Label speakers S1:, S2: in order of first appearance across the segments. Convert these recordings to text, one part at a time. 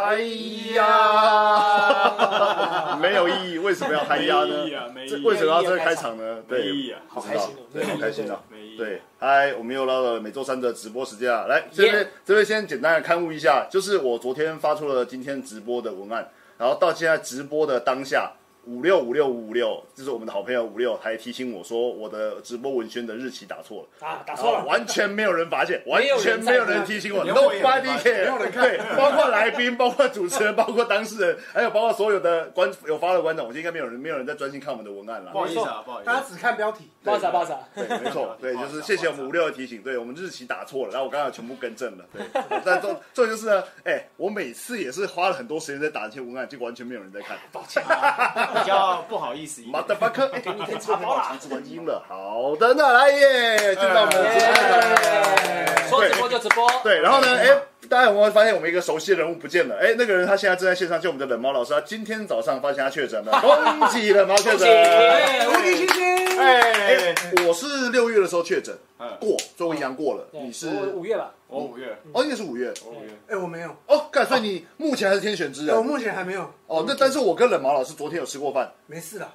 S1: 嗨呀！
S2: 没有意义，为什么要嗨呀呢
S3: 没意义啊没意义？
S2: 这为什么要这个开场呢？
S3: 没
S2: 对
S3: 意义啊，
S2: 不知
S1: 好开
S2: 道
S1: 心哦，
S2: 对，好开心啊
S3: 没意！义
S2: 对，嗨，我们又到了每周三的直播时间啊！来，这边
S1: Yeah
S2: 这边先简单的刊物一下，就是我昨天发出了今天直播的文案，然后到现在直播的当下。五六五六五五六，就是我们的好朋友五六，还提醒我说我的直播文宣的日期打错了。
S1: 啊，打
S2: 然
S1: 错
S2: 后
S1: 了，
S2: 哦完全没有人发现，完
S1: 没有人
S2: 全没有人
S1: 在
S2: 提醒我
S3: 连我也没
S2: ，nobody
S3: 发现
S2: care，对，包括来宾，包括主持人，包括当事人，还有包括所有的观有发的观众，我觉得应该没有人没有人在专心看我们的文案了
S3: 不。好意思啊，不好意思
S4: 大家
S3: 啊，
S4: 只看标题，
S1: 不好意思啊，不好意思啊，
S2: 对，没 错，对，就是谢谢我们五六的提醒，对我们日期打错了，然后我刚刚全部更正了，对，但重重点就是呢，哎，我每次也是花了很多时间在打这些文案，结果完全没有人在看，
S1: 哎
S3: 比较不好意思一
S2: 马
S3: 点。
S2: 德巴克，哎，你可以查
S1: 包啦
S2: 转音了，好的，那来耶，进到我们的直播间。
S1: 哎说直播就直播，
S2: 对，然后呢，哎，大家有没有发现我们一个熟悉的人物不见了？哎，那个人他现在正在线上，就我们的冷猫老师，他今天早上发现他确诊 了，恭喜冷猫确
S1: 恭喜，
S2: 诊。
S1: 哎
S4: 无敌星星，
S2: 哎
S3: 哎，，
S2: 我是六月的时候确诊
S3: 嗯
S2: 过，所以我阴阳过了。你是
S1: 我五月吧？
S3: 我五月，
S2: 哦，你也是五月
S3: 我五月，
S4: 哎，我没有，哎
S2: 哦，干，所以你目前还是天选之
S4: 我
S2: 人
S4: 目前还没有，
S2: 哦。那但是我跟冷毛老师昨天有吃过饭，
S4: 没事啦。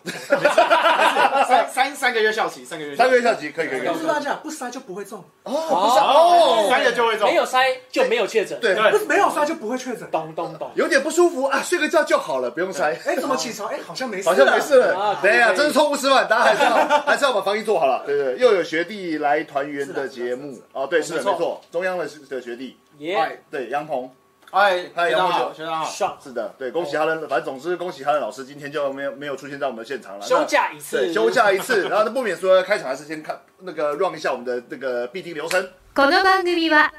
S3: 三三三个月校期，三个月校
S2: 三
S3: 期，
S2: 个月下集可以可以可以
S4: 告诉大家，不塞就不会中，
S2: 哦，不是哦，
S3: 三个就会中
S1: 没。有筛就没有确诊，
S2: 对，
S4: 不
S3: 对
S4: 是没有塞就不会确诊。
S1: 咚咚咚，
S2: 有点不舒服啊，睡个觉就好了，不用塞。
S4: 哎，怎么起床？哎，好像没事，
S2: 好像没事。了
S1: 啊。
S2: 对呀，
S1: 可以
S2: 真是错误示范，大家还是要还是要把防疫做好了。对对，又有学弟来团圆的节目哦，对，是的，
S3: 没错
S2: 没错，中央的的学弟，
S1: 耶，
S2: 对杨鹏，
S3: 哎，
S2: 嗨
S3: 学
S2: 杨木
S3: 长好，学长好。
S1: 爽，
S2: 是的，对，恭喜他的，反正总之恭喜他的老师今天就没有没有出现在我们的现场了。
S1: 休假一
S2: 那对，
S1: 次，
S2: 休假一次，然后不免说开场还是先看那个 run 一下我们的那个必定流程，
S5: この番組は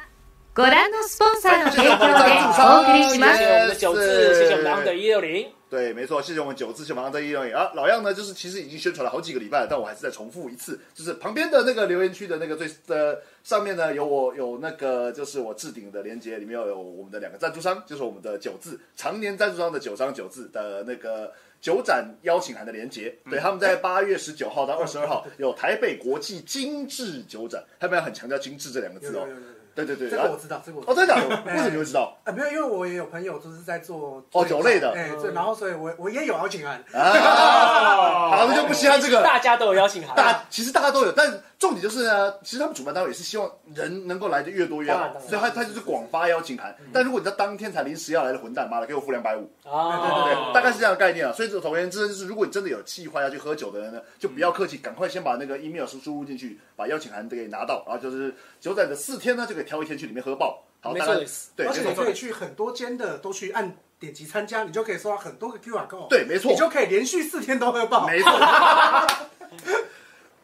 S5: ご覧のスポンサーの
S2: 谢
S5: 提
S2: 谢我
S5: 供
S2: 们的赞助
S5: でお
S2: 商，
S5: 送りしま
S1: 谢
S5: す。
S1: 谢我们的九字，谢谢我们的 under
S2: 对
S1: 一六零，
S2: 对，没错，谢谢我们九字前方的一六零啊，老样呢，就是其实已经宣传了好几个礼拜了，但我还是再重复一次，就是旁边的那个留言区的那个最呃上面呢有我有那个就是我置顶的链接，里面有我们的两个赞助商，就是我们的九字常年赞助商的九商九字的那个。九展邀请函的连接，
S4: 嗯
S2: 对，他们在八月十九号到二十二号 有台北国际精致九展，他们要很强调“精致”这两个
S4: 有
S2: 字哦
S4: 有。有有有，
S2: 对对对，
S4: 这
S2: 然
S4: 个
S2: 后
S4: 我知道，这个我知
S2: 哦，
S4: 道。
S2: 真的假的？为什么你会知 道？
S4: 啊，没有，因为我也有朋友就是在做
S2: 哦酒类的
S4: 哎，对，然后所以我我也有邀请函，
S2: 啊，好，那就不稀罕这个了。
S1: 大家都有邀请函，
S2: 大其实大家都有，但重点就是呢，其实他们主办单位也是希望人能够来的越多越
S1: 当
S2: 好
S1: 然当，然
S2: 所以他他就是广发邀请函。但如果你在当天才临时要来的混蛋，妈的，给我付两百五，对
S1: 啊
S2: 对
S3: 哦
S2: 对，大概是这样的概念啊。所以总而言之，就是如果你真的有计划要去喝酒的人呢，就不要客气，赶快先把那个 email 输入进去，把邀请函给拿到，然后就是九仔的四天呢，就可以挑一天去里面喝爆。好，
S1: 没
S2: 大
S1: 错
S2: 概
S1: 没错
S2: 对，
S4: 而
S2: 没
S4: 且你
S2: 错
S4: 可以去很多间的都去按点击参加，你就可以收到很多个 QR code，
S2: 对没错
S4: 你就可以连续四天都喝爆。
S2: 没错。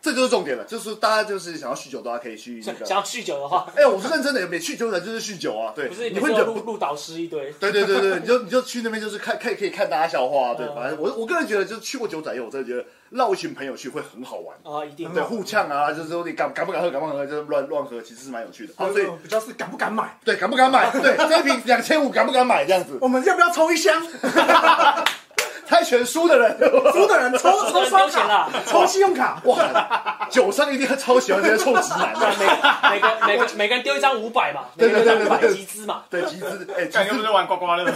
S2: 这就是重点了，就是大家就是想要酗酒，大家可以去那个。
S1: 想要酗酒的话，
S2: 哎、我是认真的，每去酒展就是酗酒啊，对，
S1: 不是
S2: 你
S1: 你
S2: 会
S1: 会
S2: 忍
S1: 录 录导师一堆，
S2: 对对对对，你就你就去那边就是看看可以看大家笑话、啊，对，
S1: 嗯
S2: 反正我我个人觉得，就是去过九仔以后，我真的觉得绕一群朋友去会很好玩，
S1: 啊，一定
S2: 对，互呛啊，就是说你敢敢不敢喝，敢不敢喝，就是乱乱喝，其实是蛮有趣的。好，
S1: 嗯
S4: 有，
S2: 哦所以
S4: 有比较是敢不敢买？
S2: 对敢不敢买，对这一瓶两千五敢不敢买这样子，
S4: 我们要不要抽 一箱？
S2: 猜拳输的人，
S4: 输的人 抽抽刷
S1: 钱
S4: 卡，
S1: 啦，
S4: 抽信用卡。
S2: 哇，酒商一定超喜欢这些臭直男的，
S1: 每个每个每个人丢一张五百嘛，每
S2: 对
S1: 个
S2: 对
S1: 人
S2: 对对
S1: 丢五百
S2: 对
S1: 集资嘛，
S2: 对集资，哎、集
S3: 感觉
S2: 资
S3: 不是玩刮刮乐，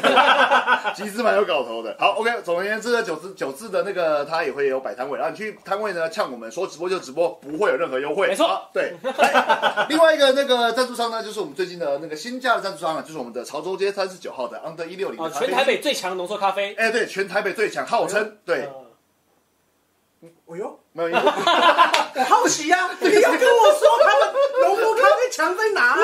S2: 集资蛮有搞头的。好，OK，总而言之呢，九字九字的那个他也会有摆摊位，然后你去摊位呢，呛我们说直播就直播，不会有任何优惠。
S1: 没错
S2: 好对。 来另外一个那个赞助商呢，就是我们最近的那个新加的赞助商啊，就是我们的潮州街三十九号的 Under 一六零
S1: 啊，
S2: 的
S1: 全台，北最强浓缩咖啡，
S2: 哎，对，全台北最强，号称对，
S1: 呃
S4: 哎呦，
S2: 没有因为
S4: 我好奇呀、 你要跟我说他们农夫咖啡强在哪、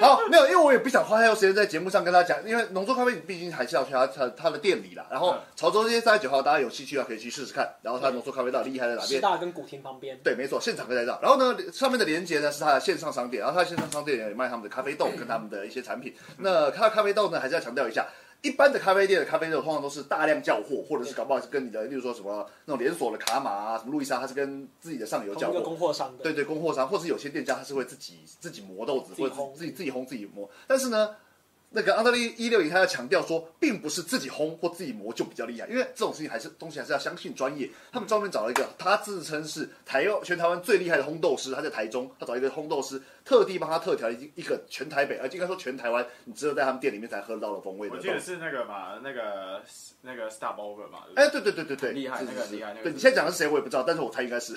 S2: 好，没有，因为我也不想花太多时间在节目上跟大家讲，因为浓缩咖啡你毕竟还是要去他他他的店里啦。然后
S3: 嗯
S2: 潮州街三十九号，大家有兴趣啊，可以去试试看。然后它浓缩咖啡到底厉害在哪
S1: 师
S2: 边？
S1: 大跟古亭旁边，
S2: 对，没错，现场会在这。然后呢，上面的连接呢是它的线上商店，然后它的线上商店也卖他们的咖啡豆跟他们的一些产品。
S1: 嗯
S2: 那它的咖啡豆呢，还是要强调一下。一般的咖啡店的咖啡豆通常都是大量叫货，或者是搞不好是跟你的，例如说什么那种连锁的卡玛啊，什么路易莎，它是跟自己的上游
S1: 同
S2: 叫
S1: 一个
S2: 货。
S1: 供货商的，
S2: 对对，供货商，或是有些店家他是会自己自己磨豆子，
S1: 自己
S2: 或者
S1: 烘
S2: 自己自己烘自己磨。但是呢，那个安德利一六零他要强调说，并不是自己烘或自己磨就比较厉害，因为这种事情还是东西还是要相信专业。他们专门找了一个，他自称是台全台湾最厉害的烘豆师，他在台中，他找一个烘豆师特地帮他特调一一个全台北，呃，应该说全台湾，你只有在他们店里面才喝到的风味的
S3: 我
S2: 豆
S3: 记。得是那个嘛，那个那个 Star Over 嘛，对不对
S2: 哎，对对对对对，
S3: 厉害
S2: 是
S3: 那个
S2: 是是
S3: 厉害那个
S2: 对
S3: 是
S2: 你现在讲的是谁我也不知道，但是我猜应该是。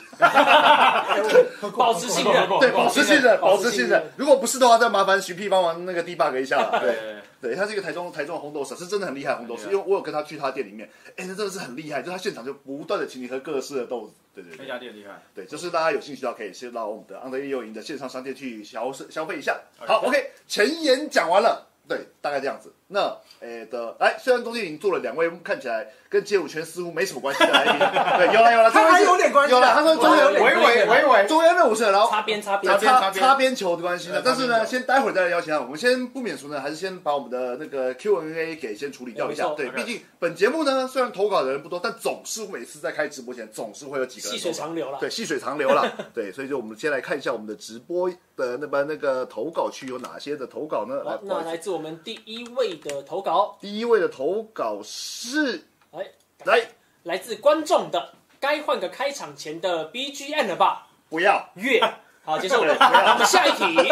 S1: 保持信任，
S2: 对，保持信任，保
S1: 保
S2: 持
S1: 持
S2: 信
S1: 信任
S2: 任。如果不是的话，再麻烦徐 P 帮忙那个 debug 一下啦。对，
S3: 对，
S2: 对，他是一个台中台中的红豆师，是真的很厉害的红豆师，因
S3: 很厉害
S2: 为我有跟他去他店里面，哎，那真的是很厉害，就他现场就不断的请你喝各式的豆子。对对
S3: 那
S2: 对，
S3: 家店厉害。
S2: 对，就是大家有兴趣的话，可以先到我们的安德烈幼营的线上商店去消消费一下。
S3: OK
S2: 好，OK，前言讲完了。对，大概这样子。那，诶的，哎，虽然中间已经做了两位看起来跟街舞圈似乎没什么关系的来宾，对，有了有了，
S4: 他
S2: 这位
S4: 还
S2: 是
S4: 有点关系
S2: 有
S4: 啊
S2: 了，他说中
S1: 我还有
S2: 间
S1: 点
S3: 维维维维，
S2: 中间热舞社，然后
S1: 擦边擦边
S2: 擦，
S3: 边
S2: 擦
S3: 擦边
S2: 擦边球的关系呢
S3: 呃。
S2: 但是
S3: 擦边
S2: 呢，
S3: 球
S2: 先待会儿再来邀请啊他。我们先不免俗呢，还是先把我们的那个 Q&A 给先处理掉一下
S1: 没。错
S2: 对，
S3: OK
S2: 毕竟本节目呢，虽然投稿的人不多，但总是每次在开直播前，总是会有几个人
S1: 细水
S2: 投稿
S1: 长流啊啦
S2: 对，细水长流了。对，所以就我们先来看一下我们的直播的那么那个投稿区有哪些的投稿呢？来
S1: 好，，那
S2: 我
S1: 来自我们第一位的投稿，
S2: 第一位的投稿是
S1: 哎，
S2: 来
S1: 来自观众的，该换个开场前的 BGM 了吧？
S2: 不要。
S1: 月，好，结束了。我们下一题，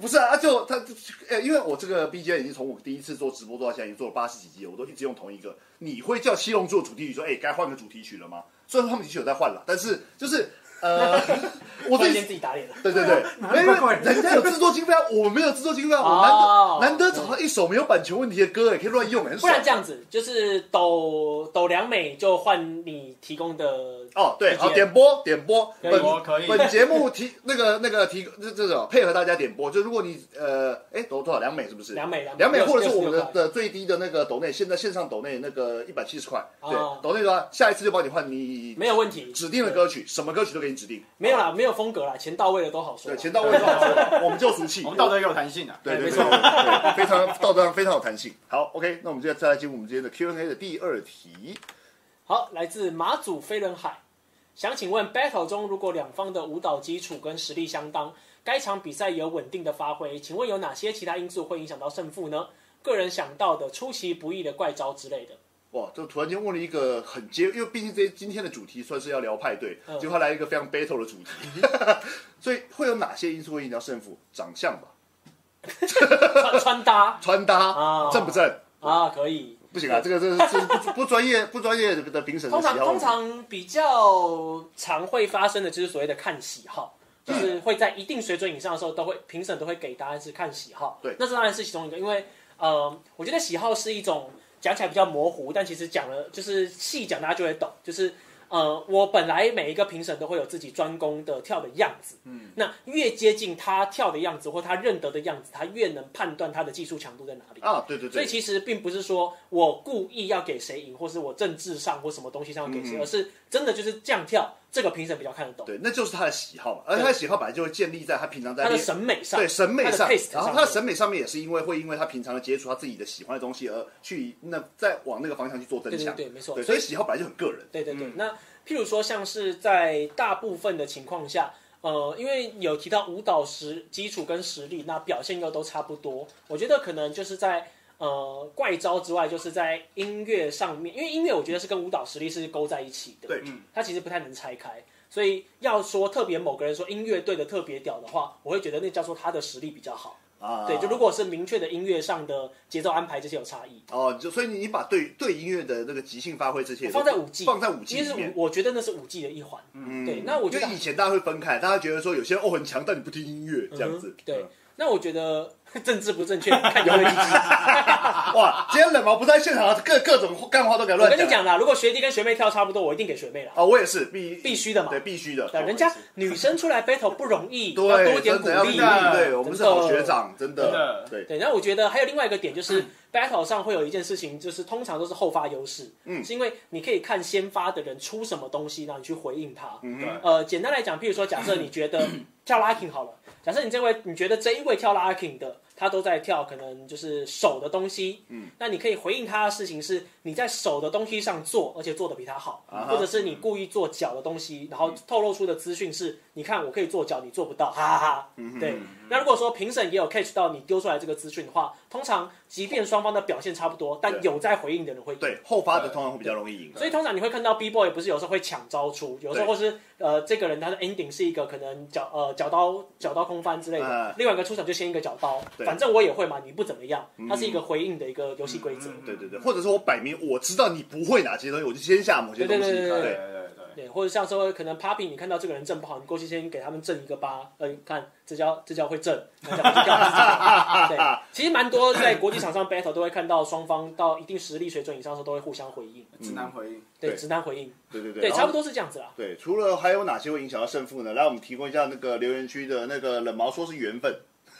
S2: 不是啊，就他，呃，因为我这个 B G M 已经从我第一次做直播做到现在，已经做了八十几集了，我都一直用同一个。你会叫《七龙珠》的主题曲说，哎、该换个主题曲了吗？虽然他们的确有在换了，但是就是呃，我
S1: 突
S2: 自
S1: 然
S2: 己
S1: 间自己打脸了。
S2: 对对 对，
S4: 哪里怪怪
S2: 因为人家有制作经费啊，我没有制作经费啊，我
S1: 哦
S2: 难得难得找到一首没有版权问题的歌，也可以乱用，很
S1: 不
S2: 爽
S1: 然。这样子，就是斗斗良美就换你提供的
S2: 哦，对，好，
S1: BGM
S2: 点播点播，
S1: 可以
S2: 本
S3: 我可以
S2: 本节目提那个那个提这这种配合大家点播，就如果你呃，哎，多多少两美是不是？
S1: 良美
S2: 两美
S1: 美，
S2: 或者是我们的
S1: 66块
S2: 的最低的那个抖内，现在线上抖内那个一百七十块，对
S1: 哦，
S2: 抖内的话，下一次就帮你换你
S1: 没有问题，
S2: 指定的歌曲，什么歌曲都给你指定，
S1: 没有啦，没有风格啦，钱到位了都好说
S2: 对，
S1: 啦。
S2: 钱到位就好说了，我们就俗气，
S3: 我们道德也有弹性啊。
S2: 对对
S1: 对
S2: 对，
S1: 没
S2: 对对非
S1: 错
S2: 常道德上非常有弹性。好，OK，那我们接再来进入我们今天的 Q&A 的第二题，
S1: 好，来自马祖飞轮海，想请问 battle 中，如果两方的舞蹈基础跟实力相当，该场比赛有稳定的发挥，请问有哪些其他因素会影响到胜负呢？个人想到的出其不意的怪招之类的，
S2: 哇，就突然间问了一个很接，因为毕竟这今天的主题算是要聊派对，
S1: 嗯
S2: 结果他来一个非常 battle 的主题， 所以会有哪些因素会影响胜负？长相吧，
S1: 穿穿搭
S2: 穿搭
S1: 啊
S2: 正不正？
S1: 啊，可以。
S2: 不行啊，这个这个这是不不专业不专业的评审的
S1: 通
S2: 喜
S1: 常
S2: 好
S1: 通。常比较常会发生的就是所谓的看喜好，就是会在一定水准以上的时候，都会评审都会给答案是看喜好。
S2: 对
S1: 那这当然是其中一个，因为呃，我觉得喜好是一种讲起来比较模糊，但其实讲了就是细讲大家就会懂，就是。呃，我本来每一个评审都会有自己专攻的跳的样子，嗯，那越接近他跳的样子或他认得的样子，他越能判断他的技术强度在哪里。
S2: 啊，对对
S1: 所以
S2: 对，
S1: 其实并不是说我故意要给谁赢，或是我政治上或什么东西上要给谁，
S2: 嗯
S1: 而是真的就是这样跳，这个评审比较看得懂，
S2: 对，那就是他的喜好嘛，而他的喜好本来就会建立在他平常在
S1: 他的
S2: 练
S1: 审美上，
S2: 对审美
S1: 他
S2: 上
S1: 的 taste，
S2: 然后
S1: 上
S2: 他的审美上面也是因为会因为他平常的接触他自己的喜欢的东西而去那再往那个方向去做增
S1: 对对
S2: 强，
S1: 对，没错，
S2: 对，所以喜好本来就很个人，
S1: 对对对。那譬如说，像是在大部分的情况下，呃，因为有提到舞蹈实基础跟实力，那表现又都差不多，我觉得可能就是在。呃，怪招之外，就是在音乐上面，因为音乐我觉得是跟舞蹈实力是勾在一起的，
S2: 对，
S1: 它其实不太能拆开。所以要说特别某个人说音乐队的特别屌的话，我会觉得那叫做他的实力比较好。
S2: 啊，
S1: 对，就如果是明确的音乐上的节奏安排这些有差异，
S2: 哦，就所以你你把对对音乐的那个即兴发挥这些
S1: 我放在五 G，
S2: 放在舞技
S1: 其
S2: 里
S1: 实是
S2: 面。
S1: 我我觉得那是五 G 的一环。嗯，对，那我觉
S2: 因
S1: 得
S2: 为以前大家会分开，大家觉得说有些人哦很强，但你不听音乐这样子
S1: 嗯。对
S2: 嗯，
S1: 那我觉得政治不正 确，看有没有意义。
S2: 哇，今天冷毛不在现场，各各种干话都敢
S1: 我
S2: 乱
S1: 跟你讲啦，如果学弟跟学妹跳差不多，我一定给学妹啦。
S2: 啊，我也是必
S1: 必须的嘛
S2: 对，必须的。
S1: 对，人家女生出来 battle 不容易，要
S2: 对，
S1: 多一点
S2: 真
S1: 鼓
S2: 的要
S1: 励。
S3: 的
S2: 对我们是
S1: 真的
S2: 好学长，真
S3: 真的
S2: 对，
S1: 对，然后我觉得还有另外一个点就是 battle 上会有一件事情，就是通常都是后发优势，嗯，是因为你可以看先发的人出什么东西，然后你去回应他。
S2: 嗯
S3: 对
S1: 呃， 简单来讲，譬如说，假设你觉得跳 locking 好了，假设你这位你觉得这一位跳 locking 的他都在跳可能就是手的东西，嗯，那你可以回应他的事情是你在手的东西上做，而且做的比他好，
S2: 啊哈
S1: 或者是你故意做脚的东西，然后透露出的资讯是，你看我可以做脚，你做不到，哈哈哈。
S2: 嗯
S1: 对，那如果说评审也有 catch 到你丢出来这个资讯的话，通常即便双方的表现差不多，但
S2: 对
S1: 有在回应的人会赢。
S2: 对，后发的通常会比较容易赢。啊
S1: 所以通常你会看到 B boy 不是有时候会抢招出，有时
S2: 对
S1: 候或是呃这个人他的 ending 是一个可能脚呃脚刀脚刀空翻之类的，
S2: 嗯
S1: 另外一个出场就先一个脚刀，
S2: 对嗯
S1: 反正我也会嘛，你不怎么样，它是一个回应的一个游戏规则。
S2: 对对对，或者是我摆明我知道你不会哪些东西，我就先下某些东西。
S1: 对对对
S3: 对对对，
S1: 对，或者像说可能 Papi，你看到这个人正不好，你过去先给他们正一个八，呃，看这叫这叫会正，那叫这 叫会正对，其实蛮多在国际场上 battle 都会看到双方到一定实力水准以上的时候都会互相回应，
S3: 直男回应，
S1: 对，
S2: 对
S1: 直男回应，
S2: 对对对
S1: 对，
S2: 然后
S1: 差不多是这样子啦。
S2: 对，除了还有哪些会影响到胜负呢？来，我们提供一下那个留言区的那个冷毛说是缘分，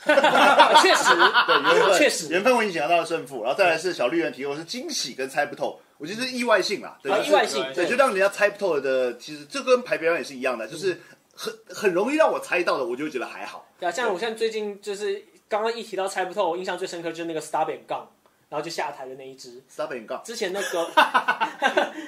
S1: 啊确实，
S2: 对，缘分，
S1: 确实
S2: 缘分会影响到胜负。然后再来是小绿人提供是惊喜跟猜不透，我觉得是意外性啦，对，
S1: 啊
S2: 就是
S1: 意外性，
S2: 对，就让人家猜不透的。其实这跟排表演也是一样的，就是很很容易让我猜到的，我就觉得还好。
S1: 对啊，像我现在最近就是刚刚一提到猜不透，我印象最深刻就是那个 Star Ben 杠，然后就下台的那一只。
S2: Stop and go。
S1: 之前那 个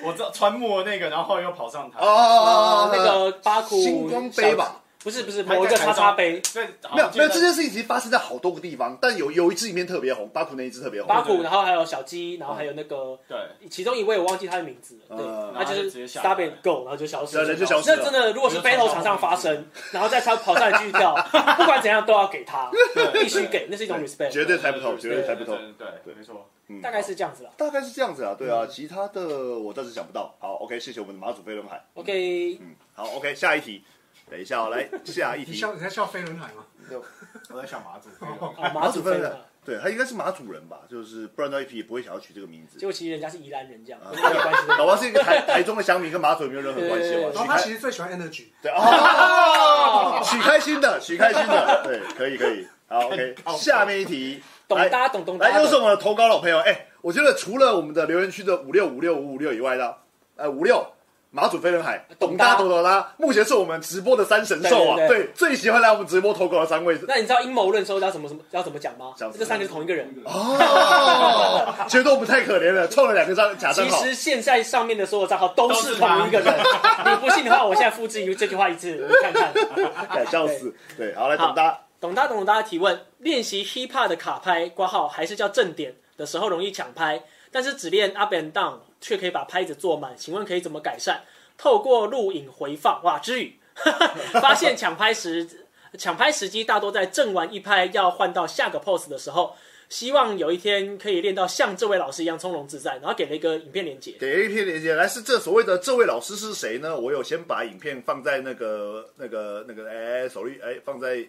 S3: 我知道穿墨那个，然后后来又跑上台，
S2: 哦
S1: 呃，那个巴库
S2: 星光杯吧，
S1: 不是不是某一个叉叉杯，
S3: 对，好
S2: 没有没有，这
S3: 哦就在
S2: 件事情其实发生在好多个地方，但有有一支里面特别红，巴库那一支特别红。
S1: 巴
S3: 对
S1: 库，
S3: 对
S1: 然后还有小鸡，然后还有那个
S3: 对。
S1: 其中一位我忘记他的名字
S2: 嗯
S1: 了，对，他就
S3: 然后就直
S1: 是
S3: 接下
S1: Star
S3: 来
S1: Ben Go，然后就消失了，
S2: 对人就消失了
S1: 那真的如果是 battle 场上发生，然后在他跑上来继续跳，不管怎样都要给他，必须给，那是一种 respect，
S2: 绝对猜不透，绝对猜不透。
S3: 对，对没错。
S1: 大概是这样子啦。
S2: 大概是这样子啊，对啊，其他的我暂时想不到。好，OK，谢谢我们的马祖飞轮海。
S1: OK，
S2: 嗯，好，OK，下一题。等一下哦，来下一
S4: 你
S2: 题。
S4: 笑你在笑飞轮海吗？
S3: 我在想马 祖，
S1: 啊，马祖飞
S2: 轮
S1: 了
S2: 海。，对他应该是马主人吧，就是不然的 IP 也不会想要取这个名字
S1: 结。果其实人家是宜兰人，这样
S2: 啊
S1: 跟你没关系。
S2: 老王是一个台 台中的乡民，跟马祖也没有任何关系
S1: 对对
S2: 嘛
S4: 然
S1: 对。
S4: 后
S2: 许
S4: 他
S2: 开
S4: 其实最喜欢 Energy，
S2: 对哦， 许开心的，许开心 的，对，可以可以。好，OK，下面一题，
S1: 懂
S2: 来
S1: 大家懂懂大
S2: 来，
S1: 家
S2: 又是
S1: 懂。
S2: 我们的投稿老朋友。哎、我觉得除了我们的留言区的五六五六五五六以外呢，呃，五六马祖飞轮海、
S1: 董
S2: 董
S1: 大
S2: 大、董董啦，目前是我们直播的三神兽啊，
S1: 对对对
S2: 最喜欢来我们直播投稿的三 位。
S1: 那你知道阴谋论说要怎么什么要怎么讲吗？
S2: 讲什么
S1: 这三个是同一个人。
S2: 哦，觉得我们太可怜了，创了两个账假账
S1: 其
S2: 号。
S1: 实现在上面的所有账号都是同一个人。你不信的话，我现在复制一这句话一次，你看看。
S2: 哎，笑死！对，好，来
S1: 好
S2: 董大，
S1: 懂大懂大家提问：练习 hiphop 的卡拍挂号还是叫正点的时候容易抢拍，但是只练 up and down 却可以把拍子做满，请问可以怎么改善？透过录影回放，哇，之语， 发现抢拍时抢拍时机大多在正完一拍要换到下个 pose 的时候。希望有一天可以练到像这位老师一样从容自在，然后给了一个影片连接。
S2: 给 A 片连接。哎来，是这所谓的这位老师是谁呢？我有先把影片放在那个、那个、那个，哎，手里，哎，放在，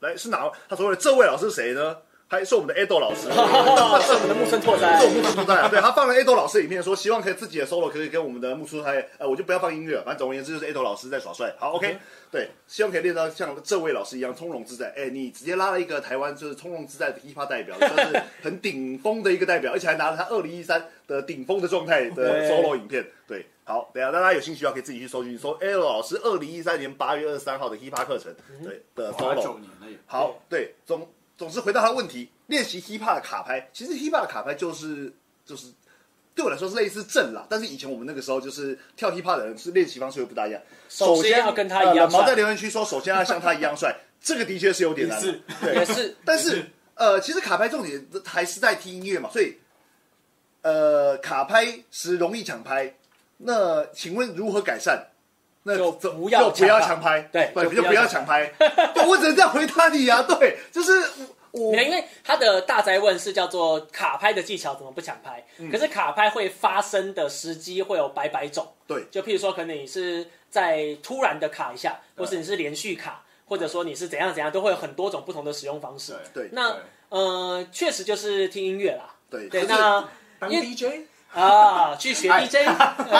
S2: 来是哪？他所谓的这位老师是谁呢？还是我们的 Ado 老师，
S1: 哦，是我们的木村拓哉
S2: 这。我木村拓哉啊，对他放了 A 豆老师的影片，说希望可以自己的 solo 可以跟我们的木村拓哉，呃，我就不要放音乐了，反正总而言之就是 A 豆老师在耍帅。好，OK，、对，希望可以练到像这位老师一样从容自在。哎，你直接拉了一个台湾就是从容自在的 hiphop 代表，算是很顶峰的一个代表，而且还拿了他二零一三的顶峰的状态的 solo 影片。对，好，等一下大家有兴趣的话可以自己去搜寻，搜 A 豆老师二零一三年八月二十三号的 hiphop 课程，对的
S3: 花
S2: solo
S3: 九。年了也。
S2: 好，对，总总之回到他的问题，练习 hiphop 的卡拍，其实 hiphop 的卡拍就是就是对我来说是类似正啦，但是以前我们那个时候就是跳 hiphop 的人是练习方式又不大一样。
S1: 首
S2: 首
S1: 先要跟他一样
S2: 呃、毛
S1: 帅
S2: 在留言区说，首先要像他一样帅， 这个的确是有点难
S3: 也是，
S2: 对，
S1: 也是
S2: 但是呃，其实卡拍重点还是在听音乐嘛，所以呃，卡拍时容易抢拍，那请问如何改善？那
S1: 就
S2: 怎
S1: 不要
S2: 就不要
S1: 抢
S2: 抢拍，
S1: 对就
S2: 对，
S1: 不
S2: 就
S1: 要
S2: 不要
S1: 抢
S2: 抢拍。 对我只能这样回答你啊，对，就是我
S1: 没有，因为他的大宅问是叫做卡拍的技巧怎么不抢拍，
S2: 嗯
S1: 可是卡拍会发生的时机会有百百种，
S2: 对
S1: 就譬如说可能你是在突然的卡一下，或是你是连续卡，或者说你是怎样怎样，都会有很多种不同的使用方式。
S2: 对
S1: 那呃，确实就是听音乐啦，
S2: 对可
S1: 对，
S2: 是哎
S1: 那
S4: 当
S1: 因为
S4: DJ
S1: 啊去学 DJ，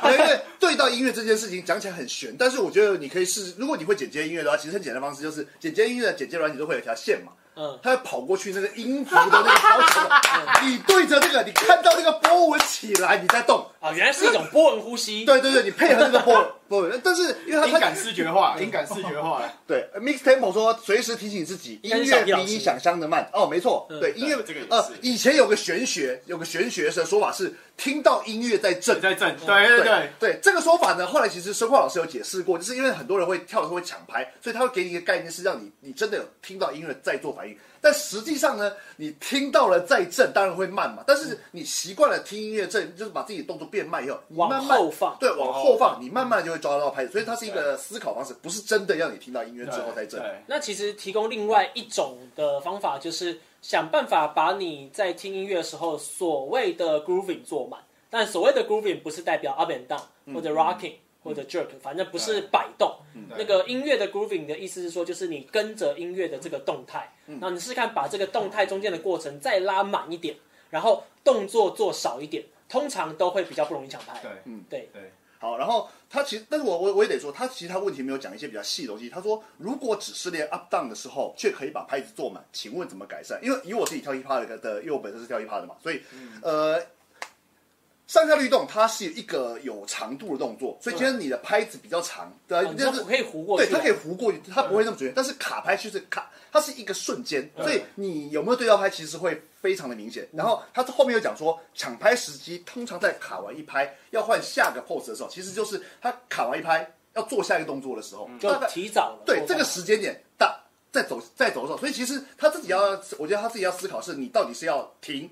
S2: 对因为对到音乐这件事情讲起来很悬，但是我觉得你可以试，如果你会剪接音乐的话，其实很简单的方式就是剪接音乐，剪接软体都会有一条线嘛。
S1: 嗯
S2: 他还跑过去那个音符的那个操场，你对着那个，你看到那个波纹起来，你在动。
S1: 啊，原来是一种波纹呼吸。
S2: 对对对，你配合那个波纹波纹，但是因为他
S3: 音感视觉 化，音感视觉化，
S2: 对 mix tempo 说随时提醒自己，音
S1: 跟小
S2: 乐
S1: 易老师
S2: 比你想象的慢。哦，没错，
S1: 嗯
S2: 对音乐
S3: 对这个也
S2: 呃
S3: 是，
S2: 以前有个玄学，有个玄学的说法是听到音乐在震
S3: 你。在震，对对对，
S2: 对这个说法呢，后来其实生化老师有解释过，就是因为很多人会跳的时候会抢拍，所以他会给你一个概念，是让你你真的有听到音乐在做反应。但实际上呢，你听到了再震，当然会慢嘛。但
S3: 嗯
S2: 是你习惯了听音乐震，就是把自己的动作变慢以后，你
S1: 往
S2: 慢慢
S1: 后放
S2: 对，往后放，你慢慢就会抓到拍子。所以它是一个思考方式，不是真的让你听到音乐之后再震。
S3: 对
S1: 那其实提供另外一种的方法，就是想办法把你在听音乐的时候所谓的 grooving 做满。但所谓的 grooving 不是代表 up and
S2: 嗯
S1: down 或者 rocking、或者 jerk，反正不是摆动。那个音乐的 grooving 的意思是说，就是你跟着音乐的这个动态，
S2: 嗯
S1: 然后你试看把这个动态中间的过程再拉满一点，然后动作做少一点，通常都会比较不容易抢拍。
S3: 对
S1: 对，
S3: 对
S2: 好，然后他其实，但是我我我也得说，他其实他问题没有讲一些比较细的东西。他说，如果只是练 up down 的时候，却可以把拍子做满，请问怎么改善？因为以我自己跳 hip hop 的的，因为我本身是跳 hip hop 的嘛，所以、呃，上下律动它是一个有长度的动作，所以今天你的拍子比较长，对
S1: 啊
S2: 吧，
S1: 你
S2: 呃就
S1: 就是可以糊过
S2: 对，
S1: 去嗯
S2: 它
S1: 啊。
S2: 可以糊过去，它不会那么准确。但是卡拍就是卡，它是一个瞬间，
S3: 嗯
S2: 所以你有没有对到拍，其实会非常的明显。然后它后面又讲说，抢拍时机通常在卡完一拍要换下个 pose 的时候，其实就是它卡完一拍要做下一个动作的时候，
S1: 就
S2: 大概
S1: 提早了。
S2: 对这个
S1: 是。
S2: 时间点大。再走再走的时候，所以其实他自己要，我觉得他自己要思考是，你到底是要停，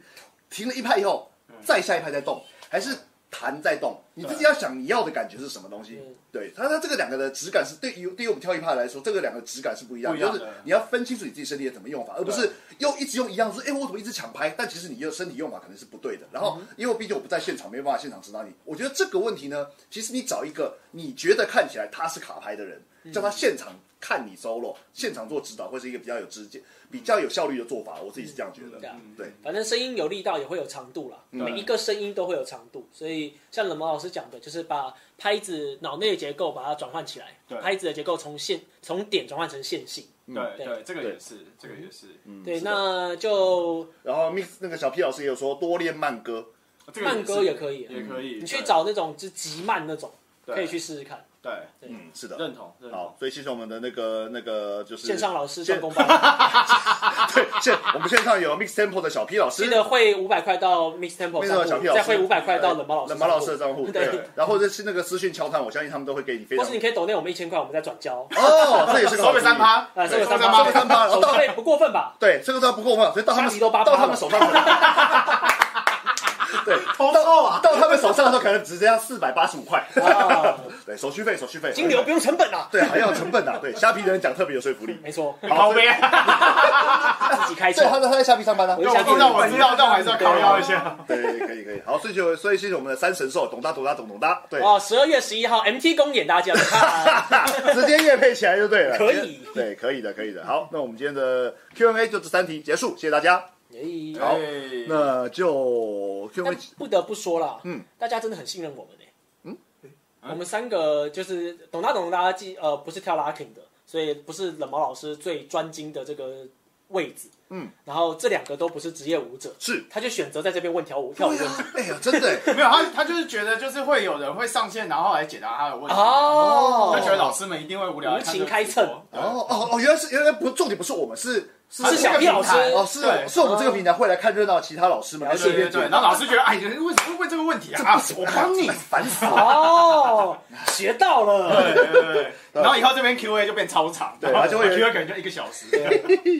S2: 停了一拍以后，再下一拍再动，还是弹再动？你自己要想你要的感觉是什么东西
S1: 嗯。
S2: 对，它它这个两个的质感是对于对于我们跳一拍来说，这个两个质感是不一样的，
S3: 不一样
S2: 就
S3: 的
S2: 是你要分清楚你自己身体的怎么用法，而不是又一直用一样，就是哎我怎么一直抢拍？但其实你用身体用法可能是不对的。然
S1: 嗯
S2: 后因为毕竟我不在现场，没有办法现场指导你。我觉得这个问题呢，其实你找一个你觉得看起来他是卡拍的人，
S1: 嗯
S2: 叫他现场看你 solo，现场做指导会是一个比较有直接、比较有效率的做法。我自己是这样觉得
S1: 对啊。
S2: 对，
S1: 反正声音有力道也会有长度啦，
S2: 嗯
S1: 每一个声音都会有长度，所以像冷毛老师讲的，就是把拍子脑内的结构把它转换起来
S3: 对，
S1: 拍子的结构从线从点转换成线性。
S3: 对
S1: 对
S3: 对，这个
S2: 对
S3: 也是，这个也是，
S1: 对，
S2: 嗯是的
S1: 那就
S2: 然后 mix 那个小 P 老师也有说多练慢歌，
S3: 哦这个
S1: 慢歌
S3: 是
S1: 也可以，
S3: 也可以，
S1: 你
S3: 对
S1: 去找那种就极慢那种，
S3: 对
S1: 可以去试试看。
S3: 对
S2: 嗯，是的。
S3: 认同认同
S2: 好，，所以谢谢我们的那个那个就是
S1: 线上老师
S2: 线
S1: 专攻班，
S2: 对，现我们线上有 Mix Temple 的小 P 老师，
S1: 记得汇五百块到 Mix Temple
S2: 那个小
S1: 账
S2: P
S1: 哦户，
S2: 老师，
S1: 再汇五百块到冷毛老师
S2: 冷毛老师的
S1: 账
S2: 账户，
S1: 对
S2: 对，然后这是那个私讯敲他，我相信他们都会给你非
S1: 户，或
S2: 常
S1: 是你可以抖内我们一千块，我们再转交。
S2: 哦，这也是个
S3: 收个三，趴，
S1: 啊，这个三
S3: 收
S1: 八，
S2: 收三八然后
S1: 手
S2: 到
S1: 费不过分吧？
S2: 对，这个都不够分，所以到他
S1: 虾
S2: 们
S1: 皮都八趴
S2: 到
S1: 了
S2: 他们手上， 对，
S4: 偷偷啊！
S2: 到他们手上的时候可能只剩下四百八十五块，
S1: 啊，
S2: 对，手续费手续费，
S1: 金流不用成本啊。
S2: 对，还要有成本的，对，虾皮的人讲特别有说服 力，
S1: 没错，
S3: 靠边，
S1: 自己开车
S2: 对，。他在他在虾皮上班呢
S1: 我。
S3: 让
S1: 下
S3: 我
S1: 次
S3: 让我知道，但我还是要靠腰一下。
S2: 对，可以可以，好，所以就所以谢谢我们的三神兽，懂哒懂哒懂懂哒，对，
S1: 哦，十二月十一号 MT 公演，大家来 看。
S2: 直接夜配起来就对了，
S1: 可以
S2: 对，可以的，可以的。好，那我们今天的 Q&A 就这三题结束，谢谢大家。
S1: 耶
S2: 好
S3: 哎
S2: 那就 Q&A
S1: 但不得不说啦，
S2: 嗯
S1: 嗯，大家真的很信任我们呢、嗯，我们三个就是懂大懂大记呃不是跳拉丁的，所以不是冷毛老师最专精的这个位置。
S2: 嗯，
S1: 然后这两个都不是职业舞者，
S2: 是，
S1: 他就选择在这边问跳舞跳舞
S2: 对
S1: 问
S2: 呀
S1: 题。，
S2: 哎呀，真的，
S3: 没有他，他就是觉得就是会有人会上线，然后来解答他的问题。
S1: 哦，
S3: 他觉得老师们一定会无聊，
S1: 无情开秤
S2: 哦哦哦，原来是原来不重点不是我们是是
S1: 是小 P 老师
S2: 哦，是
S3: 对
S2: 是我们这个平台会来看热闹，其他老师们来
S3: 对
S2: 顺
S3: 对
S2: 便
S3: 对，
S2: 解
S3: 然后老师觉得，哎，人为什么会问这个问题啊？
S2: 我帮你烦死了。
S1: 哦，学到 了。
S3: 对对对对，然后以后这边 Q A 就变超长，
S2: 对他就会
S3: Q A 可能就一个小时。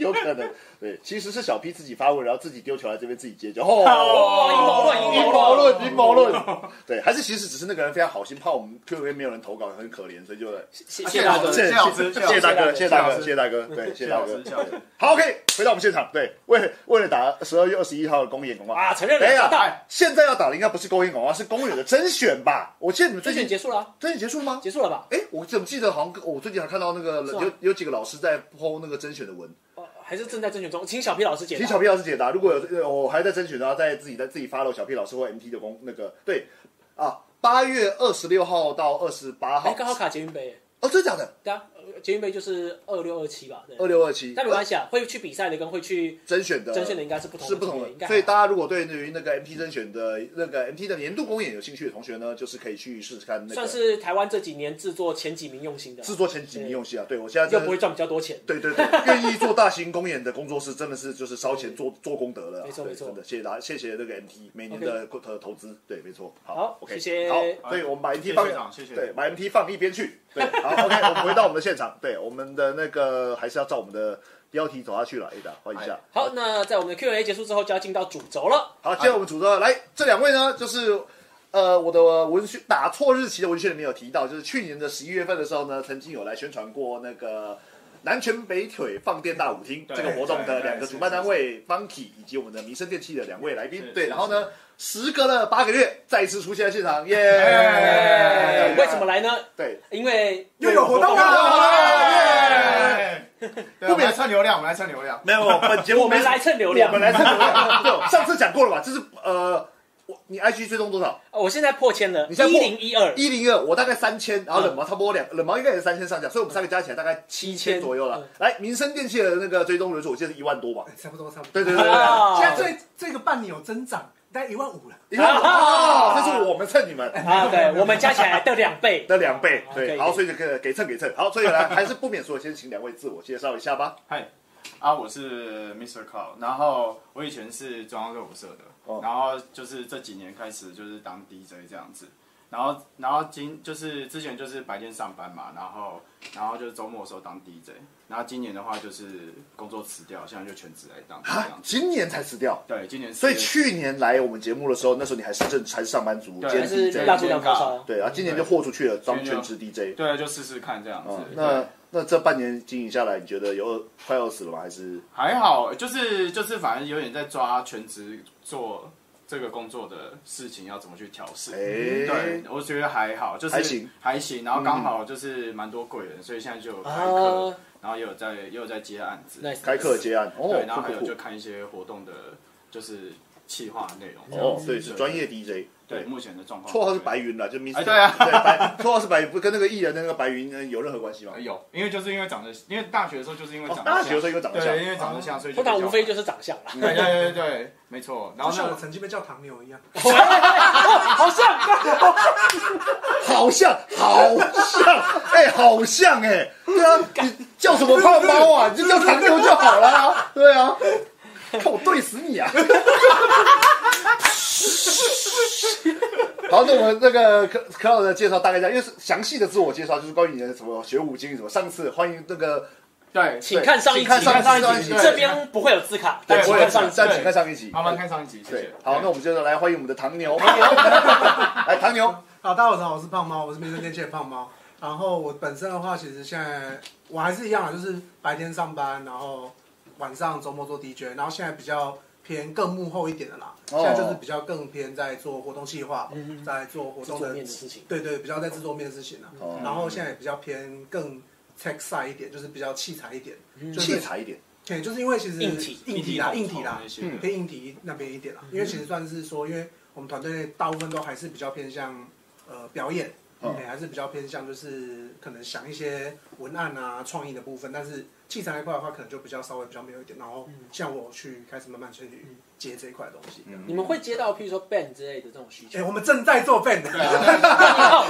S2: 有可能，对，其实是小 P 自己发问，然后自己丢球来这边自己接球。哦
S1: 哇，阴谋论，
S2: 阴
S1: 阴
S2: 谋
S1: 谋论。
S2: 论，阴谋论，对，还是其实只是那个人非常好心，怕我们 Q&A 没有人投稿，很可怜，所以就
S1: 谢谢大哥
S3: 谢。谢老师
S2: 谢谢大哥，谢谢大哥，谢
S3: 谢
S2: 谢大哥，对，谢谢大哥
S3: 谢谢老师谢谢老师。
S2: 好，OK，回到我们现场，对，为了为了打十二月二十一号的公演广告
S1: 啊承认了
S2: 哎呀
S1: 知道
S2: 哎现在要打的应该不是公演广告，是公演的甄选吧？我记得你们最
S1: 甄
S2: 近
S1: 选结束了啊，
S2: 甄选结束了吗？
S1: 结束了吧？
S2: 哎，我怎么记得好像我最近还看到那个
S1: 是啊
S2: 有有几个老师在 PO 那个甄选的文，
S1: 哦还是正在甄选中，请小 P 老师解答。
S2: 请小 P 老师解答。如果有呃我还在甄选的话，再自己再自己 follow 小 P 老师或 MT 的公那个对啊，八月二十六号到二十八
S1: 哎，
S2: 号，
S1: 刚好卡捷运杯耶，
S2: 哦，真的假的？
S1: 对啊，呃捷运杯就是二六二七吧，对。
S2: 二六二七，呃
S1: 但没关系啊，会去比赛的跟会去
S2: 甄选的
S1: 甄选的应该是不同的
S2: 是不同
S1: 级别应
S2: 的。
S1: 该还好
S2: 所以大家如果对于那个 MT 甄选的那个 MT 的年度公演有兴趣的同学呢，就是可以去试试看那
S1: 算
S2: 个
S1: 是台湾这几年制作前几名用心的啊，
S2: 制作前几名用戏啊。对我现在
S1: 又
S2: 真
S1: 不会
S2: 的。
S1: 赚比较多钱。
S2: 对对对，愿意做大型公演的工作室真的是就是烧钱做做功德了啊，
S1: 没错
S2: 对
S1: 没错
S2: 真的谢谢大家，谢谢那个 MT 每年的投投资，对，没错，
S1: 好
S2: OK，
S1: 谢谢
S2: 好，所以我们把 MT 放
S3: 哎谢谢学长谢谢
S2: 对，把 MT 放一边去，对，好，OK，我们回到我们的现场，对，我们的那个还是要照我们的标题走下去了，Ada，换一下
S3: 哎，
S1: 好，那在我们的 Q&A 结束之后，就要进到主轴了。
S2: 好，接下来我们主持人来这两位呢，就是呃，我的文宣打错日期的文宣里面有提到，就是去年的十一月份的时候呢，曾经有来宣传过那个南拳北腿放电大舞厅
S3: 对
S2: 这个活动的
S3: 对对
S2: 两个
S3: 是
S2: 主办单
S3: 是
S2: 位 Funky 以及我们的民生电器的两位来宾
S3: 是。
S2: 对，
S3: 是
S2: 然后呢，时隔了八个月，再次出现在现场，耶！
S3: 哎
S1: 为什么来呢？
S2: 对，
S1: 因为
S4: 又有活动了，
S3: 耶！对，我们来蹭流量，我们来蹭流量。
S2: 没有本节目
S1: 我们来蹭流量
S2: 我们来蹭流 量。对，上次讲过了吧？就是呃，我你 IG 追踪多少？
S1: 呃我现在破千了，
S2: 你
S1: 一
S2: 现在破
S1: 零一二，啊
S2: 一零二，我大概三千，然后冷毛差不多两，冷毛应该也是三千上下，所以我们三个加起来大概七千左右了
S1: 嗯。
S2: 来，民生电器的那个追踪人数，我记得是一万多吧？
S4: 哎差不多差不多。
S2: 对对对对对，
S1: 啊
S4: 现在最这个半年有增长，大概一万五了。
S2: 一万多，哦这是我们蹭你们
S1: 啊，对，我们加起来的两倍。
S2: 的两倍
S1: 啊，可
S2: 对，
S1: 以
S2: 好，
S1: 可
S2: 所以就给给蹭给蹭，好，所以来还是不免说，先请两位自我介绍一下吧。
S3: 嗨，啊，我是 Mr. Cloud，然后我以前是中央热舞社的，
S2: 哦
S3: 然后就是这几年开始就是当 DJ 这样子，然后然后今就是之前就是白天上班嘛，然后然后就是周末的时候当 DJ，然后今年的话就是工作辞掉，现在就全职来当这
S2: 啊
S3: 样，子。
S2: 今年才辞掉，
S3: 对，今年
S2: 啊所以
S3: 是
S2: 去年来我们节目的时候，那时候你还是正还是上班族
S3: 对
S2: 兼
S1: 还是
S2: DJ，
S1: 蜡烛两头烧，
S2: 对，啊然后今年就豁出去了，当
S3: 今
S2: 全
S3: 年就
S2: 职 DJ。
S3: 对，啊就试试看这样子
S2: 嗯。，
S3: 对
S2: 那那这半年经营下来，你觉得有饿快饿死了吗？还是
S3: 还好，就是就是，反正有点在抓全职做这个工作的事情要怎么去调试。
S2: 哎
S3: 嗯对，我觉得还好，就是
S2: 还行
S3: 还行。然后刚好就是蛮多贵人，所以现在就有开课，
S1: 啊
S3: 然后也有在也有在接案子，
S1: ，nice，
S2: 开课接案？哦，
S3: 对，然后还
S2: 酷
S3: 有
S2: 酷酷
S3: 就看一些活动的，就是企划内容。
S2: 哦，对，是专业 DJ，
S3: 对，目前的状况。
S2: 绰号是白云啦，就 Mr.
S3: 哎对啊
S2: 对白绰号是白云，不跟那个艺人的那个白云呃有任何关系吗
S3: 呃。？有，因为就是因为长得，因为大学的时候就是因为长得像，
S2: 哦大学的时候因为长得像哦
S3: 对，因为长得像，所以就
S1: 通常
S3: 比较
S1: 无非就是长相啦。
S3: 对对对对对，没错。然
S4: 就
S3: 后
S4: 像我
S3: 呢，
S4: 曾经被叫唐牛一样，
S1: 好像，
S2: 好像，好 像，哎，好像哎，对啊，你叫什么胖猫啊？你就叫唐牛就好啦。对啊，看我对死你啊！好，那我们这个柯柯老师的介绍大概这样，因为是详细的自我介绍就是关于你的什么学武经什么，上次欢迎那个
S3: 对，
S1: 请看上一集，
S2: 请看上一集请看
S1: 上
S2: 上一集
S1: 这边不会有字卡，
S3: 对
S1: 但请
S3: 我也
S1: 看
S3: 是
S1: 上一集。
S2: 上请看上一集，
S3: 慢慢看上一集，谢
S2: 对
S3: 谢。，
S2: 好，那我们接着来欢迎我们的唐 牛，
S1: 哎
S2: 来唐牛，
S4: 好，大家好，我是胖猫，我是民生电器的胖猫。然后我本身的话，其实现在我还是一样啊，就是白天上班，然后晚上周末做 DJ，然后现在比较偏更幕后一点的啦。
S2: 哦
S4: 现在就是比较更偏在做活动计划，在做活
S1: 嗯制
S4: 动
S1: 作
S4: 的
S1: 面的事情
S4: 对对，比较在制作面的事情啦。啊
S2: 哦
S4: 然后现在也比较偏更 tech side 一点，就是比较器材一点，就是
S2: 器材一点，
S4: 对，就是因为其实
S1: 嗯硬体哦
S4: 硬体啦，硬体啦
S3: 那，些
S4: 偏硬体那边一点啦。因为其实算是说，因为我们团队大部分都还是比较偏向呃表演，
S2: 嗯
S4: 哎，还是比较偏向就是可能想一些文案啊、创意的部分。但是器材那块的话，可能就比较稍微比较没有一点。然后像我去开始慢慢去接这一块的东西。
S2: 嗯
S1: 你
S3: 嗯
S1: 们会接到譬如说 band 之类的这种需求
S4: 哎，？我们正在做 band，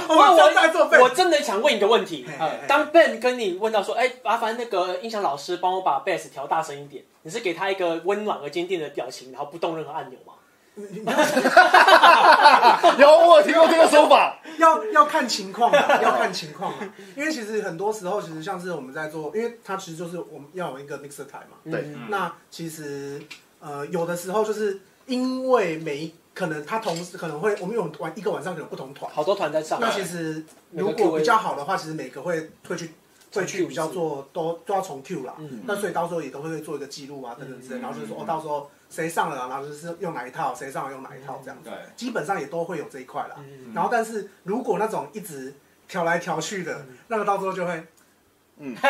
S1: 我
S4: 我正在做 band
S1: 我真的想问一个问题
S4: 嘿嘿
S1: 啊
S4: 嘿
S1: 当 Ben 跟你问到说，哎，麻烦那个音响老师帮我把 bass 调大声一点，你是给他一个温暖而坚定的表情，然后不动任何按钮吗？
S4: 你你要
S2: 有我有听过这个说法，
S4: 要要看情况啊，要看情况啊，因为其实很多时候，其实像是我们在做，因为它其实就是我们要有一个 mixer 台嘛。
S2: 对，
S1: 嗯
S4: 那其实呃，有的时候就是因为每一可能他同时可能会，我们有玩一个晚上可能有不同团，
S1: 好多团在上，
S4: 那其实
S1: 每个
S4: 如
S1: Q
S4: 果
S1: A
S4: 比较好的话，其实每个会会去会
S1: 重 Q
S4: 去
S1: 一
S4: 比较
S1: 次
S4: 做都都要重 Q 啦。
S1: 嗯
S4: 那所以到时候也都会做一个记录啊等等之类，
S3: 嗯
S4: 然后就是说
S3: 嗯
S4: 哦，到时候谁上了啊，然后就是用哪一套，谁上了用哪一套这样子
S3: 对，
S4: 基本上也都会有这一块啦。
S1: 嗯
S4: 然后但是如果那种一直调来调去的，那个到时候就会
S2: 嗯，对，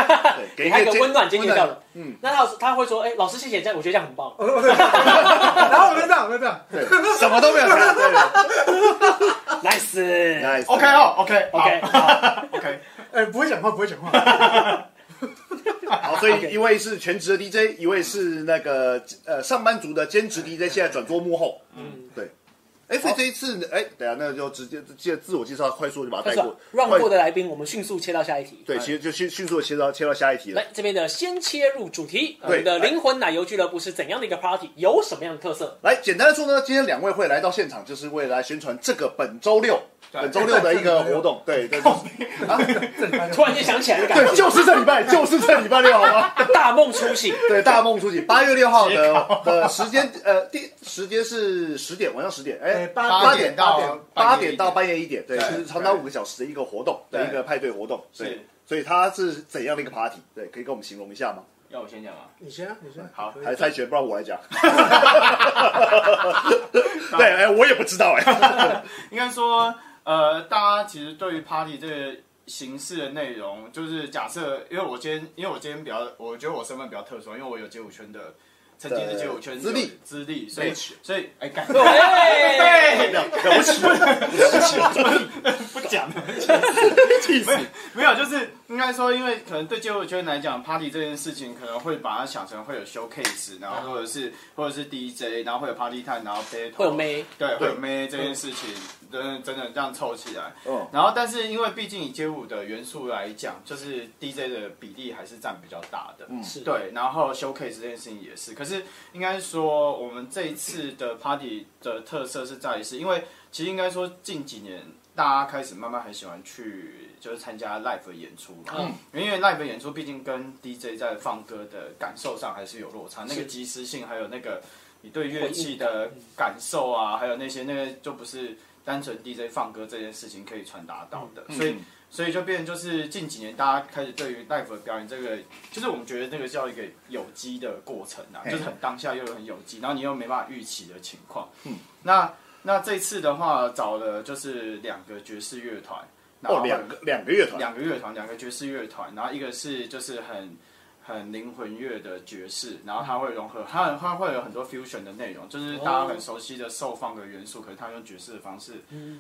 S2: 给
S1: 给他一个
S2: 坚
S1: 温暖坚定的
S2: 温
S1: 表
S2: 暖
S1: 情。
S2: 嗯，
S1: 那他他会说，哎，老师谢谢，这样我觉得这样很棒。
S4: 哦对， 然后我就这样，我就这样，
S2: 对，什么都没有看，对
S1: Nice，OK，
S2: ，nice，
S3: OK 哦，OK
S1: OK，好
S3: OK，
S4: 哎、 哎、不会讲话，不会讲话。
S2: 好，所以一位是全职的 DJ，一位是那个呃上班族的兼职 DJ，现在转做幕后。嗯，对。哎，所以这一次，哎，等一下那就直接接自我介绍，快速就把它带
S1: 但是啊
S2: 过。
S1: 让
S2: 快
S1: 过的来宾，我们迅速切到下一题。
S2: 对，其实就迅迅速地切到切到下一题了
S1: 来。这边的先切入主题，我们的
S2: 来
S1: 灵魂奶油俱乐部是怎样的一个 party，有什么样的特色？
S2: 来，简单的说呢，今天两位会来到现场，就是为了来宣传这个本周六
S3: 对
S2: 本周六的一个活动。对对，就是
S1: 突然间想起来的感
S2: 对，
S1: 觉，
S2: 就是这礼拜，就是这礼拜六，好 吗？
S1: 大梦初 醒。
S2: 对，大梦初醒，八月六号的的时间，呃，第时间是十点，晚上十点，哎
S4: 哎，八
S2: 八
S3: 点
S2: 八
S3: 到
S2: 点
S3: 半夜
S2: 八
S3: 一
S2: 点
S3: 点
S2: 到哎半夜一点，对，
S3: 对
S2: 是长达五个小时的一个活动的
S3: 对
S2: 一个派对活动，对
S3: 是，
S2: 所以它是怎样的一个 party？对，可以跟我们形容一下吗？
S3: 要我先讲吗？
S4: 你先啊，你先啊。
S3: 好
S4: 可以
S2: 还是猜拳，不然我来 讲。对，哎，我也不知道哎。
S3: 应该说，呃，大家其实对于 party 这个形式的内容，就是假设，因为我今天，因为我今天比较，我觉得我身份比较特殊，因为我有街舞圈的，曾经是街舞圈
S2: 资历
S3: 资历，所以
S2: Match
S3: 所以哎，感
S1: 对，
S2: 了不起，了不起，
S3: 不讲了。
S2: 气死！
S3: 没有，就是应该说，因为可能对街舞圈来讲，party 这件事情可能会把它想成会有 showcase，然后或者是或者是 DJ，然后会有 party time，然后 battle，
S1: 会有妹，
S3: 对，会有
S2: 对
S3: 妹这件事情，真的真的这样凑起来。
S2: 嗯，
S3: 然后，但是因为毕竟以街舞的元素来讲，就是 DJ 的比例还是占比较大的。嗯
S1: 是
S3: 对，然后 showcase 这件事情也是，可是应该说我们这一次的 party 的特色是在于是，因为其实应该说近几年大家开始慢慢很喜欢去就是参加 live 的演出嘛，
S1: 嗯
S3: 因为 live 的演出毕竟跟 DJ 在放歌的感受上还是有落差，那个即时性还有那个你对乐器的感受啊，还有那些那个就不是单纯 DJ 放歌这件事情可以传达到
S2: 嗯
S3: 的，所以所以就变成就是近几年大家开始对于 live 的表演这个，就是我们觉得那个叫一个有机的过程啊，
S2: 嘿
S3: 就是很当下又很有机，然后你又没办法预期的情况。嗯，那那这次的话找了就是两个爵士乐团，然后
S2: 哦，两个两个乐团，
S3: 两个乐团，两个爵士乐团，然后一个是就是很很灵魂乐的爵士，然后它会融合，它它会有很多 fusion 的内容，就是大家很熟悉的受放的元素，可是它用爵士的方式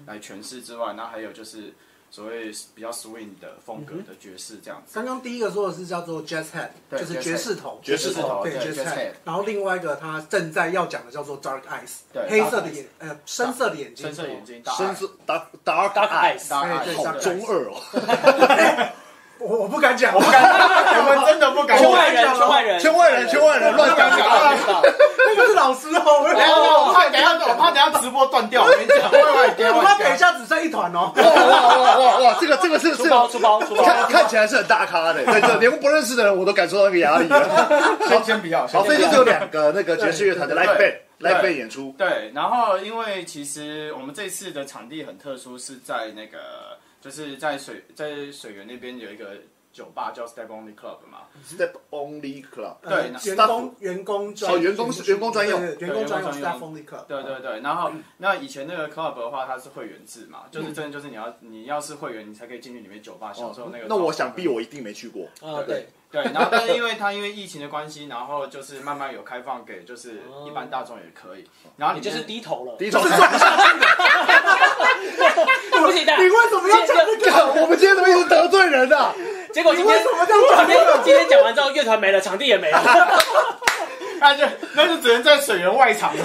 S3: 来诠释之外，然后还有就是所谓比较 swing 的风格的爵士这样子。
S4: 刚刚第一个说的是叫做 jazz head，
S3: 对
S4: 就是
S3: jazz
S4: 爵士头，
S2: 爵士头
S4: 对
S3: 对
S4: jazz
S3: jazz
S4: head
S3: head。
S4: 然后另外一个他正在要讲的叫做 dark eyes，
S3: 对
S4: 黑色的眼，呃，深色的眼睛，
S3: 深色眼。睛，大
S2: 深色 dark dark
S1: Dark
S2: eyes，
S1: Eyes
S3: 大
S4: 哎
S3: 爱
S4: 对
S2: 好
S4: dark eyes
S2: 中二哦。
S4: 我我不敢讲，我不敢，
S3: 我们真的不敢
S1: 圈外人，圈外人，
S2: 圈外人，圈外人，乱讲
S3: 不
S2: 话。
S3: 敢讲。
S4: 那个是老师哦，我
S3: 等一下，我怕等一下，我怕等一下直播断掉。我跟你讲，
S4: 我
S3: 我
S4: 怕等一下只剩一团哦。
S2: 哇哇哇哇哇！这个这个是
S1: 出
S2: 是，
S1: 包出包出包。
S2: 看看起来是很大咖的，对对，连不认识的人我都感受到那个压力了。
S3: 先先不要，
S2: 好，所以就是有两个那个爵士乐团的 live band
S3: 对
S2: live
S3: 对
S2: band 演出，
S3: 对，然后因为其实我们这次的场地很特殊，是在那个就是在水在水源那边有一个酒吧叫 Step Only Club 嘛，
S2: Step Only Club。
S3: 对
S4: 呃
S3: 那
S4: 员工员工专
S2: 哦员工是员工专用
S4: 对对对员工专用
S3: 对员工专
S4: staff
S3: 用
S4: only club。
S3: 对对对，然后那以前那个 club 的话，它是会员制嘛，就是真的就是你要你要是会员，你才可以进去里面酒吧享受那个。
S2: 哦那我想必我一定没去过。
S1: 啊，对，
S3: 对，然后但是因为它因为疫情的关系，然后就是慢慢有开放给就是一般大众也可以，然后
S1: 哦你
S3: 你
S1: 就是低头了。
S2: 第一种，
S1: 不行，
S4: 你为什么要讲这个？
S2: 我们今天怎么一直得罪人啊？
S1: 结果
S4: 你
S1: 今
S4: 为
S1: 天
S4: 什么这样
S1: 今
S4: 讲这
S1: 天
S4: 个？
S1: 今天讲完之后，乐团没了，场地也 没了。
S3: 那就哎那就只能在水源外场了。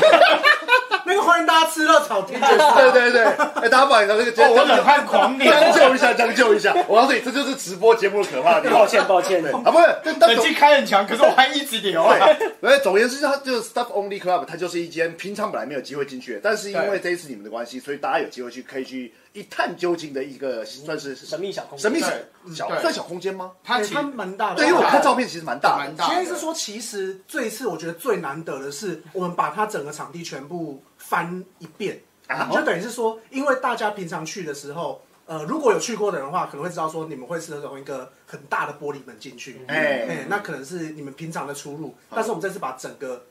S4: 那个欢迎大家吃热炒 店，
S2: 对对对，哎，大家把你的那个
S3: 哦我冷汗狂流，
S2: 将就一下，将就一下。我告诉你，这就是直播节目的可怕的地
S1: 抱
S2: 方。
S1: 歉，抱歉。
S2: 啊，不是，但但
S3: 冷气开很强，可是我还一直流啊。
S2: 对，总而言之，它就是 Stop Only Club，它就是一间平常本来没有机会进去的，但是因为
S3: 对
S2: 这一次你们的关系，所以大家有机会去可以去一探究竟的一个算是
S1: 神秘小空间
S2: 神秘小小
S3: 嗯对
S2: 算小空间吗？
S3: 他
S4: 对
S3: 其
S4: 他蛮大的。啊
S2: 对，因为我
S3: 大
S2: 看照片其实蛮大的，
S3: 蛮大的
S4: 今天是说，其实这一次我觉得最难得的是，我们把它整个场地全部翻一遍，
S2: 啊
S4: 就等于是说，因为大家平常去的时候，呃，如果有去过的人的话，可能会知道说你们会是从一个很大的玻璃门进去，
S2: 哎
S4: 哎，嗯那可能是你们平常的出入，但是我们这次把整个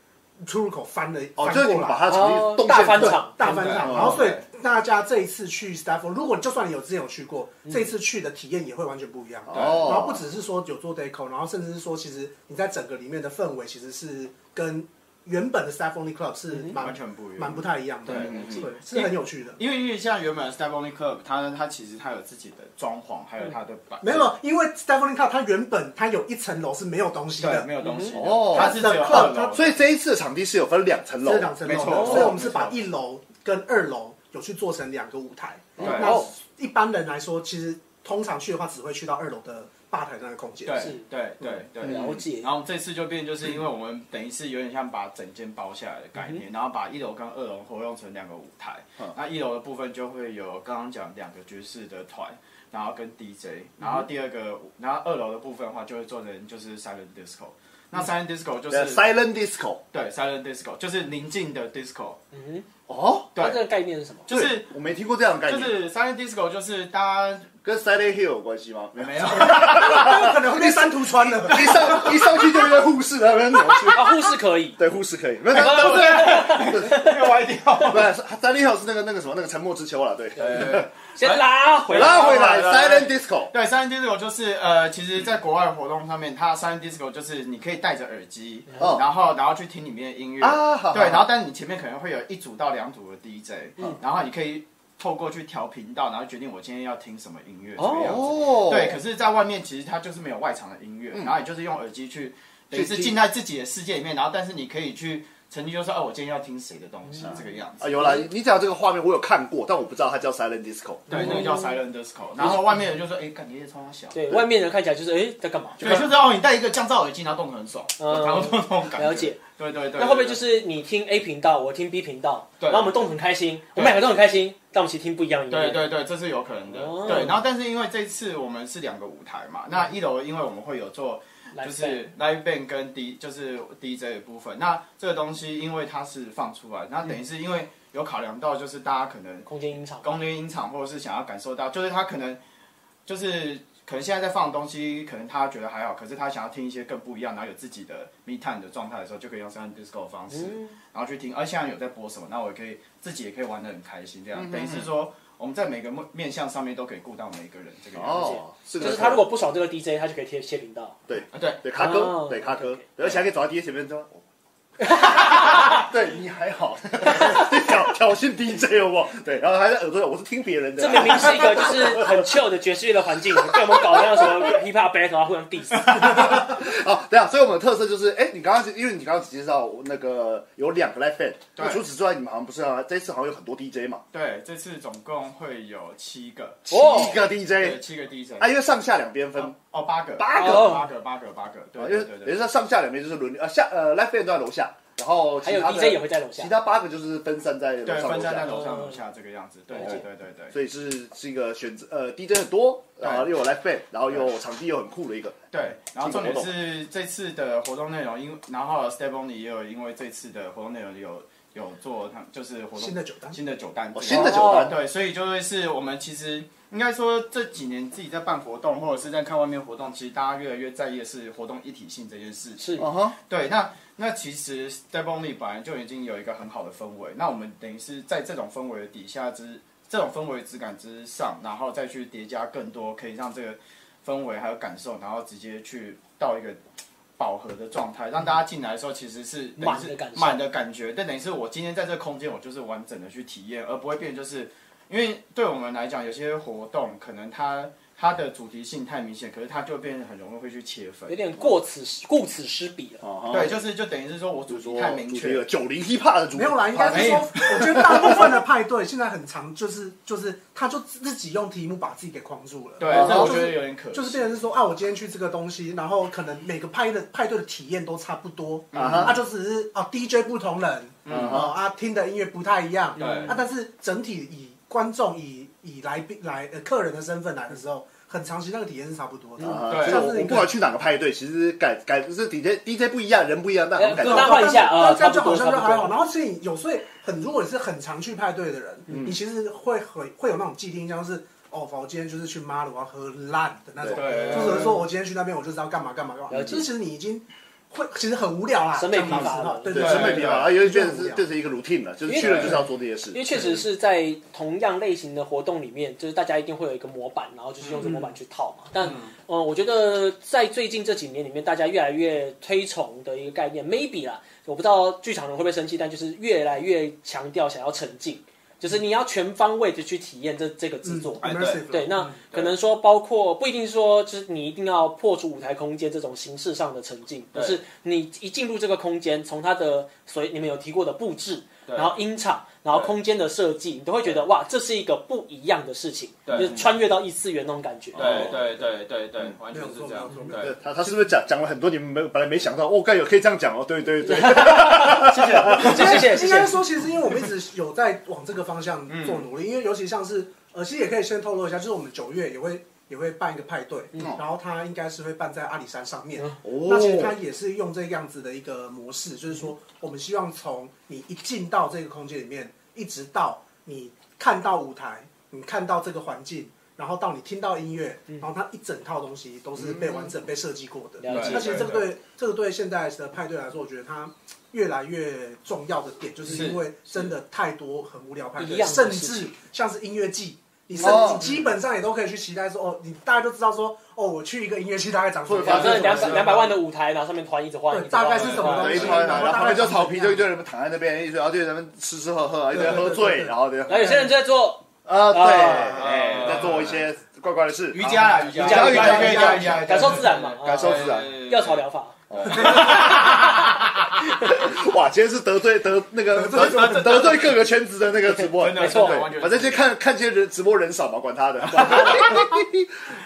S4: 出入口翻了，
S2: 哦，
S4: 翻
S2: 就是你
S4: 过
S2: 们
S4: 来
S2: 把它场地
S1: 哦
S2: 动线
S1: 大翻
S2: 对
S1: 场
S4: 大翻场，
S2: 对
S4: 然后所以
S3: 对
S4: 大家这一次去 Stafford，如果就算你有之前有去过，
S3: 嗯
S4: 这一次去的体验也会完全不一样。
S2: 哦
S4: 然后不只是说有做 deco，然后甚至是说，其实你在整个里面的氛围其实是跟原本的 Staff Only Club 是蛮
S3: 完全不一样
S4: 蛮不太一样的，
S3: 对
S4: 对
S1: 嗯，
S4: 是很有趣的。
S3: 因为因为像原本的 Step Only Club，它它其实它有自己的装潢，还有它的摆
S4: 没有，因为 Staff Only Club 它原本它有一层楼是没有东西
S3: 对
S4: 的，
S3: 没有东西的
S2: 嗯哦
S3: 它是只有二楼，
S2: 所以这一次的场地是有分两层楼
S4: 是，两层楼
S3: 没
S4: 的，
S3: 错
S4: 所以我们
S3: 没
S4: 是
S3: 错
S4: 把一楼跟二楼有去做成两个舞台。
S3: 对
S4: 那
S2: 哦
S4: 一般人来说，其实通常去的话，只会去到二楼的吧台那个空间。
S3: 对
S1: 是
S3: 对对对，
S1: 了解
S3: 然后这次就变，就是因为我们等于是有点像把整间包下来的概念，然后把一楼跟二楼活用成两个舞台。那一楼的部分就会有刚刚讲两个爵士的团，然后跟 DJ，然后第二个，然后二楼的部分的话就会做成就是 silent disco。那 silent disco 就是、
S2: 呃 Silent Disco。
S3: 对 silent disco 就是宁静的 disco，
S2: 哦，
S1: 它这
S3: 对，
S1: 个概念是什么？
S3: 就是
S2: 对我没听过这样的概
S3: 就
S2: 念，
S3: 是 silent disco 就是大家
S2: 跟 Silent Hill 有关系吗？没有。
S3: 没有。
S4: 那可能会被山图穿 了。
S2: 一上一上去就约护士，那边扭去。
S1: 啊，护士可以，
S2: 对，护士可以。没有，
S1: 不
S2: 但
S1: 不不
S3: 又歪掉。
S2: 不是 Silent Hill 是那个那个什么那个沉默之丘了，对。
S1: 先拉回来。
S2: 拉回来
S3: 拉回来
S2: ，Silent Disco。
S3: 对，三 D disco 就是呃，其实在国外活动上面，它三 D disco 就是你可以戴着耳机，
S2: 哦
S3: 然后然后去听里面的音乐，
S2: 啊好
S3: 对，
S2: 好嗯
S3: 然后但是你前面可能会有一组到两组的 DJ，、然后你可以透过去调频道，然后决定我今天要听什么音乐这个样子。
S2: 哦嗯
S3: 对，可是，在外面其实它就是没有外场的音乐，然后你就是用耳机去，等于是
S2: 去
S3: 进在自己的世界里面，然后但是你可以去曾经就说，哦，我今天要听谁的东西、这个样子。
S2: 啊，有啦，你讲这个画面我有看过，但我不知道它叫 Silent Disco。
S3: 对，那个
S2: 哦
S3: 叫 silent disco，然后外面人就说，哎、感觉夜超小。
S1: 对外面人看起来就是哎在干嘛？
S3: 对，就是哦，你戴一个降噪耳机，然后动得很爽，
S1: 嗯
S3: 然后动那种感觉。
S1: 了解。
S3: 对对对。
S1: 那会不会
S3: 对
S1: 就是你听 A 频道，我听 B 频道，
S3: 对
S1: 然后我们动得很开心，我们两个都很开心，但我们其实听不一样的音乐。
S3: 对对对，这是有可能的。
S1: 哦
S3: 对，然后但是因为这次我们是两个舞台嘛，那一楼因为我们会有做
S1: 来，
S3: 就是 live band 跟 D 就是 DJ 的部分，那这个东西因为它是放出来，那等于是因为有考量到就是大家可能
S1: 空间音场。
S3: 公立音场或者是想要感受到，就是他可能就是可能现在在放的东西，可能他觉得还好，可是他想要听一些更不一样，然后有自己的 me time 的状态的时候，就可以用 sound disco 的方式，
S2: 嗯
S3: 然后去听，而、现在有在播什么，那我也可以自己也可以玩的很开心，
S2: 嗯
S3: 这样、等于是说我们在每个面面向上面都可以顾到每一个人这个样子。
S2: 哦，是
S1: 就
S2: 个
S1: 是他如果不爽这个 DJ，他就可以贴切频道。
S2: 对
S3: 啊，对，
S2: 对卡
S1: 哦
S2: 哥，对卡哥
S1: OK，
S2: 对而且还可以走到 DJ 前面 说。哦对你还好， 挑挑衅 DJ 好不好？对，然后还在耳朵里，我是听别人的
S1: 这。明明是一个就是很 chill 的爵士乐的环境，被我们搞那种什么 hip hop battle 啊，互相 diss。
S2: 好，等一下，所以我们的特色就是，哎、你刚刚因为你刚刚只介绍那个有两个 live band，那除此之外，你们好像不是啊？这一次好像有很多 DJ 嘛，
S3: 对，这次总共会有七个，
S2: 七个 DJ，、
S3: 哦对，七个 DJ，
S2: 啊，因为上下两边分，
S3: 哦，八个，
S2: 八
S1: 个
S3: 哦八个，八个，八个，对
S2: 啊，因为
S3: 对对
S2: 等于
S3: 对，
S2: 说上下两边就是轮流，呃，下呃 live band 都在楼下，然后
S1: 还
S2: 其
S1: 有
S2: 他的
S1: DJ 也会在楼下
S2: 其。他八个就是分散在楼
S3: 对，
S2: 上
S3: 分
S2: 楼
S3: 散在
S2: 下，
S3: 楼上楼下这个样子，对对对对对。
S2: 所以是是一个选择，呃，DJ 很多，然后又有 live band，然后又场地又很酷的一个，
S3: 对，然后重
S2: 这个
S3: 点
S2: 活动
S3: 是这次的活动内容，因然后 s t e p o n y 也有因为这次的活动内容有有做他就是活动
S4: 新的酒单
S3: 新的酒单，
S2: 哦新的酒单
S3: 对，所以就会是我们其实应该说这几年自己在办活动或者是在看外面活动，其实大家越来越在意的是活动一体性这件事情。
S1: 是，
S2: 嗯哼，
S3: 对，那那其实 Step Only 本来就已经有一个很好的氛围，那我们等于是在这种氛围的底下之这种氛围质感之上，然后再去叠加更多可以让这个氛围还有感受，然后直接去到一个饱和的状态，让大家进来的时候其实是等于
S1: 满的
S3: 是
S1: 感受
S3: 满的感觉，但等于是我今天在这个空间，我就是完整的去体验，而不会变成就是因为对我们来讲，有些活动可能它。它的主题性太明显，可是它就变得很容易会去切分，
S1: 有点过此顾此失彼了。
S2: 嗯哼
S3: 对，，就是就等于是说我
S2: 就
S3: 主
S2: 是
S3: 题
S2: 说
S3: 太明
S2: 主
S3: 确
S2: 题了，九零 hiphop 的主题
S4: 没有啦，应该是说，我觉得大部分的派对现在很常就是就是，他就自己用题目把自己给框住了。
S3: 对，
S2: 哦
S3: 这我
S4: 就
S3: 觉
S4: 是
S3: 得有点可惜。
S4: 就是变成是说啊，我今天去这个东西，然后可能每个派的派对的体验都差不多，
S3: 嗯
S2: 啊哈
S4: 啊，就只是啊 DJ 不同人，
S2: 嗯哼
S4: 哦啊听的音乐不太一样，
S3: 对
S4: 啊，但是整体以观众以以来宾来呃客人的身份来的时候，很长期那个体验是差不多的，
S2: 啊
S3: 嗯对
S2: 所以
S4: 像
S2: 我
S4: 是
S2: 我
S4: 你
S2: 不管去哪个派对，其实感感就是 DJ DJ 不一样，人不一样，但好像感
S1: 对那
S2: 觉
S1: 换一下啊
S4: 这样就好像就
S1: 差不多
S4: 还好。然后所以有所以很，如果你是很常去派对的人，你其实会很会有那种既定印象是，哦，我今天就是去妈的，我要喝烂的那种，
S3: 对
S4: 就只是说我今天去那边，我就是要干嘛干嘛干嘛。
S1: 了
S4: 就
S1: 解
S4: 是其实你已经会其实很无聊啦，
S1: 审美疲乏
S4: 讲老实话对
S2: 对，
S4: 对，
S2: 审美疲乏，然后有点变成
S4: 就很无
S2: 是
S4: 聊
S2: 变成一个 routine 了，就是
S1: 因为
S2: 去了就是要做这些事
S1: 因。为确实是在同样类型的活动里面，就是大家一定会有一个模板，然后就是用这个模板去套嘛。但嗯，我觉得在最近这几年里面，大家越来越推崇的一个概念，maybe 啦，我不知道剧场人会不会生气，但就是越来越强调想要沉浸，就是你要全方位的去体验这这个制作。
S3: 哎对
S4: immersive
S1: 对，那
S4: 嗯
S1: 可能说包括不一定说就是你一定要破除舞台空间这种形式上的沉浸，而
S3: 对
S1: 是你一进入这个空间，从它的所以你们有提过的布置，
S3: 对
S1: 然后音场，然后空间的设计，你都会觉得哇，这是一个不一样的事情，
S3: 对
S1: 就是穿越到异次元那种感觉。
S3: 对对对对对，完
S4: 没
S3: 全
S4: 有
S3: 是
S4: 错，
S3: 这
S4: 没
S3: 样
S4: 有错，。没有
S2: 对
S3: 对，
S2: 他他是不是讲讲了很多你们没有本来没想到？哦，干有可以这样讲哦，对对对，
S1: 谢 谢，谢谢，谢
S4: 应该
S1: 谢。
S4: 说，其实因为我们一直有在往这个方向做努
S1: 嗯
S4: 力，因为尤其像是呃，其实也可以先透露一下，就是我们九月也会也会办一个派对，
S1: 嗯
S4: 然后它应该是会办在阿里山上面。那其实它
S2: 哦，
S4: 也是用这样子的一个模式，就是
S1: 嗯
S4: 说，我们希望从你一进到这个空间里面，一直到你看到舞台，你看到这个环境，然后到你听到音乐，
S1: 嗯
S4: 然后它一整套东西都是被完整、被设计过的。
S1: 了解
S4: 那其实这个
S3: 对
S4: 对这个对现在的派对来说，我觉得它越来越重要的点，就是因为真的太多很无聊派
S1: 一
S4: 对，
S1: 样的
S4: 甚
S1: 事
S4: 至
S1: 情嗯
S4: 像是音乐季。你甚
S2: 哦
S4: 你基本上也都可以去期待说，哦，你大家都知道说，哦，我去一个音乐季大概长什么
S2: 会
S4: 样
S1: 反
S2: 发
S4: 子
S2: 生什么
S1: 正两
S2: 事
S1: 百两百万的舞台，然后上面团一直换，
S4: 对
S1: 一直
S4: 大
S1: 换
S4: 概是什么东
S2: 一
S4: 西
S2: 团，
S4: 然后
S2: 然后旁边就草皮，
S4: 大概
S2: 就一堆人躺在那边，一堆然后就在那边吃吃喝喝，一堆人喝
S4: 对对
S2: 醉，
S4: 对
S2: 然后就
S1: 然后有些人就在做，
S2: 啊，对，
S1: 啊
S2: 哎，在做一些怪怪的事，啊
S3: 瑜伽啊啦，瑜伽，
S1: 伽
S3: 瑜
S1: 伽
S3: 瑜伽，瑜伽，
S1: 感受自然嘛，
S2: 感受
S1: 啊
S2: 自然
S1: 药草疗法。
S2: 哇，今天是得罪得那个得罪得罪各个圈子的那个直播，
S3: 真的
S1: 没错
S3: 真的完
S2: 对，
S3: 全
S2: 反正就看看这些人直播人少嘛，管 他的。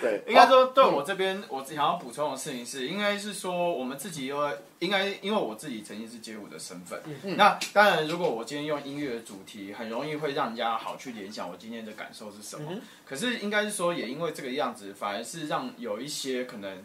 S2: 对，
S3: 应该说，对我这边，我想要补充的事情是，应该是说我们自己又应该，因为我自己曾经是街舞的身份，那当然，如果我今天用音乐的主题，很容易会让人家好去联想我今天的感受是什么。可是应该是说，也因为这个样子，反而是让有一些可能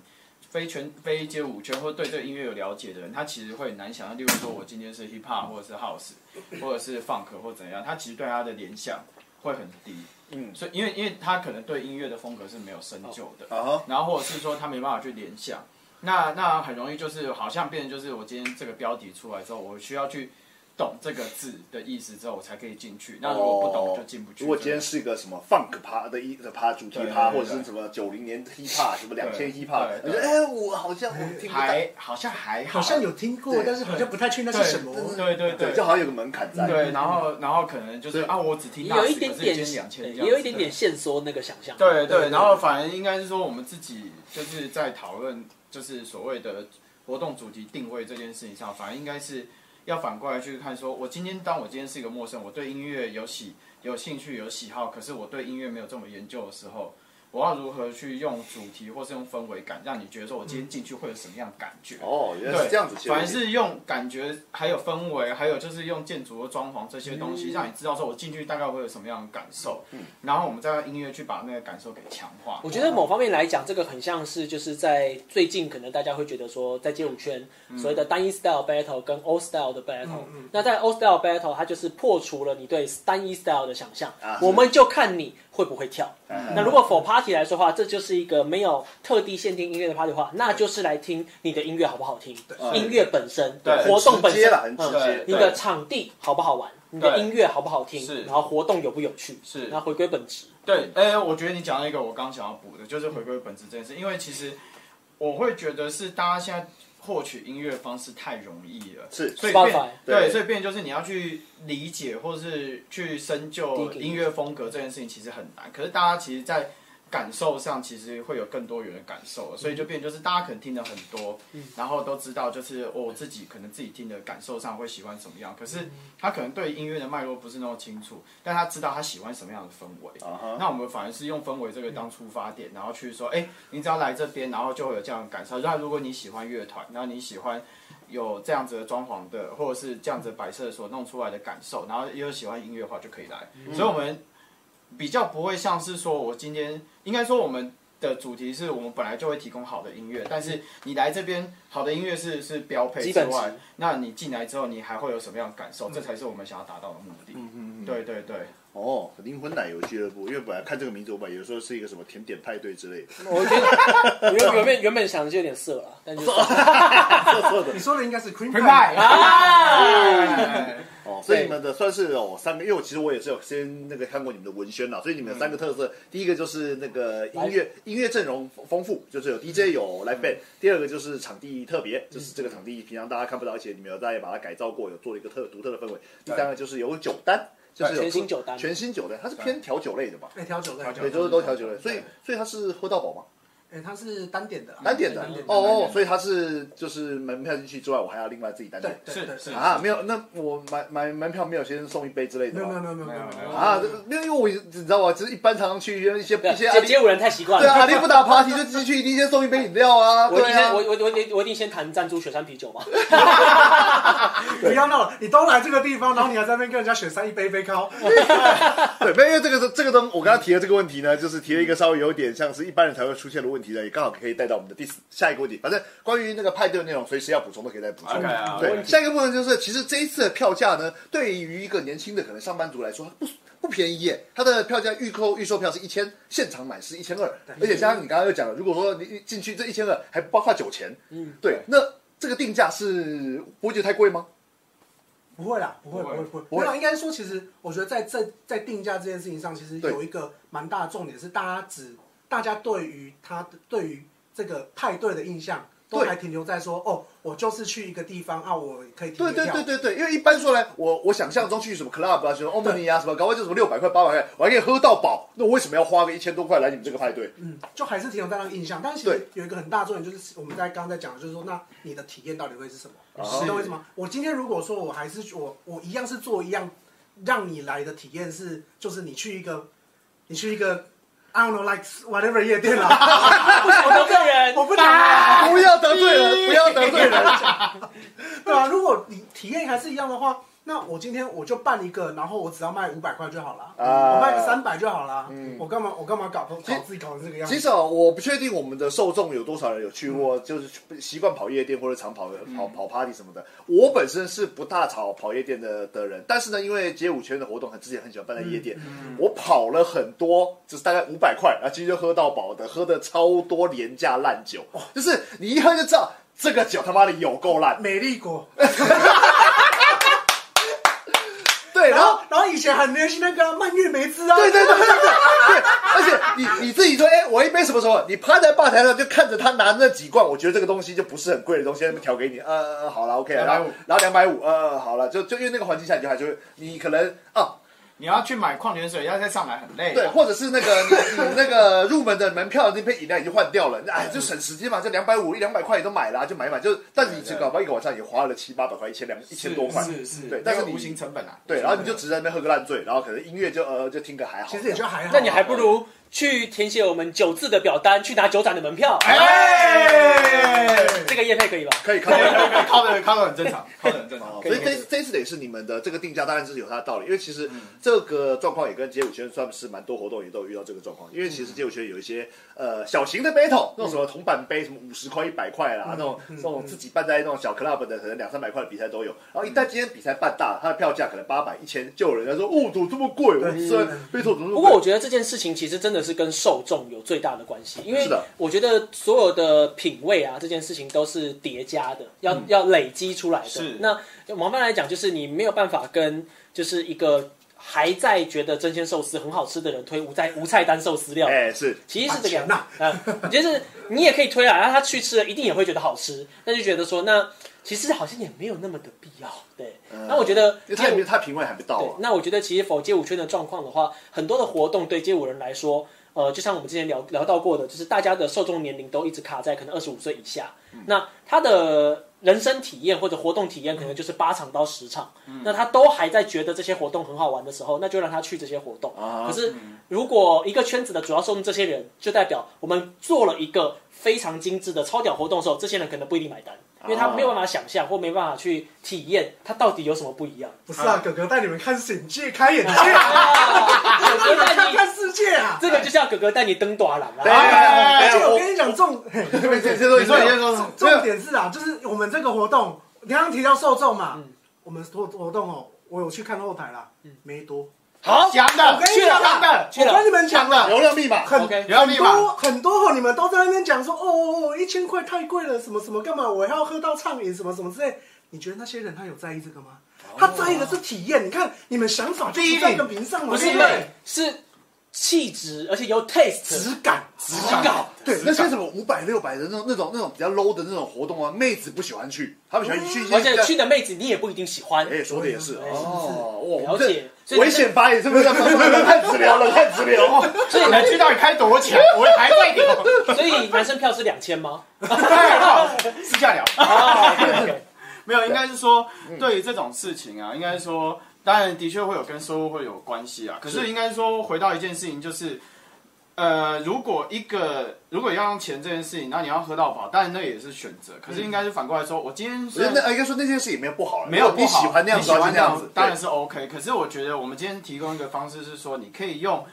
S3: 非全非街舞圈或对这个音乐有了解的人，他其实会很难想象，例如说我今天是 hip hop 或者是 house 或者是 funk 或怎样，他其实对他的联想会很低。嗯，所以因为因为他可能对音乐的风格是没有深究的，
S2: 啊哈，
S3: 然后或者是说他没办法去联想，那那很容易就是好像变成就是我今天这个标题出来之后，我需要去懂这个字的意思之后，我才可以进去。那如果不懂就进不去。
S2: 哦如果今天是一个什么 funk 趴的一的趴主题
S3: 对对
S2: 趴，
S3: 对
S2: 或者是什么九零年 hip hop 什么两千 hip hop，
S3: 对
S2: 你
S3: 对
S2: 说哎，我好像我听不到，
S3: 还好像还
S4: 好
S3: 好，
S4: 像有听过
S2: 对，
S4: 但是好像不太确定那是什么。
S3: 对对
S2: 对，
S3: 对
S2: 就好像有个门槛在。
S3: 对，然后然后可能就是
S2: 对
S3: 啊，我只听
S1: 也
S3: 到
S1: 有一点点，
S3: 两千
S1: 对
S3: 这样子，
S1: 也有一点点限缩那个想象。
S3: 对
S4: 对
S3: 对，然后反而应该是说我们自己就是在讨论，就是所谓的活动主题定位这件事情上，反而应该是要反过来去看说，我今天当我今天是一个陌生，我对音乐有喜有兴趣有喜好，可是我对音乐没有这么研究的时候。我要如何去用主题或是用氛围感，让你觉得说我今天进去会有什么样的感觉？
S2: 哦，原来
S3: 对，
S2: 是这样子切入。
S3: 反而是用感觉，还有氛围，还有就是用建筑和装潢这些东
S2: 嗯
S3: 西，让你知道说我进去大概会有什么样的感受，然后我们再用音乐去把那个感受给强化。
S1: 我觉得某方面来讲，这个很像是就是在最近，可能大家会觉得说，在街舞圈、
S2: 嗯
S1: 所谓的单一 style battle 跟 old style 的 battle，、那在 old style battle 它就是破除了你对单一 style 的想象，
S2: 啊
S1: 我们就看你会不会跳。
S2: 嗯
S1: 那如果 for party 来说的话，这就是一个没有特地限定音乐的 party 的话，那就是来听你的音乐好不好听，音乐本身，
S3: 对
S1: 活动
S2: 很
S1: 本
S2: 直接
S1: 身
S2: 啦，很直
S1: 嗯
S2: 接。
S1: 你的场地好不好玩，你的
S3: 对
S1: 音乐好不好听
S3: 是，
S1: 然后活动有不有趣，
S3: 是
S1: 然后回归本质。
S3: 对，哎、我觉得你讲到一个我刚想要补的，就是回归本质这件事，因为其实我会觉得是大家现在获取音乐方式太容易了，
S2: 是
S3: 所以
S1: Spotify
S3: 变
S2: 对
S3: 对，所以变就是你要去理解或是去深究
S1: 第一个
S3: 音乐风格这件事情其实很难，可是大家其实，在感受上其实会有更多元的感受，所以
S1: 嗯
S3: 就变就是大家可能听的很多，然后都知道就是哦我自己可能自己听的感受上会喜欢什么样，可是
S1: 嗯
S3: 他可能对音乐的脉络不是那么清楚，但他知道他喜欢什么样的氛围，
S2: 啊哈
S3: 那我们反而是用氛围这个当出发点，然后去说，哎、你只要来这边，然后就会有这样的感受。那如果你喜欢乐团，然后你喜欢有这样子的装潢的，或者是这样子的摆设所弄出来的感受，然后又喜欢音乐的话，就可以来。所以我们比较不会像是说我今天，应该说我们。的主题是我们本来就会提供好的音乐，但是你来这边，好的音乐是是标配
S1: 基
S3: 之
S1: 本
S3: 外
S1: 值，
S3: 那你进来之后，你还会有什么样的感受？这才是我们想要达到的目的。嗯嗯对对对，
S2: 哦，灵魂奶油俱乐部，因为本来看这个名字，我本来有时候是一个什么甜点派对之类的，
S1: 我觉 得原原本原本想的就有点色了，但就是
S2: 错的
S4: 你说的应该是 cream
S3: 拜
S4: pie，哎
S3: 拜。
S1: 啊，
S3: 哎
S2: 哦。所以你们的算是哦三个，因为我其实我也是有先那个看过你们的文宣啦，啊所以你们有三个特色，第一个就是那个音乐音乐阵容丰丰富，就是有 DJ 有 live band，、第二个就是场地特别，就是这个场地平常大家看不到，而且你们有在把它改造过，有做了一个特独特的氛围。第三个就是有酒单，就是有
S1: 全新酒单
S2: 全新酒单，它是偏调酒类的嘛，
S4: 哎，调酒
S3: 调
S4: 类，
S3: 酒
S2: 哦对，都是都调酒类，所以所以它是喝到饱嘛。
S4: 哎，它是单点的啦，
S2: 单点的
S4: 单点的
S2: 哦，所以它是就是门票进去之外，我还要另外自己单
S4: 对
S2: 点
S4: 对
S3: 是
S4: 对
S3: 是
S2: 啊？没有，那我买买门票没有先送一杯之类
S4: 没
S2: 的
S4: 有没有
S2: 吗？
S4: 没有没有没有
S3: 没
S4: 没
S3: 有
S4: 有
S3: 没有
S2: 啊，没有，因为我你知道吗？就是一般常常去一些一些阿
S1: 街
S2: 里
S1: 街舞人太习惯
S2: 对啊，
S1: 了。
S2: 阿里不打 party 就进去一定先送一杯饮料啊，
S1: 我一
S2: 对
S1: 定先
S2: 啊
S1: 我，我我我一定我一定先谈赞助雪山啤 酒嘛，
S4: 不要闹了！你都来这个地方，然后你还在那边跟人家雪山一杯一杯高，
S2: 对，没有，因为这个是这个东，我刚刚提的这个问题呢，就是提了一个稍微有点像是一般人才会出现的问题呢，也刚好可以带到我们的第四下一个问题。反正关于那个派对的内容，随时要补充都可以再补充。
S3: OK 啊没
S2: 对，
S3: 问题
S2: 下一个部分就是，其实这一次的票价呢，对于一个年轻的可能上班族来说，它不不便宜耶。它的票价预购预售票是一千，现场买是一千二，而且加上你刚刚又讲了，如果说你进去这一千二还包括酒钱，嗯，对
S3: 对，
S2: 那这个定价是不会觉得太贵吗？
S4: 不会啦，不会不
S3: 不会
S4: 会不会，
S2: 不会
S4: 没有，应该说，其实我觉得在这在定价这件事情上，其实
S2: 对
S4: 有一个蛮大的重点是，大家只大家对于他的对于这个派对的印象，都
S2: 对
S4: 还停留在说哦，我就是去一个地方啊，我可以停
S2: 对对
S4: 票
S2: 对对对，因为一般说来，我我想象中去什么 club 啊，什么欧姆尼啊，什么搞外就什么六百块、八百块，我还可以喝到饱，那我为什么要花个一千多块来你们这个派对？
S4: 嗯，就还是停留在那个印象。但是其
S2: 对
S4: 实有一个很大的重点，就是我们在刚刚在讲的，就是说，那你的体验到底会是什么？
S2: 是
S4: 你懂我意思吗？我今天如果说我还是我我一样是做一样，让你来的体验是，就是你去一个，你去一个，I don't know like whatever 夜店啦，
S1: 我得罪人，
S4: 我不讲啊，
S2: 不要得罪人，不要得罪人。
S4: 对啊，如果你体验还是一样的话。那我今天我就办一个，然后我只要卖五百块就好了，
S2: 啊
S4: 我卖个三百就好了，
S2: 嗯
S4: 我干嘛我干嘛搞
S2: 其实
S4: 搞自己搞成这个样子
S2: 其？实啊，我不确定我们的受众有多少人有去过，就是习惯跑夜店或者常跑跑跑 party 什么的。我本身是不大跑跑夜店的的人，但是呢，因为街舞圈的活动很之前很喜欢办在夜店，我跑了很多，就是大概五百块，然后今天就喝到饱的，喝的超多廉价烂酒，就是你一喝就知道这个酒他妈的有够烂。
S4: 美丽国，
S2: 对，
S4: 然
S2: 然后
S4: 后然后以前很流行那个蔓越莓汁啊，
S2: 对对对对对对，而且你你自己说，哎、我一杯什么时候？你趴在吧台上就看着他拿那几罐，我觉得这个东西就不是很贵的东西，他们调给你，呃呃，好了，OK 了，然后然后两百五，呃，好了，就就因为那个环境下，你就还就会，你可能啊，
S3: 你要去买矿泉水，要再上来很累。啊
S2: 对，或者是那个你你那个入门的门票那杯饮料已经换掉了，哎，就省时间嘛，这两百五一两百块也都买了、就买一买，就但是你只搞不好一个晚上也花了七八百块，一千两一
S3: 是
S2: 千多块，
S3: 是是，
S2: 对但是
S3: 那个
S2: 你
S3: 无形成本啊。
S2: 对，然后你就只在那边喝个烂醉，然后可能音乐就呃就听个还好，
S4: 其实也就还好。啊
S1: 那你还不如去填写我们九字的表单，去拿九展的门票。
S3: 哎，
S1: 这个叶配可以吧？
S2: 可以看。可以
S3: 靠的靠的很正常， 靠的很正常
S2: 哦。所以这这一次得是你们的这个定价，当然是有它的道理，因为其实这个状况也跟街舞圈算是蛮多活动也都有遇到这个状况，因为其实街舞圈有一些呃小型的 battle，那种什么铜板杯什么五十块一百块啦，那种那种自己办在那种小 club 的可能两三百块的比赛都有，然后一旦今天比赛办大，它的票价可能八百一千，就有人家说哦怎么这么贵，我
S4: 对
S2: 虽然 battle 怎么这
S1: 不
S2: 么
S1: 过我
S2: 贵？
S1: 觉得这件事情其实真的是跟受众有最大的关系，因为
S2: 是的
S1: 我觉得所有的品味啊，这件事情都是叠加的，要、
S2: 嗯
S1: 要累积出来的。
S3: 是
S1: 那王曼来讲，就是你没有办法跟就是一个还在觉得真鲜寿司很好吃的人推无菜无菜单寿司料理。
S2: 哎是
S1: 其实是这个样子
S4: 把，
S1: 啊，就是你也可以推啊，然后他去吃了，一定也会觉得好吃，那就觉得说，那其实好像也没有那么的必要，对。那我觉得
S2: 嗯因为他也没有他评委还没到
S1: 对
S2: 啊，，
S1: 那我觉得其实否街舞圈的状况的话，很多的活动对街舞人来说，呃，就像我们之前聊聊到过的，就是大家的受众年龄都一直卡在可能二十五岁以下，那他的人生体验或者活动体验可能就是八场到十场，那他都还在觉得这些活动很好玩的时候，那就让他去这些活动。
S2: 啊
S1: 可是如果一个圈子的主要受众这些人，就代表我们做了一个非常精致的超屌活动的时候，这些人可能不一定买单。因为他没有办法想象或没办法去体验，它到底有什么不一样。
S4: 不是啊，哥哥带你们看世界，开 眼界啊，
S1: 我
S4: 带
S1: 带
S4: 你们
S1: 你
S4: 看世界啊！
S1: 这个就像哥哥带你登短廊
S2: 对
S1: 啦。
S4: 而
S2: 哎
S4: 且我
S2: 我
S4: 跟你讲， 重
S2: 对对对，
S3: 你说你先说
S4: 重重点是啊，就是我们这个活动，
S1: 嗯
S4: 你刚刚提到受众嘛，我们活活动哦，我有去看后台啦，没多，
S1: 好，
S3: 讲的，
S4: 我跟你讲
S3: 讲的，
S1: 嗯去了
S4: 我跟你们讲了，
S2: 流量密码，
S4: 很
S1: OK
S3: 流量密
S4: 很多
S3: 码，
S4: 很多哦，你们都在那边讲说，哦，一千块太贵了，什么什么干嘛？我要喝到畅饮，什么什么之类。你觉得那些人他有在意这个吗？
S1: 哦
S4: 他在意的是体验。你看你们想法就不在一个屏上嘛，
S1: 不是
S4: 对
S1: 美
S4: 对，
S1: 是气质，而且有 taste，
S4: 质 感，
S1: 质感。
S2: 对，那些什么五百六百的那种那种那种比较 low 的那种活动啊，妹子不喜欢去，她们喜欢去一些
S1: 哦而且
S2: 比较
S1: 去的妹子你也不一定喜欢。
S2: 哎，说的也是
S1: 对
S2: 哦，哇，
S1: 了解
S2: 这
S1: 所以
S2: 危险发言是不 是？太直聊了，太直聊了。
S1: 所以
S3: 你
S1: 男
S3: 能去到底开多强？我还在聊，
S1: 所以男生票是两千吗？
S3: 太好，哎私下聊。
S1: 啊，OK，OK，
S3: 没有，应该是说对于这种事情啊，应该是说，当然的确会有跟收入会有关系啊。可是应该是说，回到一件事情，就是，呃，如果一个如果要用钱这件事情，那你要喝到饱，当然那也是选择。可是应该是反过来说，我今天
S2: 嗯我觉
S3: 虽
S2: 得
S3: 然
S2: 那应该说那件事也没有不好，
S3: 没有不
S2: 你
S3: 好
S2: 喜欢那样
S3: 你
S2: 子，
S3: 喜
S2: 那
S3: 欢那样
S2: 样子
S3: 子，当然是 OK。可是我觉得我们今天提供一个方式是说，你可以用，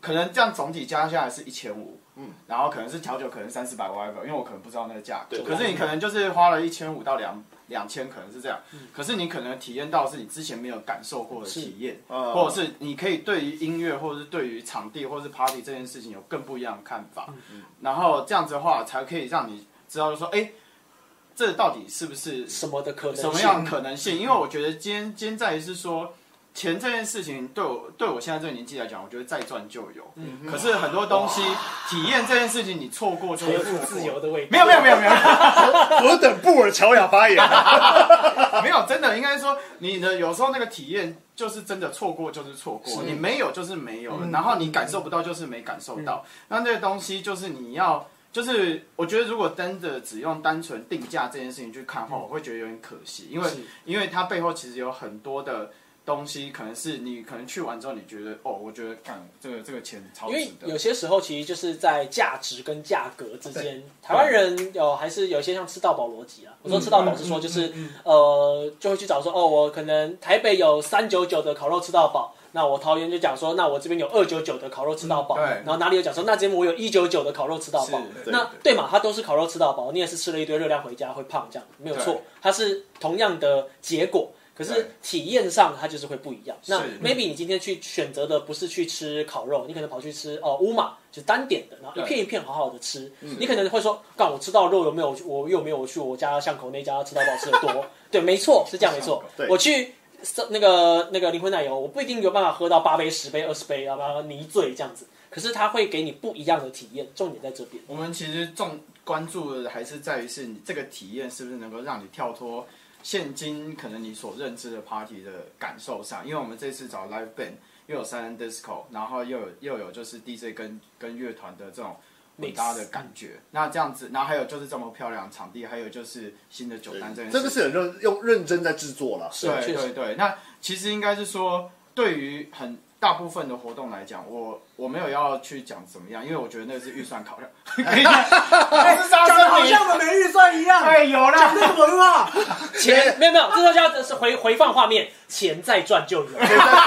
S3: 可能这样总体加下来是一千五，嗯，然后可能是调酒，可能三四百 whatever，因为我可能不知道那个价格
S2: 对。
S3: 可是你可能就是花了一千五到两两千，可能是这样。
S2: 嗯
S3: 可是你可能体验到是你之前没有感受过的体验，呃
S2: 嗯
S3: 或者是你可以对于音乐，或者是对于场地，或者是 party 这件事情有更不一样的看法。
S2: 嗯
S3: 然后这样子的话，才可以让你知道说，哎。这到底是不是
S1: 什么的可能性？
S3: 什么样的可能性？因为我觉得今天今天在于是说，钱这件事情对我对我现在这个年纪来讲，我觉得再赚就有。可是很多东西体验这件事情，你错过就
S1: 财
S3: 会
S1: 富
S3: 错过
S1: 自由。的味道？
S3: 没有没有没有没有
S2: 何等布尔乔亚发言，啊
S3: 没有，真的应该说你的有时候那个体验就是真的错过就是错过，你没有就是没有，然后你感受不到就是没感受到。那那个东西就是你要，就是我觉得如果真的只用单纯定价这件事情去看的话，我会觉得有点可惜，因为
S1: 是
S3: 因为它背后其实有很多的东西，可能是你可能去完之后你觉得哦，我觉得干这个这个钱超
S1: 因
S3: 值
S1: 为有
S3: 得。
S1: 些时候其实就是在价值跟价格之
S3: 啊
S1: 间，台湾人有还是有一些像吃到饱逻辑啊。
S3: 嗯
S1: 我说吃到饱是说就是、呃，就会去找说哦，我可能台北有三九九的烤肉吃到饱，那我桃园就讲说，那我这边有二九九的烤肉吃到饱，
S3: 嗯对
S1: 然后哪里有讲说，那这边我有一九九的烤肉吃到饱。
S3: 是对
S1: 那对嘛，它都是烤肉吃到饱，你也是吃了一堆热量回家会胖这样，没有错
S3: 对，
S1: 它是同样的结果。可
S3: 对
S1: 是体验上它就是会不一样。那
S3: 是
S1: maybe 你今天去选择的不是去吃烤肉，你可能跑去吃哦乌马，就是单点的，然后一
S3: 对
S1: 片一片好好的吃。你可能会说，干我吃到肉有没有？我有没有去我家巷口那家吃到饱吃的多？对，没错，是这样没错
S2: 对。
S1: 我去那个那个灵魂奶油，我不一定有办法喝到八杯、十杯、二十杯，要不然泥醉这样子。可是它会给你不一样的体验，重点在这边。
S3: 我们其实重关注的还是在于是你这个体验是不是能够让你跳脱现今可能你所认知的 party 的感受上，因为我们这次找 live band 又有 silent disco，然后又有又有就是 DJ 跟跟乐团的这种混搭的感觉，那这样子，然后还有就是这么漂亮的场地，还有就是新的酒单这件事
S2: 真的
S3: 情，
S2: 是很认用认真在制作了。
S1: 是确
S3: 对
S1: 实
S3: 对对，那其实应该是说，对于很大部分的活动来讲，我我没有要去讲怎么样，因为我觉得那是预算考量。 哎，是
S4: 讲
S3: 杀
S4: 的好
S3: 生米
S4: 像我们没预算一样。
S3: 哎，有
S4: 讲
S3: 啦，
S4: 那什么话？
S1: 钱没有没有，这时候就要是回回放画面，钱再赚就有。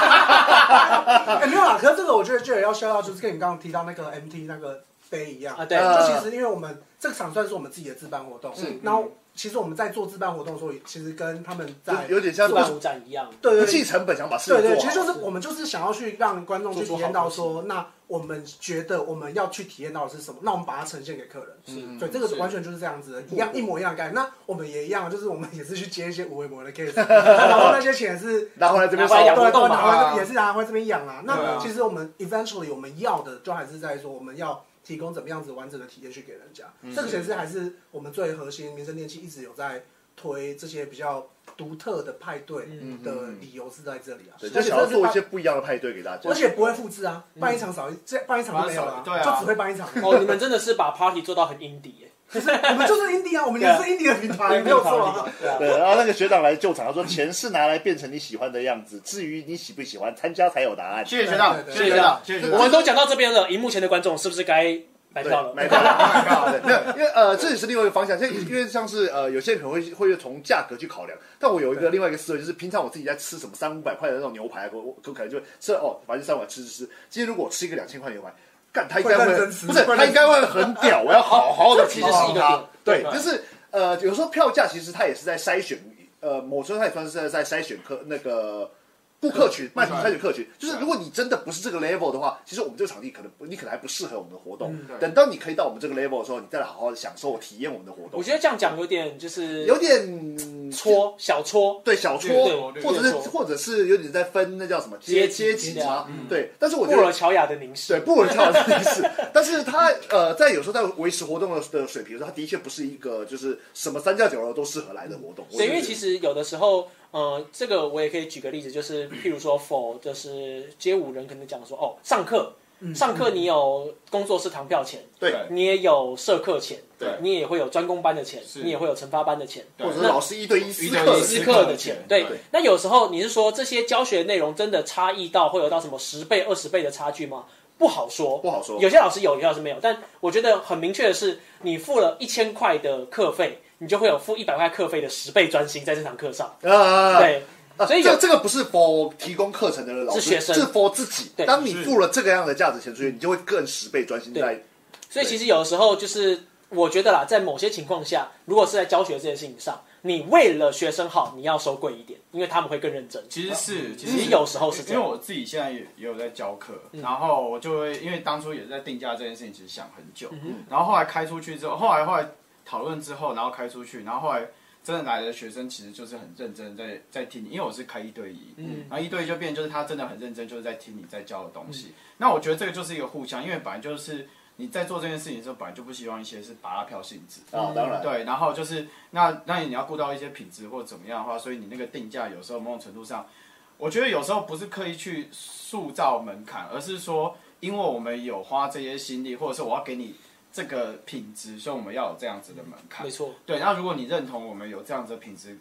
S4: 哎，没有啦。可是这个我觉得就也要笑到，就是跟你刚刚提到那个 MT 那个杯一样
S1: 啊对
S4: 这 其实因为我们这个场算是我们自己的自办活动，
S2: 是
S4: 然后其实我们在做自办活动的时候，其实跟他们在
S2: 有有点像
S1: 自办五展一样，
S4: 对对
S2: 不
S4: 对
S2: 计成本，想把事
S4: 对
S2: 情
S4: 对，
S2: 做
S4: 其实
S2: 好。
S4: 就是我们就是想要去让观众去体验到
S1: 做
S4: 说，那我们觉得我们要去体验到的是什么，那我们把它呈现给客人。
S2: 嗯
S4: 是，对，这个
S3: 是
S4: 完全就是这样子的，一样一模一样的概念。那我们也一样，就是我们也是去接一些无为模 的 case，然后那些钱是。
S2: 拿回来这边
S1: 拿回来
S2: 烧
S1: 养
S4: 对，
S1: 活
S4: 都
S1: 动嘛
S4: 拿回来
S3: 啊
S4: 也是拿回来这边养啦。
S3: 对
S4: 那
S3: 啊
S4: 其实我们 eventually 我们要的就还是在说，我们要提供怎么样子完整的体验去给人家。这个其实还是我们最核心，民生电器一直有在推这些比较独特的派对的理由是在这里啊。
S2: 对，就
S4: 而且
S2: 想要
S4: 这是
S2: 做一
S4: 派
S2: 些不一样的派对给大家。
S4: 而且不会复制啊，办一场少一，这办一场就没有了，
S3: 办一场对啊
S4: 就只会办一场。
S1: 哦，你们真的是把 party 做到很 indie 耶、
S4: 我们就是 indie 啊，我们也是 indie 的平台，没有错啊。
S1: 对啊
S2: 对，然后那个学长来救场，他说钱是拿来变成你喜欢的样子，至于你喜不喜欢，参加才有答案。
S3: 谢谢学长，
S4: 对
S3: 谢
S4: 对
S3: 谢学长，谢谢学
S1: 我
S3: 长。
S1: 们都讲到这边了，荧幕前的观众是不是该买
S2: 对
S1: 票了？
S2: 买 到了，对，没有，因为呃，这也是另外一个方向，像因为像是呃，有些人可能会会从价格去考量，但我有一个另外一个思维，就是平常我自己在吃什么三五百块的那种牛排，啊我我我可能就会吃了哦，反正三五百吃吃吃，今天如果我吃一个两千块牛排。干，他应该
S4: 会
S2: 会
S4: 认真吃
S2: 不是
S4: 会认
S2: 他应该会很屌，我要好 好的
S1: 这其实是一个点
S2: 对，
S1: 对
S2: 就是呃，有时候票价其实它也是在筛选，呃，某时候它也算是在筛选客那个顾客群卖品筛选客群，就是如果你真的不是这个 level 的话，其实我们这个场地可能不你可能还不适合我们的活动。
S3: 对
S2: 等到你可以到我们这个 level 的时候，你再来好好地享受体验我们的活动
S1: 我。觉得这样讲有点就是
S2: 有点嗯
S1: 戳小戳，
S2: 对小
S3: 略
S2: 撮
S3: 过，略
S2: 或
S3: 过
S2: 者是或者是有点在分那叫什么阶
S1: 阶
S2: 阶
S1: 级
S2: 级啊
S1: 的，
S2: 对。但是我
S1: 布
S2: 觉得
S1: 尔乔亚的凝视。
S2: 对，布尔跳的意思， 但是他呃，在有时候在维持活动的的水平的时候，他的确不是一个就是什么三教九流都适合来的活动。
S1: 对，因为
S2: 我觉得
S1: 其实有的时候，呃，这个我也可以举个例子，就是譬如说，for 就是街舞人可能讲说，哦，上课，上课你有工作室堂票钱，
S2: 对
S3: 对
S1: 你也有社课钱，
S3: 对
S1: 你也会有专攻班的钱，你也会有惩罚班的钱，
S3: 对
S2: 或者是老师一对一私课
S3: 一对一
S2: 的
S1: 私
S2: 时候，
S3: 私
S1: 课
S3: 课
S1: 的
S3: 的
S1: 钱
S3: 钱。
S1: 对
S2: 对，
S1: 那有时候你是说这些教学内容真的差异到会有到什么十倍、二十倍的差距吗？不好说，
S2: 不好说
S1: 有些老师有，有些老师没有。但我觉得很明确的是，你付了一千块的课费，你就会有付一百块课费的十倍专心在这堂课上。
S2: 啊，
S1: 对，
S2: 啊，
S1: 所以有
S2: 这这个不是 for 提供课程的老师，
S1: 是学生
S2: 是 for 自己
S1: 对。
S2: 当你付了这个样的价值钱出去，你就会更十倍专心在。
S1: 所以其实有的时候就是，我觉得啦，在某些情况下，如果是在教学这件事情上，你为了学生好，你要收贵一点，因为他们会更认真。
S3: 其实是，其
S1: 其
S3: 实
S1: 实有时候是这样嗯
S3: 因为我自己现在也也有在教课，然后我就会因为当初也是在定价这件事情，其实想很久，
S1: 嗯
S3: 然后后来开出去之后，后来后来讨论之后，然后开出去，然后后来真的来的学生其实就是很认真地在在听你，因为我是开一对一，
S1: 嗯
S3: 然后一对一就变成就是他真的很认真，就是在听你在教的东
S1: 嗯
S3: 西。那我觉得这个就是一个互相，因为本来就是你在做这件事情的时候，本来就不希望一些是拔拉票性质，
S4: 嗯
S2: 啊，当然，
S3: 对，然后就是那那你要顾到一些品质或怎么样的话，所以你那个定价有时候某种程度上，我觉得有时候不是刻意去塑造门槛，而是说因为我们有花这些心力，或者是我要给你这个品质，所以我们要有这样子的门槛
S1: 没。错，
S3: 对，那如果你认同我们有这样子的品质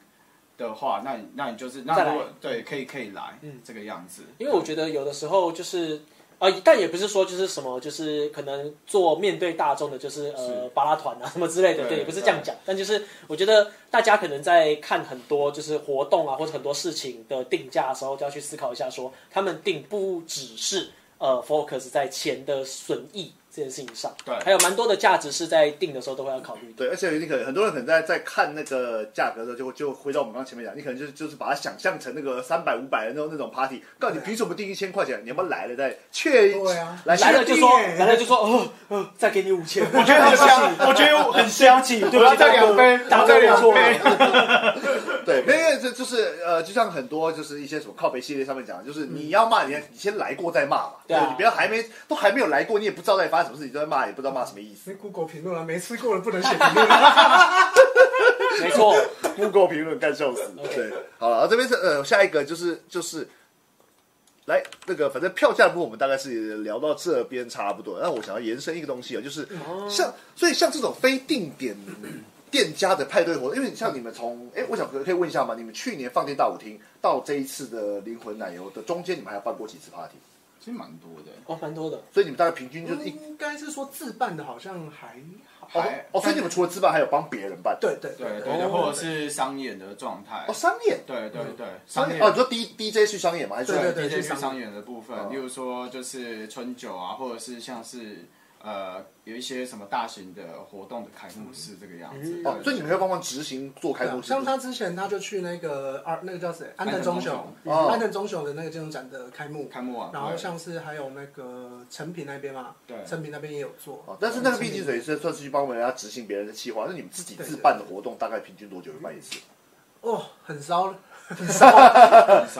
S3: 的话，那你那你就是
S1: 再
S3: 那
S1: 来
S3: 如
S1: 嗯
S3: 果对可以可以来、这个样子，
S1: 因为我觉得有的时候就是。呃，但也不是说就是什么，就是可能做面对大众的，就是呃
S3: 是
S1: 巴拉团啊什么之类的，
S3: 对
S1: 对，也不是这样讲。但就是我觉得大家可能在看很多就是活动啊或者很多事情的定价的时候，就要去思考一下说他们定不只是呃 focus 在钱的损益这件事情上，
S3: 对
S1: 还有蛮多的价值是在定的时候都会要考虑的。
S2: 对，而且你可能很多人可能在在看那个价格的时候，就会就回到我们刚刚前面讲，你可能就是就是把它想象成那个三百五百的那种那种 party，告诉你凭什么定一千块钱？你要不要来了再确
S4: 对啊
S2: 来
S1: 来了就说，
S4: 确定耶
S1: 来了就说，哦，哦再给你五千，我
S3: 我觉得很香，我觉得很香气，
S1: 对不起
S3: 我要再两杯，打
S1: 大哥
S3: 再
S1: 打
S3: 两
S1: 错
S3: 杯。
S1: 了，
S2: 对，没有，这就是呃，就像很多就是一些什么靠背系列上面讲的，就是你要骂你，你先来过再骂嘛，
S1: 对啊
S2: 你不要还没都还没有来过，你也不知道在发生什么事情，就在骂，也不知道骂什么意思。
S4: 是 Google 评论了，啊没吃过的不能写评论。啊
S1: 没错，
S2: 不够评论干笑死。对，好了，这边是呃下一个就是就是。来，那个反正票价的部分我们大概是聊到这边差不多。那我想要延伸一个东西啊，就是
S4: 嗯
S2: 像所以像这种非定点店家的派对活动，因为像你们从哎，我想可可以问一下吗？你们去年放电大舞厅到这一次的灵魂奶油的中间，你们还有办过几次 party？
S3: 其实蛮多的，
S1: 哦，蛮多的。
S2: 所以你们大概平均就是一、
S4: 应该是说自办的，好像还嗯好。
S2: 哦
S3: 还
S2: 哦，所以你们除了自办，还有帮别人办？
S4: 对对
S3: 对对
S1: 哦
S3: 对，或者是商演的状态
S2: 哦，。商演
S3: 对对对，
S2: 商
S3: 商
S2: 演
S3: 演
S2: 哦，你说 D D J 去商演吗？还是
S4: 对对
S3: 对
S4: 去
S3: DJ
S4: 商
S3: 商
S4: 演
S3: 演的部分，例如说就是春酒啊，或者是像是呃有一些什么大型的活动的开幕式这个样子。
S2: 哦，
S3: 对
S2: 所以你们会帮忙执行做开幕式？
S4: 啊像他之前他就去那个二那个叫谁安藤忠雄，
S2: 安藤忠雄哦
S4: 安藤忠雄的那个金融展的开幕，
S3: 开幕晚会
S4: 然后像是还有那个成品那边嘛，
S3: 对
S4: 成品那边也有做
S2: 哦，，但是那个毕竟也是算是去帮人家执行别人的计划，那你们自己自办的活动大概平均多久会办一次？
S4: 哦，很骚了。
S3: 很少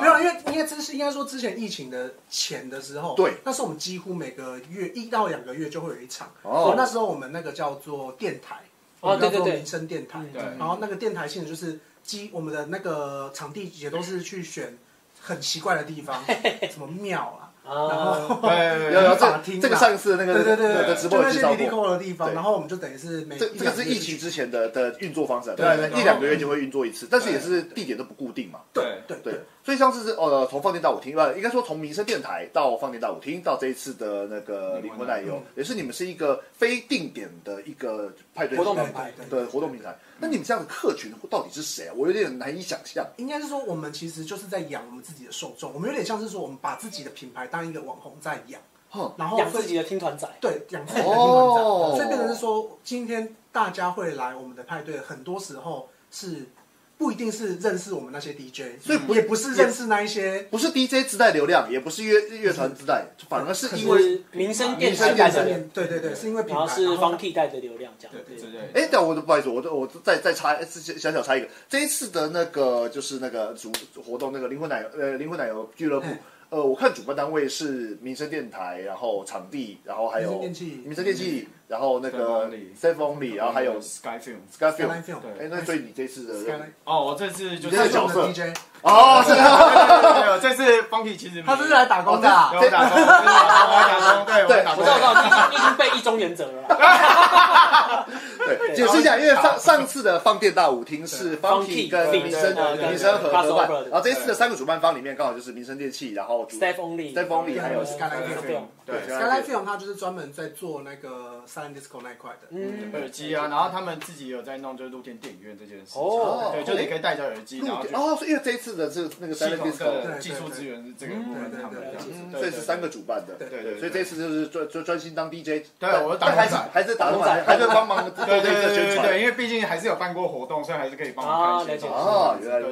S4: 没有，因为因为这是应该说之前疫情的前的时候，
S2: 对
S4: 那时候我们几乎每个月一到两个月就会有一场。
S2: 哦
S4: 那时候我们那个叫做电台，
S1: 哦
S4: 我们叫
S1: 对对
S4: 做
S1: 对
S4: 民生电台。
S3: 对
S2: 嗯
S4: 然后那个电台性质就是基我们的那个场地也都是去选很奇怪的地 方，什么庙啊，然
S1: 啊，
S4: 后
S3: 对，
S2: 有有
S4: 法
S2: 这
S4: 庭啊
S2: 这个上次那
S4: 对
S2: 个
S4: 对
S2: 那
S4: 对
S2: 个
S4: 对，
S2: 直
S4: 就
S2: 播有
S4: 那
S2: 介
S4: 些
S2: 绍
S4: 离离
S2: 过，
S4: 扣的地方，
S2: 对
S4: 然后我们就等于是每
S2: 这这个是疫
S4: 一
S2: 情
S4: 情
S2: 之前的的运作方式啊，
S4: 对
S2: 大
S4: 对
S2: 概
S4: 对哦
S2: 一两个月就会运作一次，但是也是地点都不固定嘛。
S3: 对
S4: 对
S2: 对
S4: 对，
S2: 所以上次是呃，从放电大舞厅，呃，应该说从民生电台到放电大舞厅，到这一次的那个灵魂奶油，也是你们是一个非定点的一个派对
S1: 活动
S2: 平
S1: 品
S2: 台
S1: 牌
S4: 对对对
S2: 的活动平台。那你们这样的客群到底是谁啊？我有点难以想象。
S4: 应该是说，我们其实就是在养我们自己的受众，我们有点像是说，我们把自己的品牌当一个网红在养，
S2: 哼，
S4: 然后
S1: 养
S4: 所以
S1: 自己的听团仔。
S4: 对，养自己的地方长，
S2: 哦
S4: 所以变成是说，今天大家会来我们的派对，很多时候是不一定是认识我们那些 DJ，
S2: 所以不
S4: 也不是认识那一些
S2: 不是 DJ 自带流量，也不是乐乐团自带，反而是因
S1: 就
S2: 为
S1: 是民生电
S2: 民
S1: 台
S2: 生
S1: 带
S2: 电
S1: 的
S2: 台
S1: 流，
S4: 对对对，是因为品
S1: 然
S4: 牌，
S1: 后是
S4: 然后
S1: Funky 带的流量这样。
S3: 对之类的。
S2: 哎，但我都不好意思，我都我再再插小小插一个，这一次的那个就是那个主活动那个灵魂奶油呃灵魂奶油俱乐部
S4: 嗯，
S2: 呃，我看主办单位是民生电台，然后场地，然后还有
S4: 民生电器
S2: 民生电器，然后那个 Safe
S3: Safe
S2: Only，然后还有
S3: Sky Film。
S2: Sky Film。
S4: Skyline Film，
S3: 对
S2: 哎，那所以你这次的
S4: Skyline
S3: 哦，我这次就
S2: 你这
S3: 是
S2: 个角色
S4: 他是我们的 DJ，
S2: 哦，是啊，
S3: 没有，这次 Funky 其实
S4: 他是来打工的
S2: 哦
S4: 啊，
S3: 对我打工，我打工，对我打
S1: 我
S3: 工
S1: 知道，我知。道，你已经被一中原则了啦。
S2: 对，解释一下，因为上上次的放电大舞厅是
S1: Funky
S2: Funky 跟
S1: 对
S2: 民生
S1: 对对对
S2: 民生合合办
S1: crossover，的
S2: 然后这一次的三个主办方里面刚好就是民生电器，然后主
S1: Staff only，呃
S2: Staff Only 还有
S4: Skyline
S1: Film
S3: 对，
S4: Skyline Film 它就是专门在做那个 silent disco 那一块的，
S1: 嗯，
S3: 耳机啊，然后他们自己有在弄就是露天电影院这件事情，
S1: 哦
S3: 对，就是你可以戴着耳机，然后去
S2: 哦，所以因为这一次的是那个
S3: 系
S2: Silent
S3: 统
S2: Disco，嗯
S3: 的技术资源是这个部分他们这样子，
S2: 所以是三个主办的，
S4: 对
S3: 对对，
S2: 所以这次就是专专专心当 DJ，
S3: 对
S2: 但
S3: 我是打
S2: 但还
S3: 工
S2: 是
S3: 仔
S2: 还是打工仔，
S1: 打
S2: 还
S1: 工
S2: 是
S1: 仔
S2: 帮忙做
S3: 对
S2: 这
S3: 对对
S2: 个宣
S3: 对对，
S2: 传。
S3: 因为毕竟还是有办过活动，所以还是可以帮忙看一些。
S2: 哦
S3: 对对对对，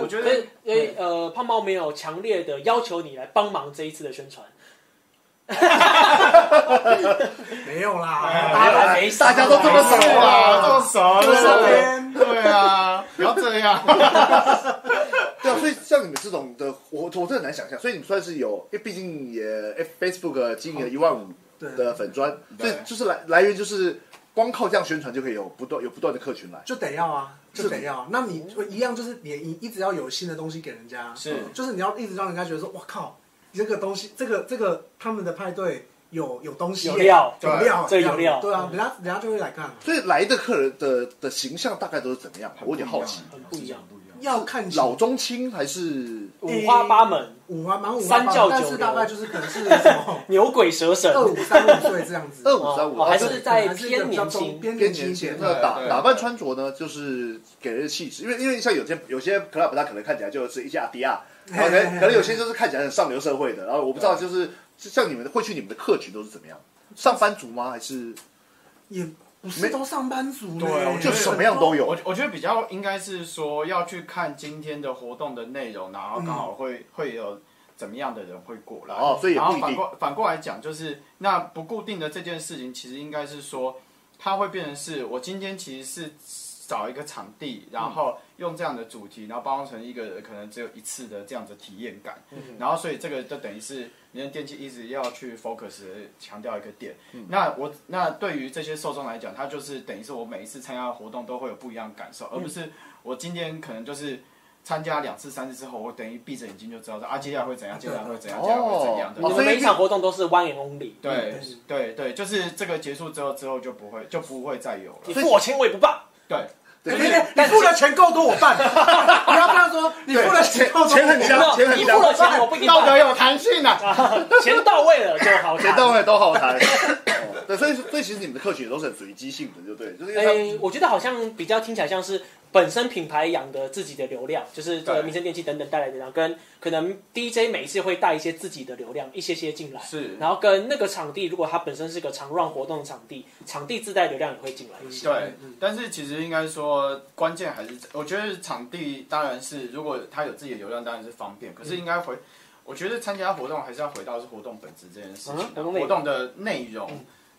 S3: 我觉
S1: 所
S3: 得
S1: 以所以呃，胖猫没有强烈的要求你来帮忙这一次的宣传，
S4: 没有啦，
S3: 哎
S4: 大家
S1: 没事
S2: 大家都这么
S3: 对
S2: 熟
S3: 啊，
S2: 啊，
S3: 这么熟，对啊，不要这样。
S2: 对啊，所以像你们这种的，我我真的很难想象。所以你们算是有，因为毕竟也哎 Facebook 经营了一万五
S4: 对
S2: 的粉砖，所
S3: 对
S2: 以就是来来源就是光靠这样宣传就可以有不断有不断的客群来。
S4: 就得要啊，
S2: 是
S4: 就得要啊。那你就一样就是你你一直要有新的东西给人家，
S3: 是
S4: 就是你要一直让人家觉得说，哇靠，你这个东西，这个这个他们的派对有有东西耶，
S1: 有料
S4: 有料，
S1: 对这有料
S4: 对啊，
S1: 嗯
S4: 人家人家就会来看。
S2: 所以来的客人的的形象大概都是怎么样？我有点好奇，
S1: 很不一样，
S3: 不一样。
S4: 要看
S2: 老中青还是
S1: 五花八门，
S4: 五啊，满五花
S1: 三
S4: 八
S1: 教
S4: 门但
S1: 九
S4: 是
S1: 流
S4: 大概就是可能是什么
S1: 牛鬼蛇神，
S4: 二五三五岁这样子，
S2: 二
S4: 五
S2: 五三五
S1: 哦
S2: 二
S1: 还
S2: 四
S1: 是在
S4: 哦还是一个
S1: 偏
S4: 比较
S1: 年
S4: 中
S1: 轻，
S4: 偏
S2: 偏
S4: 年轻
S2: 年
S4: 一
S2: 轻
S4: 点
S2: 那
S4: 的。
S3: 对
S2: 打
S3: 对
S2: 打扮穿着呢，就是给人的气质，因为因为像有些有些 club 它可能看起来就是一些阿迪亚，然后可能可能有些就是看起来很上流社会的，然后我不知道就是就像你们的会去你们的客群都是怎么样，上班族吗？还是
S4: 也不是都上班族呢，
S3: 对我觉
S2: 就
S3: 得
S2: 什么样都有？
S3: 我我觉得比较应该是说要去看今天的活动的内容，然后刚好会、会有怎么样的人会过来。
S2: 哦所以也
S3: 然
S2: 不一
S3: 后
S2: 定
S3: 反过反过来讲，就是那不固定的这件事情，其实应该是说，它会变成是我今天其实是。找一个场地，然后用这样的主题，然后包装成一个可能只有一次的这样子体验感，
S2: 嗯
S3: 然后所以这个就等于是你的电器一直要去 focus 强调一个点。
S2: 嗯
S3: 那我那对于这些受众来讲，他就是等于是我每一次参加的活动都会有不一样的感受，而
S2: 嗯
S3: 不是我今天可能就是参加两次、三次之后，我等于闭着眼睛就知道说啊，接下来会怎样，接下来会怎样，接下来会怎样的。
S1: 你
S2: 哦
S1: 们每一场活动都是 one and only，
S3: 对对对，就是这个结束之后，之后就不会就不会再有
S1: 你
S3: 了。
S1: 付我钱我也不办，
S3: 对，
S4: 对对对，你付的钱够多，我 办。不要跟他说你付的钱够多，
S2: 钱很香
S1: 没有
S2: 钱很
S1: 你
S2: 香
S1: 付了钱我不一定
S3: 道德
S1: 办，
S3: 有弹性啊！
S1: 钱到位了就好
S2: 谁
S1: 谈。
S2: 都会都好谈。哦对，所以所以其实你们的客群也都是很随机性的，就对，就是因为
S1: 哎，我觉得好像比较听起来像是本身品牌养的自己的流量，就是这个
S3: 对
S1: 民生电器等等带来的流量，跟可能 DJ 每一次会带一些自己的流量一些些进来，
S3: 是
S1: 然后跟那个场地如果它本身是个常 run 活动的场地，场地自带流量也会进来一些。
S3: 对，但是其实应该说，关键还是我觉得场地当然是，如果他有自己的流量，当然是方便。可是应该回，我觉得参加活动还是要回到是活动本质这件事情啊、
S1: 嗯活动内容嗯
S3: 活动的内容，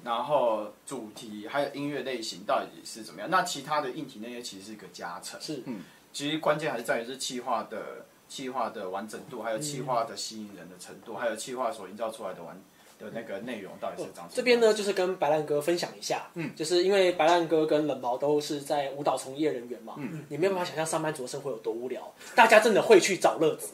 S3: 然后主题还有音乐类型到底是怎么样。那其他的硬体那些其实是一个加成，嗯
S1: 是
S3: 其实关键还是在于是企划的企划的完整度，还有企划的
S1: 嗯
S3: 吸引人的程度，还有企划所营造出来的完的那个内容到底是长什么样子。
S1: 这边呢，就是跟白烂哥分享一下，嗯，就是因为白烂哥跟冷毛都是在舞蹈从业人员嘛，嗯，你没有办法想象上班族的生活有多无聊，大家真的会去找乐子，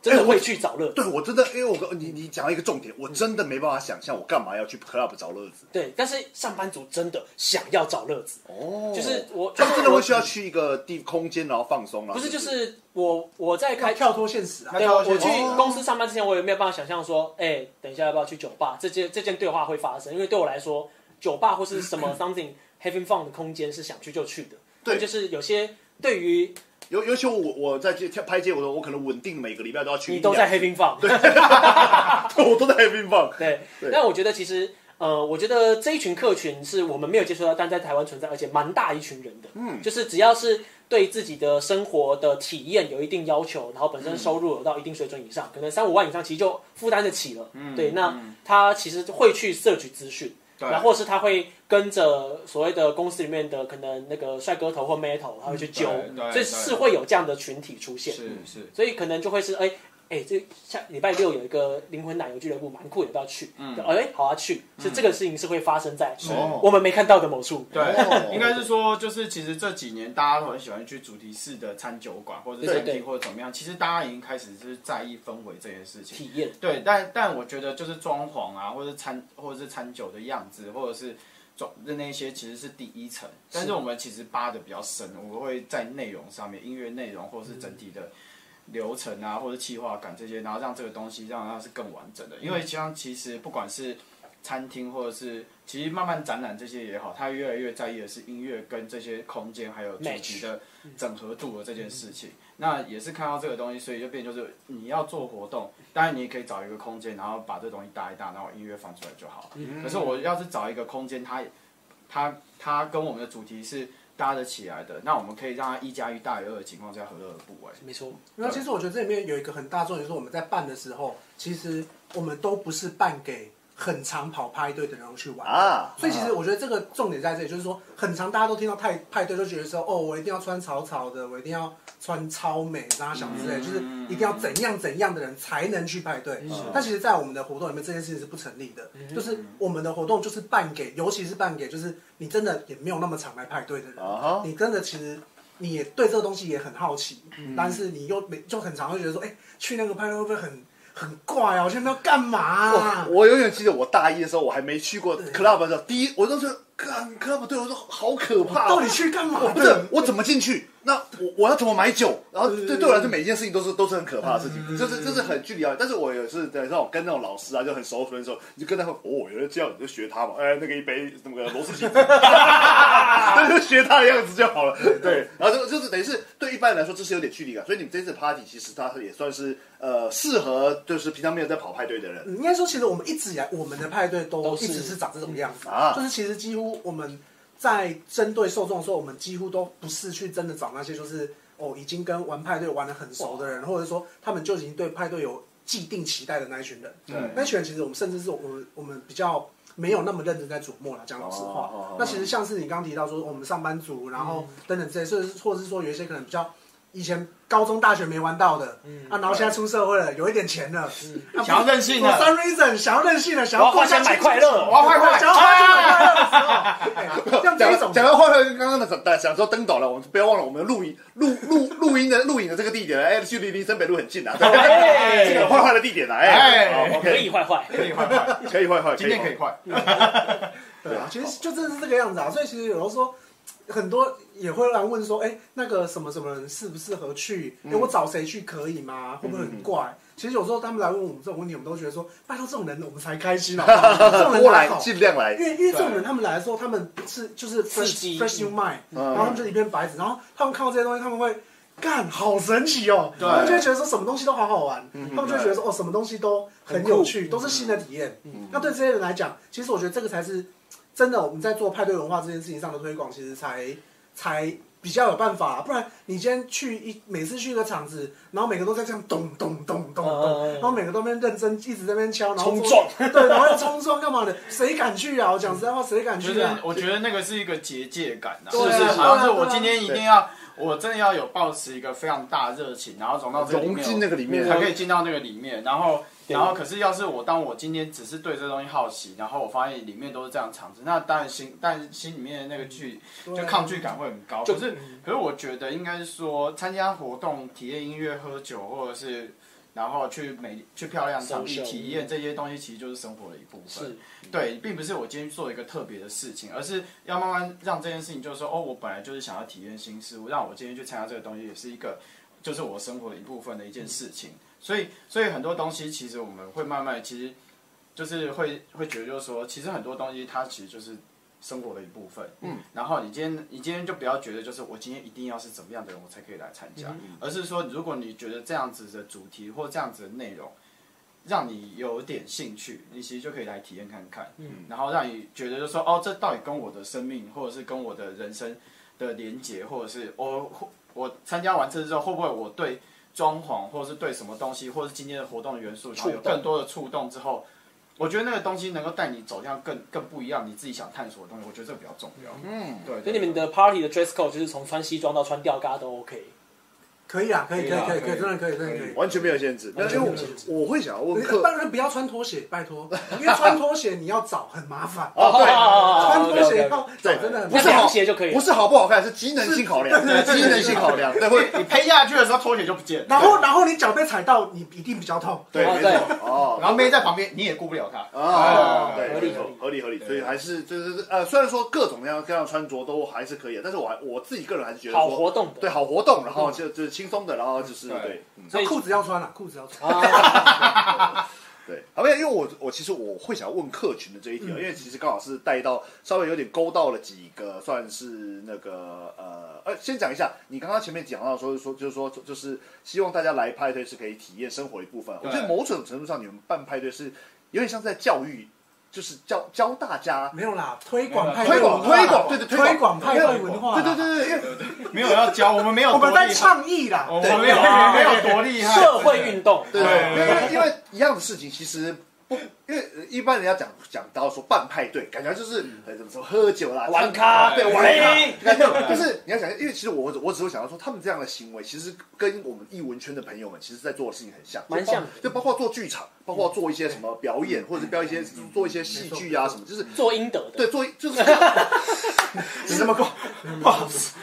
S1: 真的会去找乐子，
S2: 对我真的，因为我跟你你讲到一个重点，我真的没办法想象我干嘛要去 club 找乐子
S1: 对，但是上班族真的想要找乐子，
S2: 哦
S1: 就是我
S2: 他们真的会需要去一个地空间，然后放松了。啊
S1: 不是就是我我在
S4: 要
S1: 开
S4: 跳脱现实啊
S1: 对，。我我去
S2: 哦
S1: 公司上班之前，我也没有办法想象说，哎、等一下要不要去酒吧？这件这件对话会发生，因为对我来说，酒吧或是 什么 something having fun 的空间是想去就去的。
S2: 对
S1: 就是有些对于
S2: 尤尤其我我在接拍街舞的时候，我可能稳定每个礼拜都要去一
S1: 你
S2: 两
S1: 都
S2: 次，
S1: 在 having fun，对
S2: 我都在 having fun。
S1: 对
S2: 对
S1: 那我觉得其实呃，我觉得这一群客群是我们没有接触到，但在台湾存在，而且蛮大一群人的。嗯，就是只要是对自己的生活的体验有一定要求，然后本身收入有到一定水准以上，可能三五万以上，其实就负担得起了。嗯，对，那他其实会去摄取资讯。
S3: 对
S1: 然后或是他会跟着所谓的公司里面的可能那个帅哥头或妹头，他会去揪，
S3: 嗯对对
S1: 所
S3: 对
S1: 以是会有这样的群体出现。
S3: 是是，
S1: 所以可能就会是哎哎、这下礼拜六有一个灵魂奶油俱乐部，蛮酷的，要不要去？嗯，哎、好啊，去。所以这个事情是会发生在
S2: 哦
S1: 我们没看到的某处。
S2: 哦
S3: 对，应该是说，就是其实这几年大家都很喜欢去主题式的餐酒馆或者
S1: 对
S3: 餐
S1: 对
S3: 厅或者怎么样，其实大家已经开始是在意氛围这件事情。
S1: 体验。
S3: 对，但但我觉得就是装潢啊，或者是餐或者是餐酒的样子，或者是装的那些其实是第一层，但是我们其实扒的比较深，我们会在内容上面，音乐内容或者是整体的流程啊，或者企划感这些，然后让这个东西让它是更完整的，因为像其实不管是餐厅或者是其实慢慢展览这些也好，它越来越在意的是音乐跟这些空间还有主题
S1: Match
S3: 的整合度的这件事情。那也是看到这个东西，所以就变就是你要做活动，当然你也可以找一个空间，然后把这东西搭一搭，然后音乐放出来就好了。可是我要是找一个空间，它它它跟我们的主题是搭得起来的，那我们可以让它一加一大于二的情况下何乐而不为？
S1: 没错，
S4: 那其实我觉得这里面有一个很大重点，就是我们在办的时候，其实我们都不是办给很常跑派对的人去玩
S2: 啊
S4: 所以其实我觉得这个重点在这里，就是说很常大家都听到派派对就觉得说，哦，我一定要穿草草的，我一定要穿超美，大家想之类，就是
S2: 嗯
S4: 一定要怎样怎样的人才能去派对。但其实，在我们的活动里面，这件事情是不成立的，
S2: 嗯
S4: 就是我们的活动就是办给，尤其是办给就是你真的也没有那么常来派对的人
S2: 啊哈
S4: 你真的其实你也对这个东西也很好奇，
S2: 嗯
S4: 但是你又没就很常会觉得说，哎、去那个派对会不会很很怪啊？我去那边要干嘛、啊？
S2: 我永远记得我大一的时候，我还没去过 club 的时候，第一我都觉得，干 club 对我说好可怕哦，
S4: 到底去干嘛
S2: 我不是我怎么进去？那我我要怎么买酒？然后对对嗯我来说，每一件事情都是都是很可怕的事情，就是就是很距离啊。但是我也是对那种跟那种老师啊就很熟的时候，你就跟他说哦，原来这样，你就学他嘛，哎，那个一杯什么个螺丝起子，那 就学他的样子就好了。对，然后就就是等于是对一般人来说，这是有点距离感，所以你们这次 party 其实它也算是呃适合就是平常没有在跑派对的人。
S4: 嗯应该说，其实我们一直以来，我们的派对都
S1: 都是
S4: 一直是长这种样子，
S2: 啊
S4: 就是其实几乎我们在针对受众的时候，我们几乎都不是去真的找那些就是哦已经跟玩派对玩的很熟的
S2: 哦
S4: 人，或者说他们就已经对派对有既定期待的那一群人。
S2: 嗯
S3: 对
S4: 那一群人其实我们甚至是我们我们比较。没有那么认真在琢磨了，讲老实话。
S2: 哦哦哦嗯
S4: 那其实像是你刚刚提到说，我们上班族，然后等等这些，甚至或者是说有一些可能比较以前高中、大学没玩到的，
S2: 嗯
S4: 啊，然后现在出社会了，有一点钱了，啊
S3: 想要任性了
S4: ，for some reason 想要任性了，想
S1: 我
S4: 要
S1: 要花
S4: 过下
S1: 钱买快乐，
S3: 要快快
S4: 想要花钱买快乐的时候，哎像这
S2: 讲
S4: 一种
S2: 讲到后来跟刚刚的讲讲说登岛了，我们不要忘了我们录影录录录音的录影的这个地点，哎，距离林森北路很近啊，对这个坏坏的地点啊，哎
S3: 哎
S2: 好
S1: 哎哦可
S2: ，OK，
S1: 以坏坏。
S3: 可以 换换，
S2: 可以坏坏，
S3: 今天可以
S2: 坏，
S3: 换，
S4: 对啊，其实就真的是这个样子啊。所以其实有时候说，很多也会来问说，哎、那个什么什么人适不适合去？
S2: 嗯
S4: 哎、我找谁去可以吗？会不会很怪？其实有时候他们来问我们这种问题，我们都觉得说，拜托这种人我们才开 心啊，这种人
S2: 过
S4: 才
S2: 来
S4: 好。
S2: 尽量来
S4: 因，为因为这种人他们来的时候，他们是就是 fresh
S1: 激
S4: fresh new mind，、
S2: 嗯
S4: 然后他们就一片白纸，然后他们看到这些东西，他们会干好神奇哦，他们就会觉得说什么东西都好好玩，
S1: 嗯
S4: 他们就会觉得说哦什么东西都很有趣，都是新的体验。
S1: 嗯
S4: 那对这些人来讲，其实我觉得这个才是真的我们在做派对文化这件事情上的推广，其实才才。比较有办法、不然你今天去一每次去一个场子，然后每个都在这样咚咚咚咚
S1: 嗯嗯
S4: 咚，
S1: 嗯
S4: 然后每个都在那边认真一直在那边敲，然后
S1: 冲
S4: 说
S1: 撞
S4: 对，然后要冲撞干嘛的？谁敢去啊？我讲实在话，谁敢
S3: 就
S4: 去
S3: 是
S4: 啊？
S3: 我觉得那个是一个结界感啊，
S4: 对啊
S3: 是
S4: 对啊
S3: 好像是
S4: 对啊
S3: 我今天一定要，我真的要有抱持一个非常大热情，然后融到这个里
S2: 融
S3: 面，
S2: 进那个里面
S3: 才，可以进到那个里面。然后，
S1: 对
S3: 然后可是要是我当我今天只是对这东西好奇，然后我发现里面都是这样的场子，那当然心但心里面的那个距就
S4: 对啊
S3: 抗拒感会很高。
S1: 就
S3: 可是可是我觉得应该是说参加活动、体验音乐、喝酒，或者是然后去美去漂亮场地
S1: Social
S3: 体验这些东西，其实就是生活的一部分
S1: 是。嗯
S3: 对，并不是我今天做一个特别的事情，而是要慢慢让这件事情，就是说，哦，我本来就是想要体验新事物，让我今天去参加这个东西，也是一个，就是我生活的一部分的一件事情。
S1: 嗯
S3: 所以，所以很多东西其实我们会慢慢地，其实就是会会觉得，就是说，其实很多东西它其实就是生活的一部分。嗯，然后你今天你今天就不要觉得，就是我今天一定要是怎么样的人我才可以来参加，而是说，如果你觉得这样子的主题或这样子的内容。让你有点兴趣，你其实就可以来体验看看，
S1: 嗯
S3: 嗯，然后让你觉得就说哦，这到底跟我的生命或者是跟我的人生的连结，或者是哦，或我参加完这之后，会不会我对装潢或者是对什么东西，或者是今天的活动的元素，然后有
S1: 触动
S3: 更多的触动之后。我觉得那个东西能够带你走向更更不一样，你自己想探索的东西，我觉得这比较重要。
S2: 嗯，
S3: 对，
S1: 所
S3: 对
S1: 以你们
S3: 对
S1: 的 party 的 dress code 就是从穿西装到穿吊嘎都 OK。
S4: 可以啊，可以，可以，可以，可
S3: 可以
S4: 以，真的可以，真的可以。
S2: 完全没有限制。但
S4: 完
S2: 因
S4: 全没
S2: 为
S4: 有限制
S2: 我我会想要问
S4: 呃
S2: 客
S4: 拜托不要穿拖鞋，拜托，因为穿拖鞋你要找很麻烦。
S2: 哦对
S4: 穿拖鞋要找
S2: 对
S4: 真的很
S2: 不
S4: 麻
S1: 那
S2: 是
S4: 烦。
S2: 好
S1: 凉鞋就可以了
S2: 不是好不好看，是机能性考量，机能性考量，对，会
S3: 你配下去的时候拖鞋就不见了，
S4: 然后，然后你脚被踩到，你一定比较痛。
S2: 对，
S1: 哦
S2: 没
S1: 对
S2: 错，哦，
S3: 然后妹在旁边，你也顾不了她。哎
S2: 啊，
S3: 对
S2: 对，
S1: 哎合理
S2: 没
S1: 合
S2: 错
S1: 理
S2: 合理合理，
S3: 对
S2: 所以还是就是呃，虽然说各种各样各样的穿着都还是可以，但是我还我自己个人还是觉得
S1: 好
S2: 说，
S1: 活动的。
S2: 对好活动，然后就就是轻松的，然后就是
S3: 对
S2: 对，嗯，
S1: 所以
S4: 裤子要穿了，裤子要穿。
S1: 啊，
S2: 对，好，没有，因为我我其实我会想要问客群的这一条，啊
S3: 嗯
S2: 因为其实刚好是带到稍微有点勾到了几个，算是那个呃呃，先讲一下，你刚刚前面讲到说说就是说就是希望大家来派对是可以体验生活的一部分，啊我
S3: 对
S2: 觉得某种程度上你们办派对是有点像在教育，就是教教大家。
S4: 没有啦，推广派
S2: 推
S4: 对
S2: 广
S4: 文化
S2: 推广，对对
S4: 推广派对文化。
S2: 对对，对对，因为
S3: 没有要教，我们没有
S4: 我
S3: 多
S4: 们
S3: 厉害，
S4: 在倡议啦。
S3: 我
S2: 对
S3: 们没有我们没有多厉害，
S1: 社会运动。
S2: 对
S3: 对
S2: 因为因为一样的事情，其实不，因为呃一般人家讲讲到说办派对，感觉就是呃怎么说喝酒啦、
S1: 嗯玩
S2: 唱歌
S1: 咖
S2: 对，玩
S1: 哎
S2: 咖，感 觉就是你要想，因为其实我我只是想要说，他们这样的行为，其实跟我们艺文圈的朋友们，其实在做的事情很像，
S1: 蛮像的嗯
S2: 就包，就包括做剧场，包括做一些什么表演，或者是标一些做一些戏剧啊什么，就是。
S1: 做应得的，
S2: 对，做一就是
S4: 你什么狗？不好意思，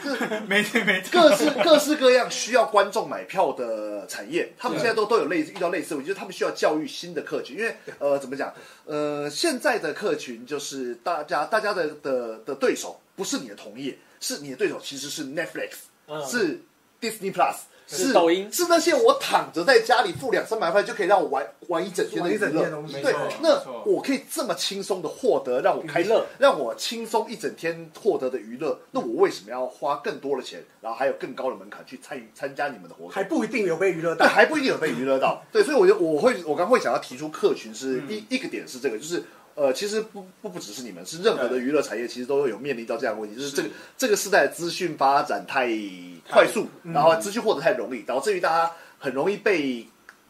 S3: 没没
S2: 各式各式各样需要观众买票的产业，他们现在都都有类似遇到类似的问题，就是他们需要教育新的客群，因为呃怎么讲，呃现在的客群就是大家大家的的的对手不是你的同业，是你的对手其实是 Netflix，、
S1: 嗯
S2: 是 Disney Plus。
S1: 是抖音
S2: 是那些我躺着在家里付两三百块就可以让我玩玩一整天的
S4: 玩一整
S2: 娱乐
S4: 天的东西
S2: 对
S4: 没错，
S2: 那
S3: 没错
S2: 我可以这么轻松的获得让我开
S1: 娱乐
S2: 让我轻松一整天获得的娱乐，那我为什么要花更多的钱，然后还有更高的门槛去参与参加你们的活
S4: 还
S2: 动？
S4: 不一定有被娱乐到
S2: 但。还不一定有被娱乐到，对，所以我就我会我刚会想要提出客群是、一一个点是这个，就是呃，其实不不不只是你们，是任何的
S3: 对
S2: 娱乐产业其实都会有面临到这样的问题，就是这个这个时代的资讯发展太快速，然后资讯获得太容易，导致于大家很容易被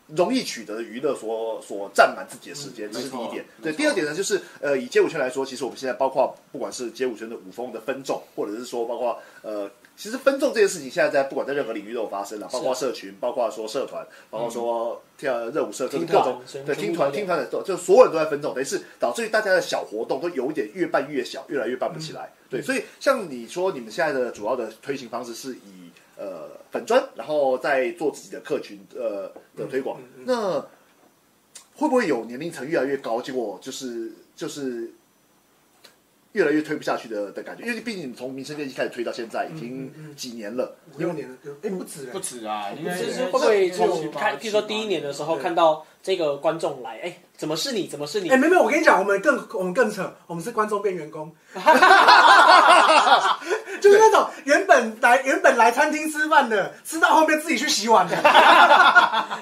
S2: 容易取得的娱乐所所占满自己的时间，这是第一点。
S3: 嗯没错
S2: 对，
S3: 没错
S2: 第二点呢，就是呃，以街舞圈来说，其实我们现在包括不管是街舞圈的舞风的分众，或者是说包括呃。其实分众这件事情，现在在不管在任何领域都有发生了，包括社群，包括说社团，包括说跳呃热舞社，就是
S1: 听
S2: 各
S1: 团
S2: 种
S1: 全
S2: 对
S1: 全
S2: 听
S1: 部
S2: 团
S1: 都
S2: 听
S1: 有
S2: 团的都，就所有人都在分众，等于是导致于大家的小活动都有一点越办越小，越来越办不起来。对，所以像你说，你们现在的主要的推行方式是以呃粉砖，然后再做自己的客群呃的推广，那会不会有年龄层越来越高，结果就是就是越来越推不下去的的感觉？因为毕竟你们从民生电器开始推到现在已经几年了，
S4: 六年了，哎，不止
S3: 不
S4: 哎，
S3: 止啊，应该
S1: 就是会不会从看，譬如说第一年的时候
S4: 对
S1: 看到这个观众来，哎，怎么是你？怎么是你
S4: 哎，？没有没有，我跟你讲，我们更我们更扯，我们是观众变员 工，就是那种原本来原本来餐厅吃饭的，吃到后面自己去洗碗的，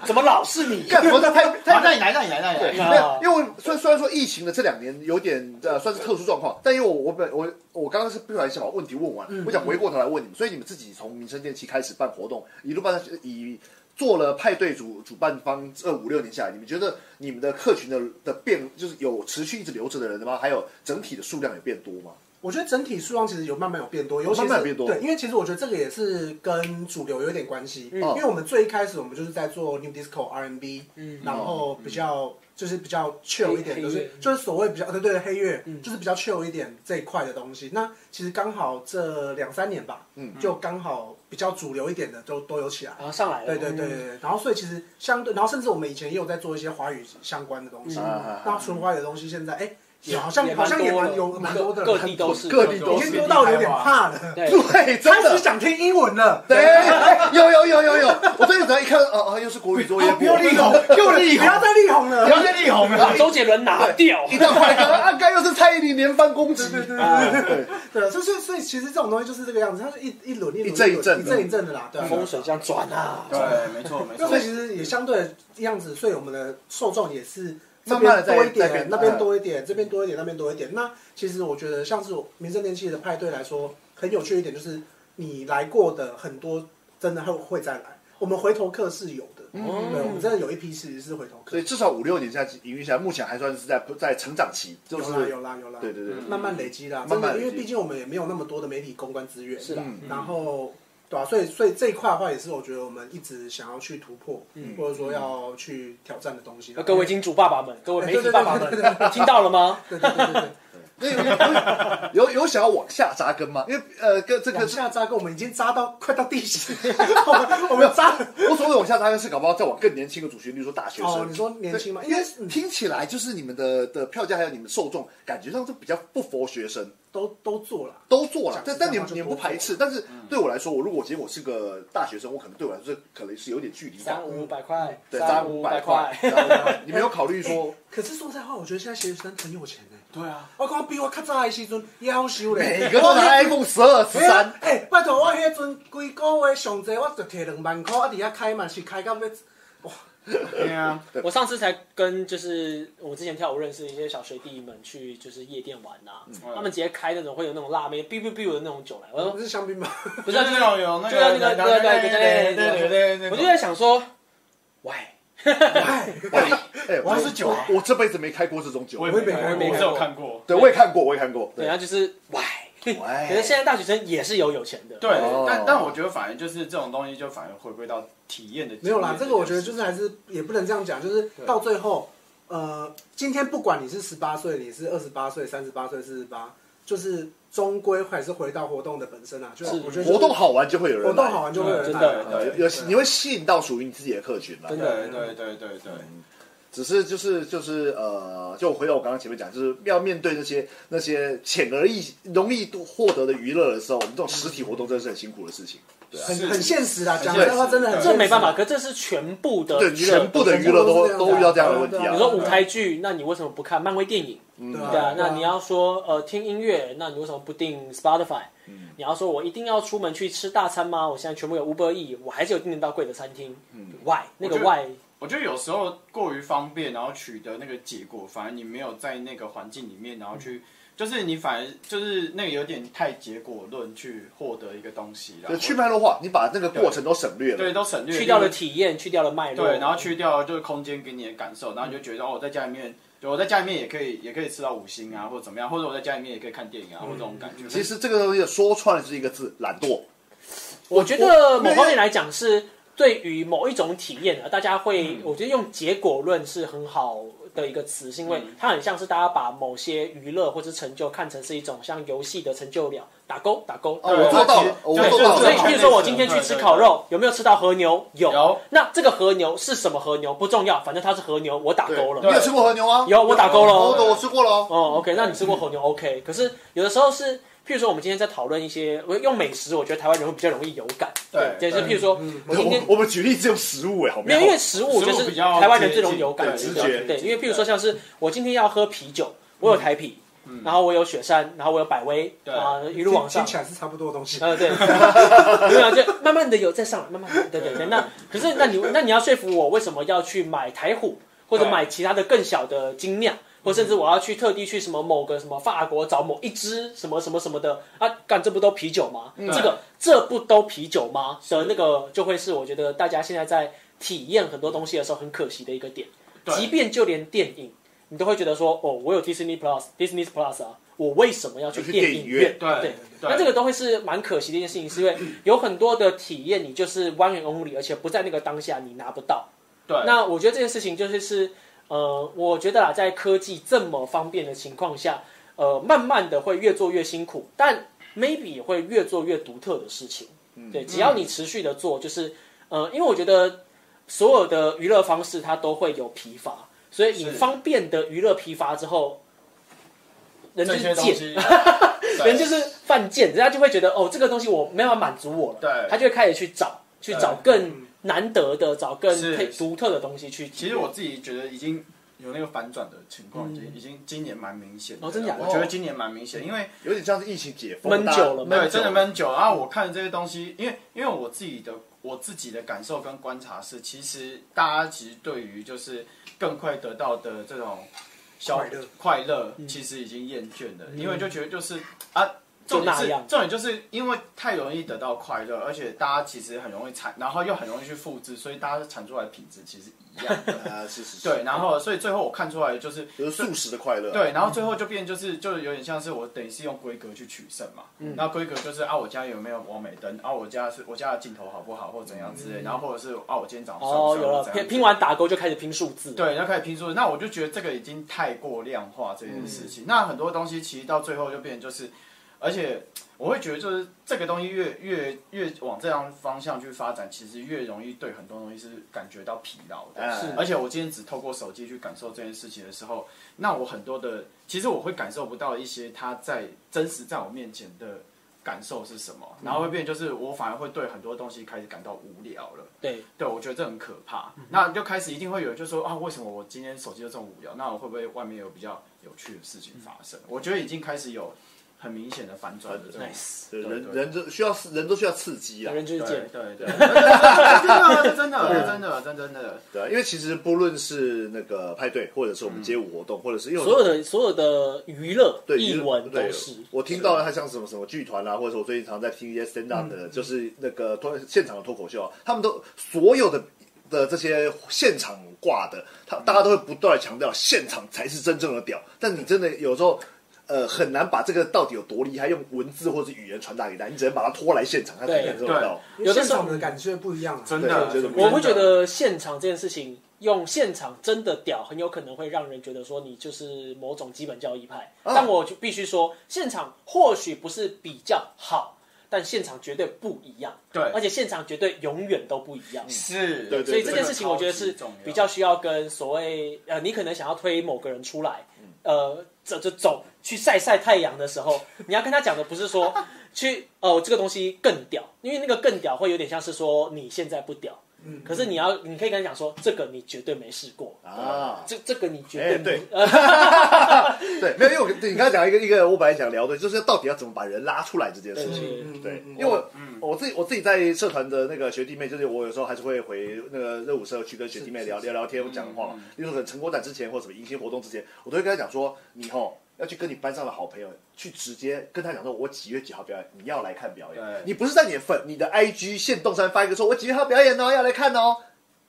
S1: 怎么老是你？
S2: 干活的太
S3: 好，
S2: 太
S3: 那你来，那你来，那你来，
S2: 没有，因为我虽虽然说疫情的这两年有点呃算是特殊状况，但因为我我本我我刚刚是不小心把问题问完，嗯我想回过头来问你们，所以你们自己从民生电器开始办活动，一路办到以做了派对主主办方这五六年下来，你们觉得你们的客群的的变就是有持续一直留着的人吗？还有整体的数量有变多吗？
S4: 我觉得整体数量其实有慢慢有变多，尤其
S2: 慢慢有
S4: 是
S2: 变多
S4: 对，因为其实我觉得这个也是跟主流有点关系，
S1: 嗯
S4: 因为我们最一开始我们就是在做 new disco R&B，
S1: 嗯
S4: 然
S2: 哦
S4: 后比较就是比较 chill 一点，
S1: 黑
S4: 就
S1: 黑嗯
S4: 是
S1: 乐
S4: 就是所谓比较对对黑月，就是比较 chill 一点这一块的东西。那其实刚好这两三年吧，
S2: 嗯
S4: 就刚好比较主流一点的都都有起来。
S1: 然后上来了，
S4: 对对对对，对然后所以其实相对，然后甚至我们以前也有在做一些华语相关的东西，
S1: 嗯
S2: 啊
S4: 那纯华语的东西现在哎，
S1: 也
S4: 好像
S1: 也
S4: 好
S1: 蛮
S4: 像也蛮
S1: 了
S4: 有蛮多的，
S1: 各地都是，
S2: 各地
S4: 已
S2: 都
S4: 经
S2: 是
S1: 哎
S4: 多到有点怕了。
S1: 对，
S2: 对，
S4: 开
S2: 真
S4: 始
S2: 的。
S4: 想听英文了，
S2: 对，有有有有有，我最近只要一看，啊啊，又是国语作业簿，
S3: 又力宏，又力
S4: 不
S3: 宏，
S4: 要再力宏了
S3: 不。要再力宏了
S1: 把。周杰伦拿掉。
S2: 一大块，啊，该又是蔡依林连番攻击，
S4: 对对
S1: 啊
S4: 对对对，所以所以所以其实这种东西就是这个样子，它是一一轮一轮
S2: 一阵一阵的
S4: 一阵一阵的啦，对啊。
S1: 风水这样转啊，
S3: 对，没错没
S4: 那
S3: 错
S4: 所。以其实也相对的样子，所以我们的受众也是这
S2: 慢慢地
S4: 边
S2: 在
S4: 多一
S2: 在变
S4: 点，那边
S2: 大
S4: 多一点，这边多一点，那边多一点。那其实我觉得，像是民生电器的派对来说，很有趣一点就是，你来过的很多真的会会再来，我们回头客是有的，
S2: 嗯
S4: 对，我们真的有一批其实是回头客
S2: 所以，至少五六年下营运下来，目前还算是在在成长期，就
S4: 有
S2: 是
S4: 啦有嗯啦有啦，
S2: 对对对，
S4: 慢慢累积啦，
S2: 慢慢
S4: 真的因
S2: 累
S4: 为
S2: 积
S4: 毕竟我们也没有那么多的媒体公关资源，
S1: 是啦嗯
S4: 然后对啊，所以所以这一块的话，也是我觉得我们一直想要去突破，
S2: 嗯
S4: 或者说要去挑战的东西。
S1: 那各位金主爸爸们，各位媒体爸爸们
S4: 对对对，
S1: 听到了吗？
S4: 对对对对 对，
S2: 那有有有有想要往下扎根吗？因为呃，跟这个
S4: 往下扎根，我们已经扎到快到地心， 我们我们扎。
S2: 我所谓的往下扎根是搞不好再往更年轻的族群，例如说大学生。
S4: 哦，你说年轻吗？
S2: 对因
S4: 应该
S2: 为
S4: 是嗯
S2: 听起来就是你们的的票价还有你们受众，感觉上都比较不佛学生，
S4: 都都做了，
S2: 都做了
S4: 讲，
S2: 但
S4: 实在
S2: 但你
S4: 话
S2: 们
S4: 就
S2: 你们
S4: 都
S2: 不
S4: 做
S2: 排斥，但是
S4: 嗯
S2: 对我来说，我如果今天我是个大学生，我可能对我来说可能是有点距离感
S1: 三，五百块，
S2: 对，
S1: 三
S2: 五
S1: 五
S2: 百
S1: 百
S2: 块
S1: 块，，
S2: 然后你没有考虑 说
S4: 可是说实在话，我觉得现在学生很有钱呢。欸
S3: 对啊，
S4: 我讲比我较早的时阵，夭寿嘞，
S2: 每个都拿 iPhone 十二、十
S4: 哎呀
S2: 三，
S4: 哎，拜托我迄阵规个月上济，我就摕两万块，啊，伫遐开嘛是开到要。
S3: 对啊，
S1: 我上次才跟就是我之前跳舞认识的一些小学弟们去就是夜店玩呐、他们直接开那种会有那种辣妹 biu biu biu 的那种酒来，我
S4: 不
S1: 说
S4: 是香槟吗？
S1: 不是、
S3: 就
S1: 啊，
S3: 是
S1: 就是
S3: 那种那
S1: 就像
S3: 个
S1: 那个对对对
S3: 对
S1: 对对
S3: 对
S1: 我就在想说喂，
S2: 哦 哎，
S3: 我是酒啊
S2: 我这辈子没开过这种酒，
S3: 我也
S4: 也
S3: 没
S4: 没看过
S3: 看过，我只有看过。
S2: 对我哎也看过，我也看过，
S1: 对，然后就是喂，可是
S2: 喂，
S1: 现在大学生也是有有钱的，
S3: 对
S2: 哦，
S3: 但但我觉得反正就是这种东西，就反而回归到体验的。
S4: 没有啦，这个我觉得就是还是也不能这样讲，就是到最后，呃，今天不管你是十八岁，你是二十八岁、三十八岁、四十八，就是终归还是回到活动的本身啊。就是
S1: 是
S4: 我觉得就是
S2: 活动好玩就会有人来，
S4: 活动好玩就会有人
S1: 真
S4: 来
S1: 的
S4: 啊，
S2: 呃，有有你会吸引到属于你自己的客群啦
S1: 真。
S3: 对
S1: 的
S3: 对对对对，
S2: 只是就是就是呃，就回到我刚刚前面讲，就是要面对那些那些浅而易容易获得的娱乐的时候，我们这种实体活动真的是很辛苦的事情。
S4: 很
S3: 是
S4: 很现实啊，讲
S2: 现实
S4: 实话真的很现
S3: 对
S1: 这
S4: 实啊
S1: 没办法，。可这是全部的
S2: 对，
S1: 娱乐
S2: 全部的娱乐都都遇到这样的问题啊。
S1: 你说舞台剧，那你为什么不看漫威电影？
S4: 对
S1: 对啊
S4: 啊，，
S1: 那你要说呃听音乐，那你为什么不订 Spotify？、你要说我一定要出门去吃大餐吗？我现在全部有 Uber E，我还是有订得到贵的餐厅。why 那个
S3: 我觉得
S1: why
S3: 我觉得有时候过于方便，然后取得那个结果，反而你没有在那个环境里面，然后
S1: 嗯
S3: 去，就是你反而就是那个有点太结果论去获得一个东西啦。
S2: 就去
S3: 我
S2: 脉络化，你把那个过程都省略
S3: 对
S2: 了。
S3: 都省略
S1: 去掉了
S3: 例如
S1: 体验，去哦掉了脉络，
S3: 对，然后去掉就是空间给你的感受，然后你就觉得哦，我在家里面，就我在家里面也可以也可以吃到五星
S1: 嗯
S3: 啊，或者怎么样，或者我在家里面也可以看电影啊，或者这种感觉。
S2: 其实这个东西说穿了就是一个字，懒惰。
S1: 我觉得某方面来讲是对于某一种体验啊，大家
S2: 嗯
S1: 会，我觉得用结果论是很好的一个词，是因为
S2: 嗯
S1: 它很像是大家把某些娱乐或者成就看成是一种像游戏的成就表，打勾打勾。
S2: 哦我做到了我
S1: 对，
S2: 做到了
S1: 所以比如说我今天去吃烤，肉，有没有吃到和牛？有。
S3: 有
S1: 那这个和牛是什么和牛不重要，反正它是和牛，我打勾
S2: 你
S1: 了。
S2: 有吃过和牛吗？
S1: 有，我打勾了哦。
S2: 我我吃过了。
S1: 哦，OK，那你吃过和牛 OK？可是有的时候是，譬如说我们今天在讨论一些，我用美食，我觉得台湾人会比较容易有感。
S3: 对
S1: 就是譬如说，
S2: 嗯
S1: 我今天
S2: 我们举例只有食物哎，好
S1: 没有，因为食物就
S3: 食物
S1: 是
S3: 比较
S1: 台湾人最容易有感
S3: 接
S1: 知
S3: 近
S1: 的，
S2: 对直觉
S1: 对，因为譬如说像是我今天要喝啤酒，我有台啤，然后我有雪山，然后我有百威，
S3: 嗯对
S1: 啊，一
S4: 一
S1: 路往上
S4: 听。起来是差不多的东西。
S1: 呃，对，没有，啊就慢慢的有再上来，慢慢的，对对对。那可是，那你那你要说服我，为什么要去买台虎，或者
S3: 对
S1: 买其他的更小的精酿，或甚至我要去特地去什么某个什么法国找某一支什么什么什么的啊？干，这不都啤酒吗？这个这不都啤酒吗？的那个就会是我觉得大家现在在体验很多东西的时候很可惜的一个点。即便就连电影，你都会觉得说，哦，我有 Disney Plus、Disney Plus 啊，我为什么要去
S2: 要去
S1: 电
S2: 电
S1: 影
S2: 影
S1: 院
S2: 院？
S3: 对
S1: 对，
S3: 对
S1: 那这个都会是蛮可惜的一件事情，是因为有很多的体验你就是 one and only，而且不在那个当下你拿不到。
S3: 对
S1: 那我觉得这件事情就是是，呃，我觉得啦，在科技这么方便的情况下，呃，慢慢的会越做越辛苦，但 maybe 也会越做越独特的事情。
S3: 嗯
S1: 对，只要你持续的做，就是呃，因为我觉得所有的娱乐方式它都会有疲乏，所以你
S3: 是
S1: 方便的娱乐疲乏之后，人就
S3: 这
S1: 是
S3: 些东
S1: 贱，
S3: 西，
S1: 人就是犯贱，人家就会觉得哦，这个东西我没办法满足我了，
S3: 对嗯
S1: 他就会开始去找。去找更难得的、找更
S3: 是
S1: 配独特的东西去体验。
S3: 其实我自己觉得已经有那个反转的情况，已经、已经今年蛮明显的。
S1: 嗯哦真假的
S3: 我觉得今年蛮明显，因为
S2: 有点像是疫情解封，
S1: 闷
S2: 大家
S1: 久了
S3: 对
S1: 闷
S3: 真的闷久了。然后我看这些东西，因为因为我自己的我自己的感受跟观察是，其实大家其实对于就是更快得到的这种消
S4: 快乐
S3: 快乐，
S1: 嗯
S3: 其实已经厌倦了，因为就觉得就是啊。
S1: 就
S3: 重点
S1: 那
S3: 是
S1: 样
S3: 重点就是因为太容易得到快乐，而且大家其实很容易产，然后又很容易去复制，所以大家产出来的品质其实一样的。
S2: 啊，是是是，
S3: 对，然后所以最后我看出来就是
S2: 就是素食的快乐，，
S3: 对，然后最后就变就是就是有点像是我等于是用规格去取胜嘛，
S1: 嗯
S3: 那规格就是啊我家有没有完美灯，啊我家是我家的镜头好不好或怎样之类，然后或者是啊我今天早上
S1: 嗯哦，有了
S3: 怎样
S1: 拼
S3: 子
S1: 拼完打勾就开始拼数字，
S3: 对，那开始拼数，那我就觉得这个已经太过量化这件事情。那很多东西其实到最后就变成就是，而且我会觉得就是这个东西越越越往这样方向去发展，其实越容易对很多东西是感觉到疲劳的。
S2: 是
S3: 而且我今天只透过手机去感受这件事情的时候，那我很多的其实我会感受不到一些它在真实在我面前的。感受是什么？然后会变，就是我反而会对很多东西开始感到无聊了。
S1: 对，
S3: 对，我觉得这很可怕。
S1: 嗯
S3: 那就开始一定会有人就说啊，为什么我今天手机就这么无聊？那我会不会外面有比较有趣的事
S1: 嗯
S3: 情发生？我觉得已经开始有很明显的反转的这种。
S1: nice
S2: 人
S3: 对对
S2: 人都需要人都需要刺激啊
S1: 有，人就是
S3: 对
S1: 见，啊
S3: 对 对，真的啊真的真的真的真的，
S2: 对啊，因为其实不论是那个派对，或者是我们街舞活动，或者是因为我
S1: 嗯所有的所有的娱乐、
S2: 对
S1: 艺文都
S2: 对
S1: 是。嗯
S2: 我听到了，它像什么什么剧团啊啦，或者是我最近常在听一些 stand up 的，就是那个脱现场的脱口秀啊，他们都所有的的这些现场挂的，他大家都会不断的强调现场才是真正的屌，但你真的有时候。呃，很难把这个到底有多厉害，用文字或者语言传达给大家，你只能把它拖来现场，他才
S1: 对
S2: 感受得到。
S4: 因
S1: 有
S4: 为
S1: 的
S4: 现
S1: 时候
S4: 场的感觉不一样啊。
S3: 真的
S2: 对就是
S1: 我会觉得现场这件事情，用现场真的屌，很有可能会让人觉得说你就是某种基本教义派。
S3: 啊
S1: 但我就必须说，现场或许不是比较好，但现场绝对不一样。
S3: 对
S1: 而且现场绝对永远都不一样。
S3: 是，
S2: 对对
S1: 所以这件事情，我觉得
S3: 这
S1: 是
S3: 个超级重要
S1: 比较需要跟所谓呃，你可能想要推某个人出来，呃，走就走去晒晒太阳的时候，你要跟他讲的不是说去哦、这个东西更屌，因为那个更屌会有点像是说你现在不屌，嗯，可是你要你可以跟他讲说这个你绝对没试过，
S2: 啊，
S1: 这这个你绝
S2: 哎
S1: 对没，呃，
S2: 对，没有，因为我对你刚才讲一个一个，我本来想聊的，就是到底要怎么把人拉出来这件事情。
S1: 嗯
S4: 嗯
S2: 对，
S4: 嗯
S2: 因为我我自己我自己在社团的那个学弟妹，就是我有时候还是会回那个热舞社去跟学弟妹聊聊聊天、讲话嘛。例如说可能成果展之前或什么迎新活动之前，我都会跟他讲说，你吼要去跟你班上的好朋友去直接跟他讲说，我几月几号表演，你要来看表演
S3: 对。
S2: 你不是在你的粉你的 IG 线动上发一个说，我几月号表演哦，要来看哦。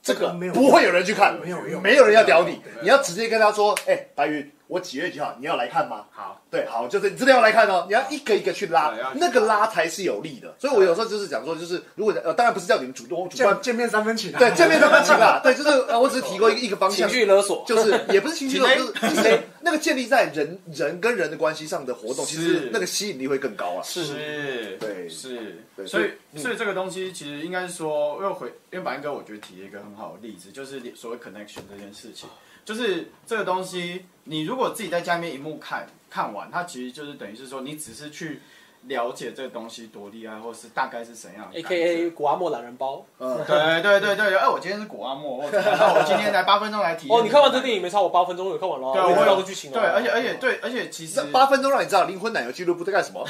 S2: 这
S4: 这
S2: 个
S4: 个没有
S2: 不会有人去看，
S4: 没有用
S2: 没有人要屌你
S3: 对，
S2: 你要直接跟他说，哎、白云，我几月几号你要来看吗？
S3: 好，
S2: 对，好，就是你真的要来看哦，你要一个一个去拉
S3: 对要，去
S2: 那个拉才是有力的。所以我有时候就是讲说，就是如果呃，当然不是叫你们主动主观
S4: 见，见面三分情啊。
S2: 对，见面都不行啦，对， 就是呃，我只是提供一个一个方
S1: 情
S2: 向，
S1: 绪勒索，
S2: 就是也不是情绪勒
S3: 情
S2: 索，就是就是那个建立在人人跟人的关系上的活动，其实
S3: 是
S2: 那个吸引力会更高啊。
S3: 是，
S2: 对
S3: 是
S2: 对，
S3: 所以嗯
S2: 所以
S3: 所以这个东西其实应该是说，又回，因为白哥我觉得提了一个很好的例子，就是所谓 connection 这件事情，就是这个东西，你如果自己在家里面一幕看看完，它其实就是等于是说，你只是去了解这个东西多厉害，或是大概是怎样的
S1: A
S3: 感
S1: K
S3: 觉
S1: A 古阿莫懒人包。
S3: 对对对对，哎，我今天是古阿莫，我怎么样那我今天来八分钟来体验。
S1: 哦，你看完这电影没超过八分钟，有看完了啊，
S3: 对，
S1: 我
S3: 我
S1: 也知道
S3: 有
S1: 这剧情了
S3: 对，
S1: 啊。
S3: 而且而且对，而且其实
S2: 这八分钟让你知道灵魂奶油俱乐部在干什么，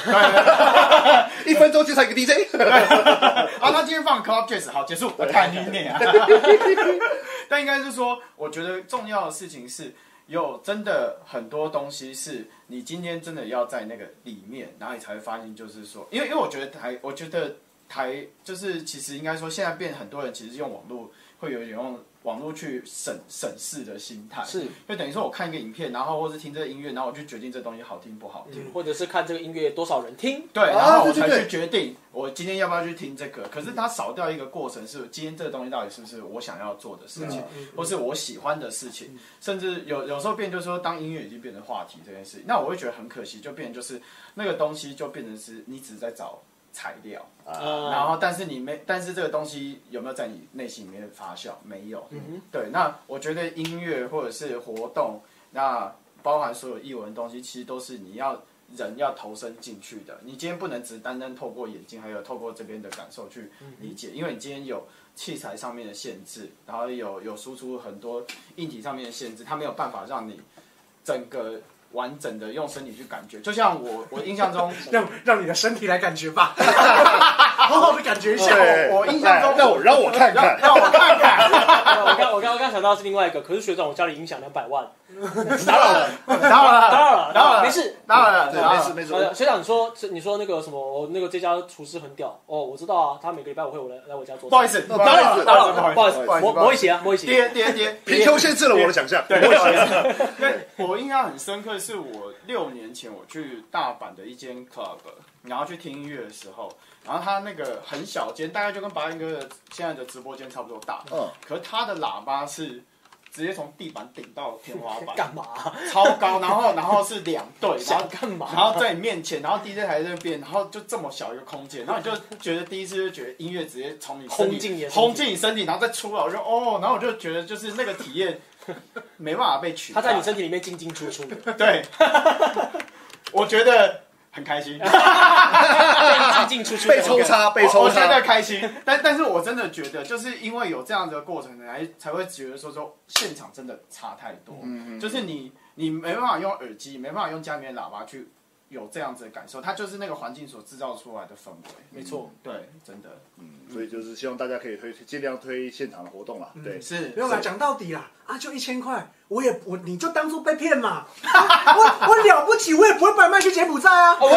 S2: 一分钟介绍一个 DJ，
S3: 啊，他今天放 Club Jazz，好，结束，我看你脸啊。但应该是说，我觉得重要的事情是，有真的很多东西是你今天真的要在那个里面，然后你才会发现，就是说，因为因为我觉得台，我觉得台就是其实应该说，现在变很多人其实用网络会有一点用网络去审审视的心态，
S1: 是
S3: 就等于说我看一个影片，然后或是听这个音乐，然后我就决定这东西好听不好听。
S1: 或者是看这个音乐多少人听，
S3: 对，
S2: 啊
S3: 然后我
S2: 对
S3: 才
S2: 对
S3: 去
S2: 对
S3: 决定我今天要不要去听这个。可是它少掉一个过程，是今天这个东西到底是不是我想要做的
S2: 嗯
S3: 事情，
S4: 嗯
S3: 或是我喜欢的事情，甚至有有时候变就是说，当音乐已经变成话题这件事，那我会觉得很可惜，就变成就是那个东西就变成是你只是在找材料，
S2: 啊
S1: 呃
S3: 然后但是你没，但是这个东西有没有在你内心里面发酵？没有。
S2: 嗯
S3: 对，那我觉得音乐或者是活动，那包含所有译文的东西，其实都是你要人要投身进去的。你今天不能只单单透过眼睛，还有透过这边的感受去
S2: 嗯
S3: 理解，因为你今天有器材上面的限制，然后有有输出很多硬体上面的限制，它没有办法让你整个完整的用身体去感觉。就像我我印象 中，
S4: 让让你的身体来感觉吧， 好好的感觉一 下。
S2: 对哎
S3: 我印象中
S2: 让我让我看看，
S3: 让我看看，
S1: 我刚我刚我刚想到是另外一个，可是学长，我家里音响两百万，
S2: 打扰了，
S3: 然后
S1: 当
S3: 了，
S1: 然了，
S3: 当然了
S1: 没事。
S3: 当然了，
S2: 对，
S3: 当然
S2: 没
S3: 了
S2: 事没事，
S1: 呃，学长，你说你说那个什么，那个这家厨师很屌哦，我知道啊，他每个礼拜我会我来来我家做菜。
S3: 不好意思，不
S2: 当
S3: 好意
S2: 然
S3: 思，
S2: 了
S1: 当然
S3: 不
S1: 了，
S3: 好意
S1: 不
S3: 思，
S1: 好意思，我我一起啊，我一起。
S3: 跌跌 跌，
S2: 皮球限制了我的想象，
S3: 对
S2: 我想象
S3: 对，我印象很深刻，是我六年前我去大阪的一间 club，然后去听音乐的时候，然后它那个很小间，大概就跟八音哥的现在的直播间差不多大，
S2: 嗯，
S3: 可是它的喇叭是直接从地板顶到天花 板，
S1: 干嘛啊？
S3: 超高，然后然后是两 对，然后
S1: 想干嘛
S3: 然？后在你面前，然后 DJ 台在那边，然后就这么小一个空间，然后你就觉得第一次就觉得音乐直接从你身体
S1: 轰进你的身体
S3: 轰进你身体，然后再出来，我就哦，然后我就觉得就是那个体验没办法被取代。
S1: 他在你身体里面进进出出 的，
S3: 对，我觉得很开心，
S1: 进进出出的
S2: 被抽插被
S3: 我
S2: 抽
S3: 我现在
S2: 插，
S3: 开心， 但但是我真的觉得，就是因为有这样的过程，才才会觉得说说现场真的差太多，
S2: 嗯
S3: 就是你你没办法用耳机，没办法用家里面的喇叭去有这样子的感受，它就是那个环境所制造出来的氛围。
S1: 没错，
S3: 对，真的，
S2: 所以就是希望大家可以推尽量推现场的活动啦，
S3: 嗯
S2: 对，
S3: 是
S4: 没有啦，讲到底啦，啊，就一千块，我也我你就当做被骗嘛， 我我了不起，我也不会把卖去柬埔寨啊，
S1: 喂，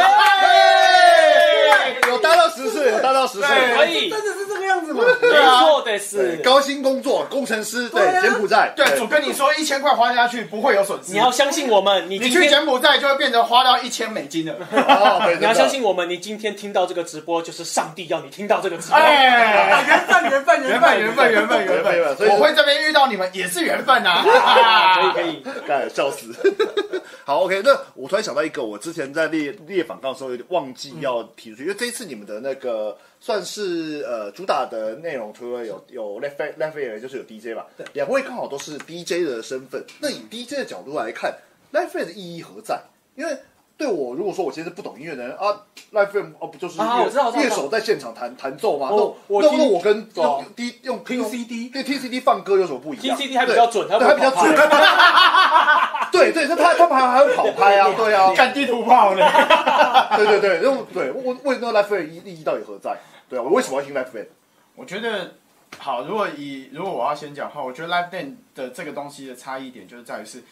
S2: 有搭到十岁，有搭到十
S3: 对
S2: 岁
S1: 可。以，
S4: 真的是这个样子吗？
S1: 没错的
S2: 对，。
S1: 是
S2: 高薪工作，工程师，对
S4: 对，啊
S2: 柬埔寨，
S3: 对，我跟你说，一千块花下去不会有损失。
S1: 你要相信我们，你
S3: 你
S1: 今
S3: 去
S1: 天
S3: 柬埔寨就会变成花掉一千美金了。
S2: 哦，对，
S1: 你要
S2: 真的
S1: 相信我们，你今天听到这个直播就是上帝要你听到这个直播。
S3: 哎，
S4: 啊缘分，缘分，
S3: 缘
S4: 缘
S3: 分，
S4: 分，
S3: 缘分，缘分，缘
S2: 缘分
S3: 分。
S2: 所以
S3: 我会这边遇到你们也是缘分呐。
S1: 啊可以可以，
S2: 干笑死。好，OK，那我突然想到一个，我之前在列列访纲的时候有点忘记
S1: 嗯
S2: 要提出去，因为这一次你们的那个算是呃主打的内容，除了有有 left Fair- left air 就是有 DJ 吧，两位刚好都是 DJ 的身份。那
S1: 嗯
S2: 以 DJ 的角度来看，left air 的意义何在？因为对我，如果说我今天是不懂音乐的人啊，live film 哦，不就是乐、
S1: 啊我知道我知道
S2: 乐手在现场弹弹奏吗？那
S1: 哦我
S2: 那
S1: 听哦
S2: 那我跟
S1: 懂
S2: 用 D 用
S4: 听 CD
S2: 对 T C D 放歌有什么不一样
S1: TCD 还比较准
S2: 对
S1: 它
S2: 还
S1: 不
S2: 比较
S1: 会跑
S2: 准。对对，那他他们还还会跑拍啊，对 啊，
S3: 干地图炮呢？
S2: 对对对，因为对我为什么 Life Aid 意义到底何在？对啊，我为什么要听 Life Aid？
S3: 我觉得好，如果以如果我要先讲的话，我觉得 live band 的这个东西的差异点就是在于是，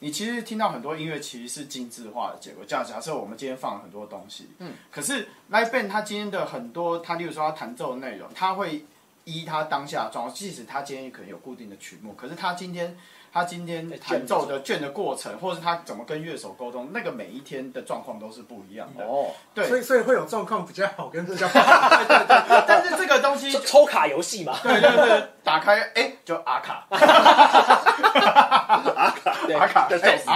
S3: 你其实听到很多音乐其实是精致化的结果。假假设我们今天放了很多东西，嗯，可是 live band 它今天的很多，它例如说它弹奏的内容，它会依它当下的状况，即使它今天可能有固定的曲目，可是它今天。它今天弹奏的卷的过程，或者是它怎么跟乐手沟通，那个每一天的状况都是不一样的。
S2: 哦，
S3: 对
S4: 所以所以会有状况比较好跟比较不好，
S3: 但是这个东西
S1: 抽抽卡游戏嘛，
S3: 对对对，打开哎、就阿卡，阿卡，阿卡，哎阿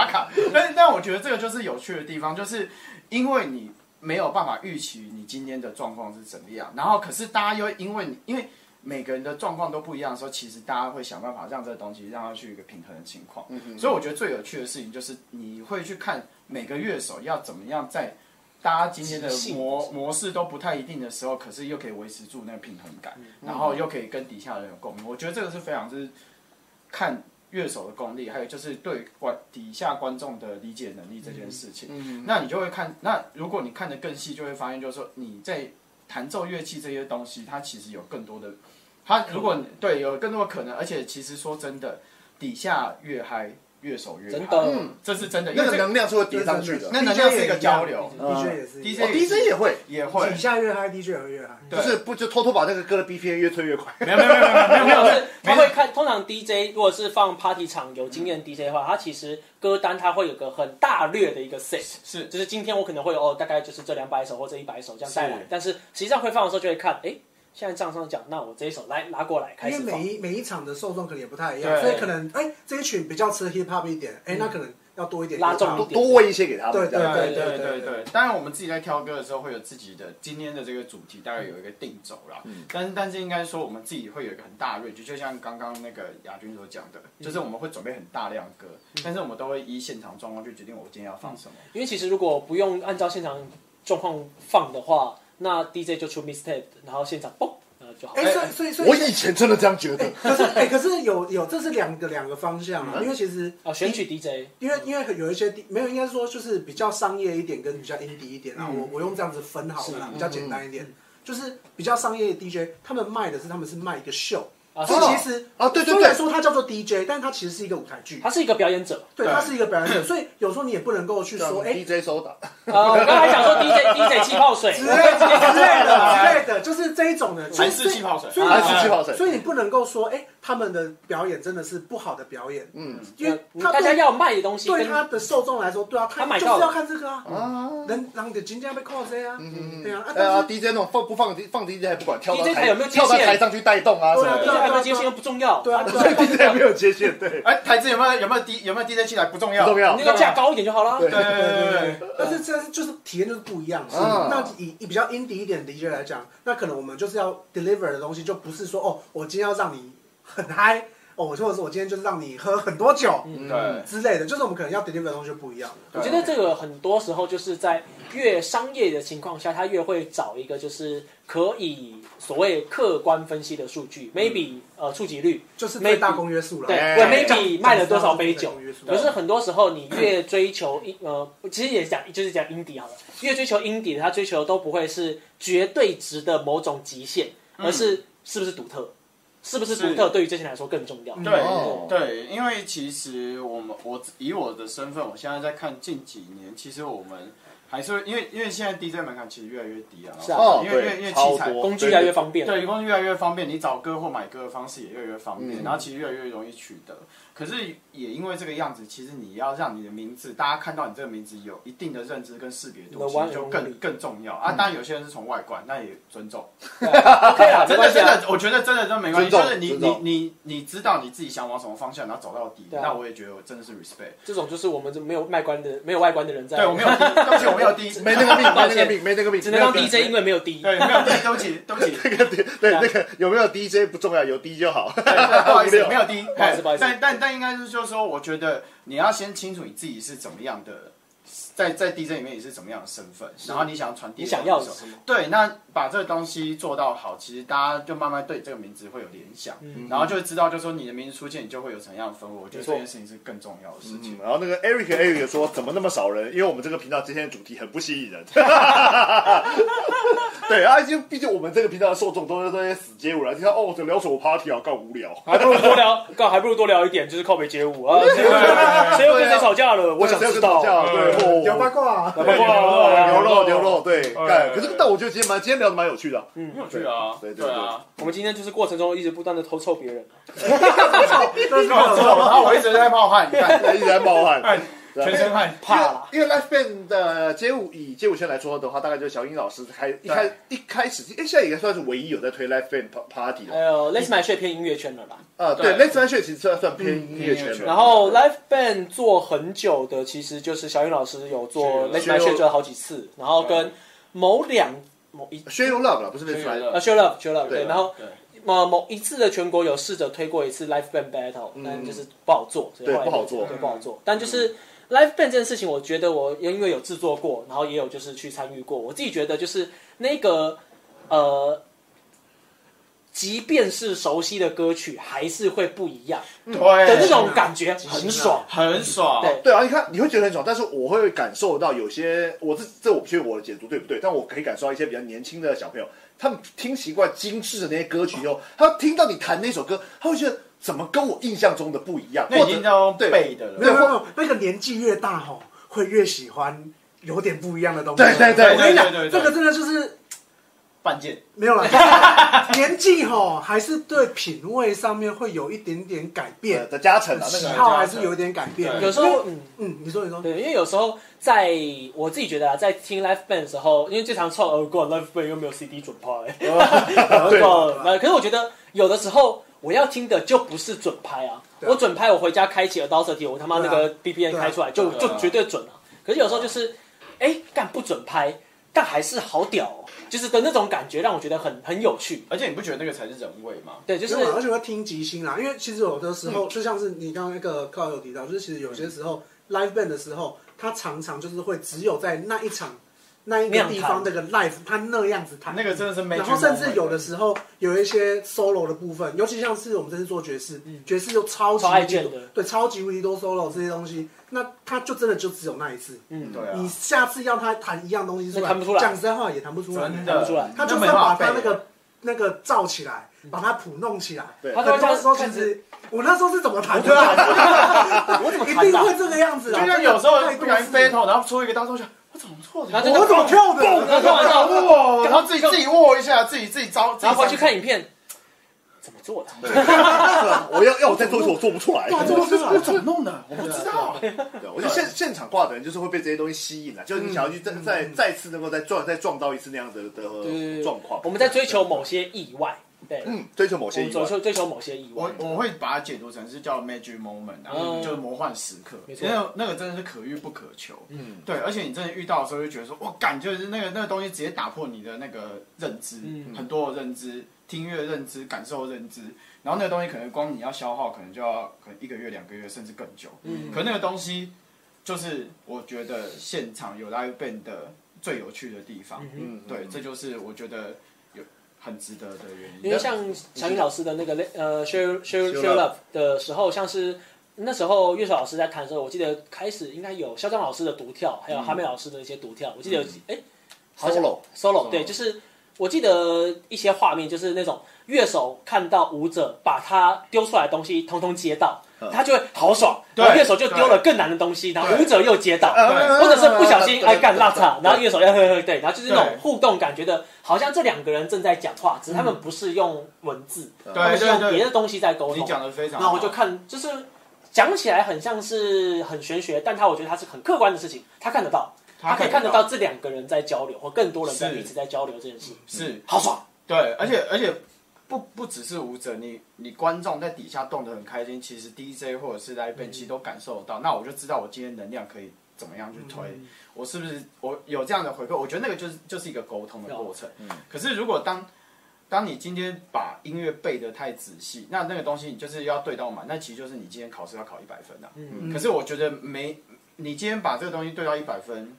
S3: 卡。但是但我觉得这个就是有趣的地方，就是因为你没有办法预期你今天的状况是怎么样，然后可是大家又因为你因为。每个人的状况都不一样的时候，其实大家会想办法让这个东西让它去一个平衡的情况。
S1: 嗯
S3: 所以我觉得最有趣的事情就是你会去看每个乐手要怎么样在大家今天的
S1: 即兴
S3: 模模式都不太一定的时候，可是又可以维持住那个平衡感，
S1: 嗯
S3: 然后又可以跟底下的人有共鸣。我觉得这个是非常就是看乐手的功力，还有就是对观底下观众的理解能力这件事情。那你就会看，那如果你看得更细，就会发现就是说你在弹奏乐器这些东西，它其实有更多的，它如果对有更多的可能，而且其实说真的，底下越嗨，乐手越嗨，
S1: 真的，
S2: 嗯
S3: 这是真的，因
S2: 那
S3: 为
S2: 个
S3: 这个
S2: 能量是会叠上去的。
S3: 那能量是一个交流
S4: ，DJ 也是一
S2: 哦
S4: 样
S3: DJ
S2: ，DJ 也会，
S3: 也会
S4: 底下越嗨，DJ 也会越嗨。
S2: 就
S3: 对
S2: 是不就偷偷把那个歌的 BPM 越推越快。
S3: 没有没有没有没有没
S1: 没
S3: 有
S1: 有
S3: 没有
S1: 是他会看，通常 DJ 如果是放 party 场有经
S4: 嗯
S1: 验的 DJ 的话，他其实歌单他会有个很大略的一个 set，
S3: 是
S1: 就是今天我可能会有哦，大概就是这两百首或这一百首这样带来
S3: 是，
S1: 但是实际上会放的时候就会看，哎，现在这样上讲，那我这一首来拿过来开
S4: 因为
S1: 始放
S4: 每。一每一场的受众可能也不太一样，
S3: 对
S4: 所以可能哎、这一群比较吃 hip hop 一点，哎、那可能要多一点
S1: 拉
S4: 给他
S1: 重
S2: 多
S1: 一点
S2: 多喂一些给他们，
S4: 对
S2: 这样
S4: 对
S3: 对
S4: 对
S3: 对
S4: 对
S3: 对。当然，我们自己在挑歌的时候会有自己的今天的这个主题，大概有一个定轴啦。但是但是应该说，我们自己会有一个很大的 range，就像刚刚那个亚军所讲的，就是我们会准备很大量歌，但是我们都会依现场状况去决定我今天要放什么。
S1: 因为其实如果不用按照现场状况放的话，那 DJ 就出 mistake，然后现场嘣，然后就好。
S4: 哎，所以所以所以
S2: 我以前真的这样觉得，
S4: 可是哎，可是有有这是两个两个方向啊，因为其实
S1: 哦，选取 DJ，
S4: 因
S2: 嗯
S4: 为因为有一些地没有，应该说就是比较商业一点跟比较 indie 一点啊，
S2: 嗯
S4: 我我用这样子分好了啦，比较简单一点。就是比较商业的 DJ，他们卖的是他们是卖一个秀，
S1: 啊
S4: 所
S1: 是
S4: 以其实
S2: 啊对对
S4: 虽然
S2: 对
S4: 说它叫做 DJ，但它其实是一个舞台剧
S1: 他，是一个表演者。
S4: 对，
S3: 对
S4: 它是一个表演者，所以有时候你也不能够去说，哎，
S2: DJ 手打，
S1: 啊，我刚才想说 DJ DJ 气泡水，
S4: 之类的、之类的、之类的，就是这一种的，
S3: 韩式气泡水
S4: 所以
S2: 韩式气泡水
S4: 所以你不能够说，哎、他们的表演真的是不好的表演，
S2: 嗯，
S4: 因为
S1: 嗯
S4: 他
S1: 大家
S4: 对
S1: 要卖的东西
S4: 对
S1: 跟
S4: 他的受众来说，对啊，他
S1: 他买
S4: 就
S1: 到
S4: 是
S1: 了
S4: 要看这个啊，
S2: 啊，
S4: 能让你的金价被扣谁啊，对啊，啊，
S2: 哎呀
S4: 但是。
S2: ，DJ 那种放不放放 DJ 还不管，跳到
S1: DJ
S2: 台
S1: 还有没有
S2: 跳到
S1: 界限
S2: 台上去带动啊什
S4: 对啊
S2: 么
S1: 对
S2: 的
S1: 还有没有接线又不重要。
S4: 对啊，对啊，
S2: ，DJ 还没有界限，对，
S3: 哎，台子有没有有没有 D 有没有 DJ 器材不重
S2: 不
S3: 要，
S2: 重
S1: 你
S2: 要
S1: 那。个价高一点就好啦。
S2: 对
S3: 对对对对
S4: 对
S3: 对。
S4: 对，但是这就是体验就是不一样。
S2: 嗯
S4: 那以以比较 indie 一点的 DJ 来讲，那可能我们就是要 deliver 的东西，就不是说哦，我今天要让你很嗨，哦，我或者是我今天就是让你喝很多酒
S2: 嗯
S3: 对
S4: 之类的，就是我们可能要 deliver 的东西就不一样。
S1: 我觉得这个很多时候就是在越商业的情况下，他越会找一个就是可以所谓客观分析的数据，maybe
S4: 嗯
S1: 呃触及率，
S4: 就是最
S1: maybe
S4: 大公约数了。
S1: 对
S2: 哎
S1: 对
S4: 讲
S1: ，maybe 卖了多少杯
S4: 讲
S1: 酒
S4: 到这个约束？
S1: 可是很多时候，你越追求一呃，其实也讲就是讲 indie 好了，越追求 indie 的，他追求都不会是绝对值的某种极限，
S4: 嗯
S1: 而是是不是独特，是不是独特
S3: 是
S1: 对于这些人来说更重要。
S4: 嗯
S3: 对、
S2: 哦
S3: 对，因为其实我们我以我的身份，我现在在看近几年，其实我们还是会因为因为现在 DJ 门槛其实越来越低啊，
S1: 是啊
S3: 老
S2: 哦
S3: 实，讲因为因为因
S2: 对，
S3: 为
S2: 超
S3: 器材
S2: 多
S1: 工具越来越方便，
S3: 对，工具越来越方便，你找歌或买歌的方式也越来越方便，
S2: 嗯
S3: 然后其实越来越容易取得。可是也因为这个样子，其实你要让你的名字，大家看到你这个名字有一定的认知跟识别度，
S1: The
S3: 其
S1: one
S3: 实就
S1: and
S3: 更
S1: only
S3: 更重要啊。当然有些人是从外观，那也尊重。
S1: ，OK 啦，没
S3: 真
S1: 关
S3: 的
S1: 系
S3: 真
S1: 啊。
S3: 的，我觉得真的真的没关系，
S2: 尊重
S3: 就是你
S2: 尊
S3: 你
S2: 重
S3: 你你知道你自己想往什么方向，然后走到底，
S1: 对啊
S3: 那我也觉得我真的是 respect。
S1: 这种就是我们这没有卖官的、没有外观的人在，
S3: 对我没有低，对不起我没有低，
S2: 没那个病，没那个病，没那个病，
S1: 只能当
S2: 没有
S1: DJ，因为没有 D。
S3: 对没有低，对不起对不起，
S2: 对那个有没有 DJ 不重要，有 D 就好。
S3: 对不好意思，没有低，哎
S1: 不好意思不好意思
S3: 但但但应该是就是说，我觉得你要先清楚你自己是怎么样的，在在 DJ 里面你是怎么样的身份，然后你想要传递
S1: 你想要
S3: 的
S1: 的
S3: 东西
S1: 是什么？
S3: 对，那把这个东西做到好，其实大家就慢慢对这个名字会有联想，
S1: 嗯
S3: 然后就会知道，就说你的名字出现，你就会有什么样的氛围。我觉得
S2: 没错
S3: 这件事情是更重要的事情
S2: 嗯。 然后那个 Eric Eric 说怎么那么少人？因为我们这个频道今天的主题很不吸引人。 对啊，因为毕竟我们这个频道的受众都是那些死街舞来，听到哦，这聊什么 party 啊，干无聊。
S1: 还不如多聊，干还不如多聊一点，就是靠北街舞啊，谁又谁又跟谁吵架了？我想
S2: 对啊
S1: 知道
S2: 谁。要跟我吵架对，
S4: 有八
S2: 哦
S4: 卦 啊，
S1: 八卦
S2: 牛
S1: 牛
S2: 肉牛肉，对，
S3: 哎
S2: 干。可是但我觉得今天蛮今天聊的蛮有趣的。
S3: 很有趣啊，
S2: 对对
S3: 对啊，
S1: 我们今天就是过程中一直不断的偷臭别人，
S4: 都是
S3: 然后我一直在冒汗，你看，
S2: 一直在冒汗。啊
S3: 汗全身汗，
S1: 怕啦。
S2: 因为 Live Band 的街舞以街舞圈来说的话，大概就是小英老师开一开一开始，哎，现在也算是唯一有在推 Live Band pa- Party 的
S1: 还。有 Let's 哎 My Shit 偏音乐圈了啦。
S2: 啊，对
S3: 对
S2: ，Let's Dance 其实算算偏音乐圈的。
S1: 然后 Live Band 做很久的，其实就是小云老师有做
S3: 是
S1: Let's My
S2: 是
S1: Shit 做了好几次，然后跟某两某一
S2: Share Your Love 啦，不是 Let's
S3: 学
S2: Dance。
S3: 了
S1: 呃 Show Love Show Love
S2: 对
S1: 对，然后
S3: 对
S1: 某某一次的全国有试着推过一次 Live Band Battle，但就是不好做，所以
S2: 嗯对
S1: 后来
S2: 不好做嗯
S1: 对不好做。但就是 Live Band 这件事情，我觉得我因为有制作过，然后也有就是去参与过，我自己觉得就是那个呃。即便是熟悉的歌曲，还是会不一样
S3: 对
S1: 嗯的那种感觉，很
S4: 即兴啊
S1: 爽。
S3: 很爽，
S1: 对
S2: 对啊，你看你会觉得很爽，但是我会感受到有些我这这我不确定我的解读对不对，但我可以感受到一些比较年轻的小朋友，他们听习惯精致的那些歌曲以后，他听到你弹那首歌，他会觉得怎么跟我印象中的不一样，
S3: 那已经叫
S2: 对
S3: 背的了
S4: 没。有没有没有，那个年纪越大吼，会越喜欢有点不一样的东西。
S2: 对对对
S4: 我跟你讲，
S3: 对对对对
S4: 这个真的就是
S3: 半件，
S4: 没有啦，年纪吼还是对品味上面会有一点点改
S2: 呃
S4: 变，
S2: 的加成啊，那
S4: 喜
S2: 个
S4: 好还是有一点改变。
S3: 对
S1: 有时
S4: 因为
S1: 候，嗯，
S4: 嗯，你说你说，
S1: 对，因为有时候在我自己觉得啊，在听 live band 的时候，因为最常凑耳过 live band 又没有 CD 准拍，耳
S2: 对
S1: 过，呃，可是我觉得有的时候我要听的就不是准拍啊，
S4: 对啊
S1: 我准拍我回家开启 Audacity，我他妈那个 BPN
S4: 对啊
S1: 开出来就
S3: 对啊
S1: 就绝对准了、可是有时候就是，哎，干不准拍，但还是好屌、哦，就是的那种感觉让我觉得很很有趣。
S3: 而且你不觉得那个才是人味吗？
S1: 对，就是嗯
S4: 没有啊而且会听即兴啦，因为其实有的时候，就像是你刚刚那个高友提到，就是其实有些时候、live band 的时候，他常常就是会只有在那一场那一
S1: 那
S4: 个
S1: 样
S4: 地方
S1: 弹
S4: 那个 live，他那样子弹
S3: 那。个真的是没。
S4: 然后甚至有的时候有一些 solo 的部分，尤其像是我们这次做爵士，爵士就超级
S1: 嗯超爱
S4: 无敌
S1: 卷
S4: 多
S1: 的
S4: 对，超级无敌多 solo 这些东西，那他就真的就只有那一次。
S1: 嗯，
S3: 对啊，
S4: 你下次要他弹一样东西出
S1: 那
S4: 来，
S1: 弹不出来
S4: 讲实在话也弹不出来。
S3: 真
S1: 看不
S3: 的
S1: 出来
S4: 他就算
S3: 那没办
S4: 把
S3: 法
S4: 他
S3: 背
S4: 那个那个罩起来，把它谱弄起来，
S2: 对
S1: 他
S4: 很
S1: 都
S4: 多
S1: 会这样
S4: 时候其
S1: 看着
S4: 实我那时候是怎么弹
S1: 对
S4: 的，
S1: 啊，我怎 么
S4: 一
S1: 弹
S4: 定
S1: 的啊？
S4: 会这个样子
S3: 就
S4: 啊。
S3: 像有时候
S4: 太
S3: 不
S4: 多
S3: 小心
S4: 次了
S3: battle，然后出一个大错，就我怎么错的？
S1: 然后就
S4: 我怎么跳
S1: 蹦然
S4: 的？
S1: 后跳完之后
S3: 哇，然后自己自己握一下，自己自己招，自己
S1: 然后回去
S3: 上
S1: 看影片，怎么做的？
S2: 我要要我再做一次，我做不出来。
S4: 哇这么
S3: 我怎么弄的？我不知道。
S2: 对，我觉得现现场挂的人就是会被这些东西吸引了，就是你想要去再再再次能够再撞再撞到一次那样的的状况。
S1: 我们在追求某些意外，对，
S2: 嗯追求某
S1: 我
S2: 些
S1: 们
S2: 意外
S1: 追，求追求某些意外
S3: 我。我会把它解读成是叫 magic moment，然后
S1: 嗯
S3: 就是魔幻时刻，
S1: 没错
S3: 因为那个真的是可遇不可求。嗯，对，而且你真的遇到的时候，就觉得说，哇，感就是那个那个东西直接打破你的那个认知，
S1: 嗯
S3: 很多的认知、听乐认知、感受认知，然后那个东西可能光你要消耗，可能就要可能一个月、两个月，甚至更久。嗯，可那个东西就是我觉得现场有 live band 的最有趣的地方。
S2: 嗯，
S3: 嗯，对，这就是我觉得有很值得的原因。
S1: 因为像小雨老师的那个呃 share share
S2: Share
S1: share love 的时候，像是那时候乐手老师在弹的时候，我记得开始应该有肖战老师的独跳，还有哈妹老师的一些独跳，我记得有哎、好像
S2: Solo
S1: solo 对，就是我记得一些画面，就是那种乐手看到舞者把他丢出来的东西通通接到。他就会好爽，然后乐手就丢了更难的东西，然后舞者又接到，或者是不小心哎干落差，然后乐手要呵呵对，然后就是那种
S3: 对
S1: 互动感，觉的好像这两个人正在讲话，只是他们不是用文字，他
S3: 对
S1: 们是用
S3: 对
S1: 别
S3: 对，
S1: 的东西在沟
S3: 你
S1: 通。
S3: 讲的非常
S1: 然
S3: 好。
S1: 后我就看，就是讲起来很像是很玄学，但他我觉得他是很客观的事情，他看得到，他可以看得到这两个人在交流，或更多人在
S3: 是
S1: 彼此在交流这件事，
S3: 是，
S1: 好爽。
S3: 对，而且而且不不只是舞者，你你观众在底下动得很开心，其实 DJ 或者是来宾其实都感受得到。那我就知道我今天能量可以怎么样去推，我是不是我有这样的回馈？我觉得那个就是就是一个沟通的过程。可是如果当当你今天把音乐背得太仔细，那那个东西你就是要对到满，那其实就是你今天考试要考一百分的、啊
S1: 嗯
S3: 可是我觉得没，你今天把这个东西对到一百分，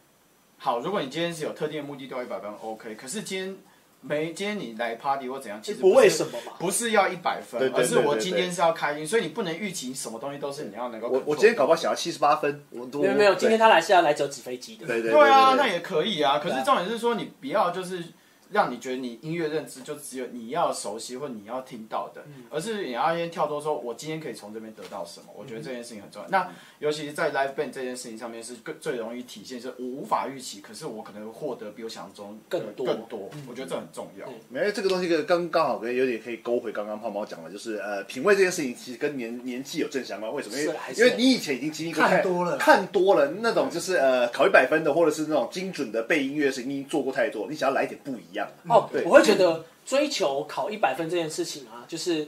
S3: 好，如果你今天是有特定的目的对到一百分，OK。可是今天没，今天你来 party 或怎样，其实
S1: 不为
S3: 是
S1: 什么嘛，
S3: 不是要一百分
S2: 对，对
S3: 而是
S2: 对
S3: 我
S2: 对
S3: 今
S2: 对
S3: 天是要开心，所以你不能预期什么东西都是你要能够。
S2: 我我今天搞不好想要七十八分，我
S1: 没有没有，今天他来是要来折纸飞机的，
S2: 对对
S3: 对啊，那
S2: 对
S3: 也可以啊。可
S1: 对
S3: 是
S1: 啊
S3: 重点是说，你不要就是让你觉得你音乐认知就只有你要熟悉或你要听到的，
S1: 嗯
S3: 而是你要先跳脱说，我今天可以从这边得到什么？我
S1: 嗯
S3: 觉得这件事情很重要。那尤其是在 live band 这件事情上面，是更最容易体现，是我无法预期，可是我可能获得比我想象中的
S1: 更多嗯
S3: 更多。我觉得这很重要。
S2: 没有这个东西跟刚刚好跟有点可以勾回刚刚胖猫讲的，就是呃，品味这件事情其实跟年年纪有正相关。为什么？因为
S1: 是还是
S2: 因为你以前已经经历过太
S4: 看多了
S2: 看多了那种就是呃考一百分的，或者是那种精准的背音乐是你已经做过太多，你想要来一点不一样。
S1: 哦
S2: 对，
S1: 我会觉得追求考一百分这件事情啊，就是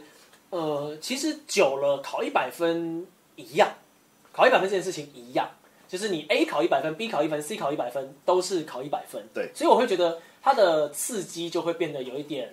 S1: 呃，其实久了考一百分一样，考一百分这件事情一样，就是你 A 考一百分，B 考一分，C 考一百分，都是考一百分。
S2: 对
S1: 所以我会觉得它的刺激就会变得有一点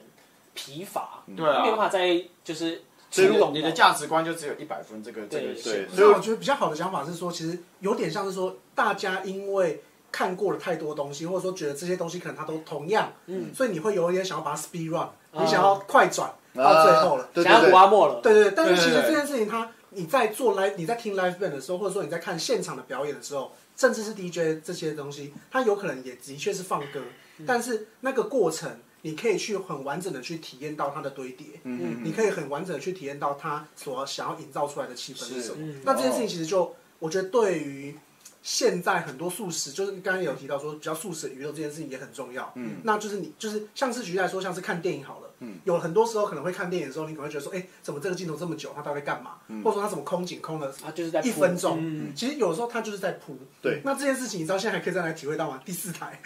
S1: 疲乏，
S4: 嗯
S3: 对啊
S1: 没有办法再就是
S3: 所以
S1: 出笼
S3: 你的价值观就只有一百分，这个这个
S1: 对
S3: 线
S2: 对
S4: 所以我觉得比较好的想法是说，其实有点像是说，大家因为看过了太多东西，或者说觉得这些东西可能他都同样，
S1: 嗯
S4: 所以你会有一点想要把它 speed run，
S1: 啊
S4: 你想要快转到最后了。
S2: 啊对对
S1: 想要
S2: 对
S1: 古，阿莫了，
S4: 对对对，但是其实
S3: 对对
S4: 这
S3: 对
S4: 件事情它，你在做 live，你在听 live band 的时候，或者说你在看现场的表演的时候，甚至是 DJ 这些东西，它有可能也的确是放歌，但是那个过程，你可以去很完整的去体验到它的堆叠，
S2: 嗯
S4: 你可以很完整的去体验到它所想要营造出来的气氛是
S3: 是
S4: 什么。
S1: 嗯
S4: 那这件事情其实就，我觉得对于现在很多素食，就是刚才有提到说比较素食的娱乐这件事情也很重要。嗯，那就是你就是像是举例来说，像是看电影好了，嗯，有很多时候可能会看电影的时候，你可能会觉得说，哎、怎么这个镜头这么久，他到底在干嘛？或者说他怎么空景空了
S1: 嗯啊就是在铺
S4: 一分钟？
S1: 嗯
S4: 其实有时候他就是在铺。
S2: 对
S4: 那这件事情你知道现在还可以再来体会到吗？第四台，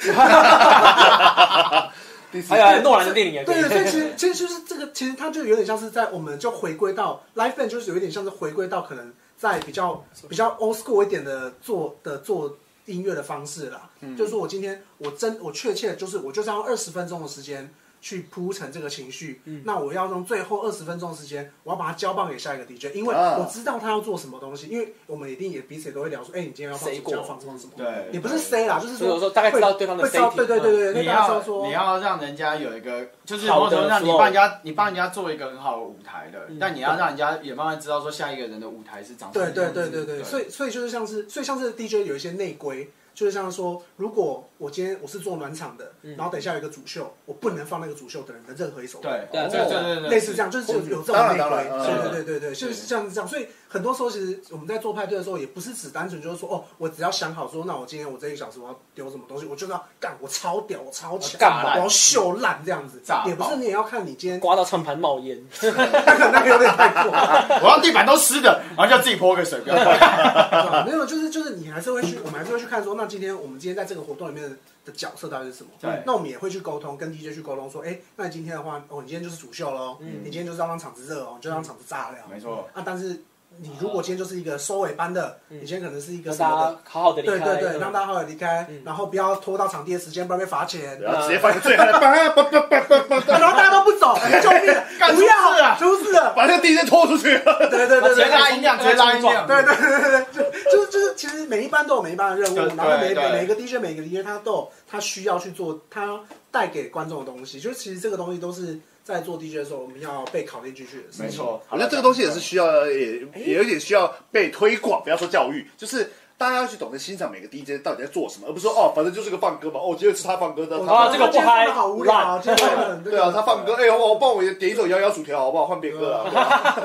S2: 第四
S1: 还有哎诺兰的电影也可以
S4: 对，所以其实其实就是这个，其实它就有点像是在我们就回归到 live band，就是有一点像是回归到可能在比较比较 old school 一点的做的做音乐的方式啦。
S1: 嗯
S4: 就是说我今天我真我确切就是我就是要二十分钟的时间去铺陈这个情绪，
S1: 嗯
S4: 那我要用最后二十分钟的时间，我要把它交棒给下一个 DJ，因为
S2: 啊
S4: 我知道他要做什么东西，因为我们一定也彼此也都会聊说，哎、你今天要放什
S1: 谁
S4: 么，要
S1: 过
S4: 放什么什么，
S3: 对
S4: 也不是 C 啦，就是
S1: 所以
S4: 说
S1: 我说大概知道
S4: 会
S1: 对方的嗯
S4: 会知道
S1: setting，
S4: 对对对对，
S3: 你
S4: 那大家知
S3: 要
S4: 道说
S3: 你要让人家有一个，就是
S1: 好的
S3: 某种让你
S1: flow
S3: 帮人家，你帮人家做一个很好的舞台的，但你要让人家也慢慢知道说下一个人的舞台是长什么
S4: 嗯对
S3: 样
S4: 对
S3: 子。
S4: 对对对，所以所以就是像是，所以像是 DJ 有一些内规，就是像是说，如果我今天我是做暖场的，然后等一下有一个主秀，我不能放那个主秀的人的任何一首歌，
S3: 对
S1: 对啊
S3: 对
S1: 对
S3: 对对对，
S4: 类似这样，就是有有这种
S2: 当
S4: 内
S2: 然当
S4: 规
S2: 然，
S1: 当然
S4: 对对对对，就是像是这样。所以很多时候，其实我们在做派对的时候，也不是只单纯就是说，哦，我只要想好说，那我今天我这一个小时我要丢什么东西，我就要干，我超屌，我超强，
S1: 干嘛
S4: 我要秀烂这样子
S3: 炸，爆
S4: 也不是你也要看你今天，
S1: 刮到唱盘冒烟，
S4: 那 个那个有点太过了。
S3: 我让地板都湿的，然后就自己泼个水，不要 管。
S4: 没有，就是就是你还是会去，我们还是会去看说，那今天我们今天在这个活动里面的角色到底是什么？
S3: 对
S4: 那我们也会去沟通，跟 DJ 去沟通说，哎、那你今天的话，哦，你今天就是主秀喽，你今天就是要让场子热哦，你就让场子炸了。
S3: 没错，
S4: 啊，但是你如果今天就是一个收尾班的，你今天可能是一个
S1: 让
S4: 什么
S1: 大
S4: 的
S1: 家。好好的离
S4: 对
S1: 开。
S4: 对对，
S1: 嗯
S4: 让大家好好离开，然后不要拖到场地的时间，不然被罚钱。
S2: 然后直接放个最嗨的，叭叭叭叭叭叭，
S4: 然后大家都不走，救命啊！
S3: 干
S4: 不
S3: 出事
S4: 要，
S3: 啊
S4: 出事了！
S2: 把那个 DJ 拖出去。
S4: 对对对对
S3: 直接
S4: 对，
S3: 拉音量，直接拉音量。
S4: 对对对对对， 就是就是，其实每一班都有每一班的任
S3: 对
S4: 务，
S3: 对
S4: 然后每
S3: 呃对
S4: 每每一个 DJ 每个 DJ 他都有他需要去做，他带给观众的东西，就是其实这个东西都是在做 DJ 的时候我们要被考虑进去的事
S3: 没
S4: 情。
S3: 错，
S2: 我觉得这个东西也是需要，也也有点需要被推广，不要说教育，就是。大家要去懂得欣赏每个 DJ 到底在做什么，而不是说哦，反正就是个放歌嘛。哦，今天是他放歌的，
S4: 我
S2: 他
S4: 觉得
S1: 啊这个不
S4: 今天真
S1: 嗨
S4: 的好无聊啊，今天真的很
S2: 对啊，他放歌，哎、呦，我帮我点一首《摇摇薯条》好不好？换别歌了。
S1: 嗯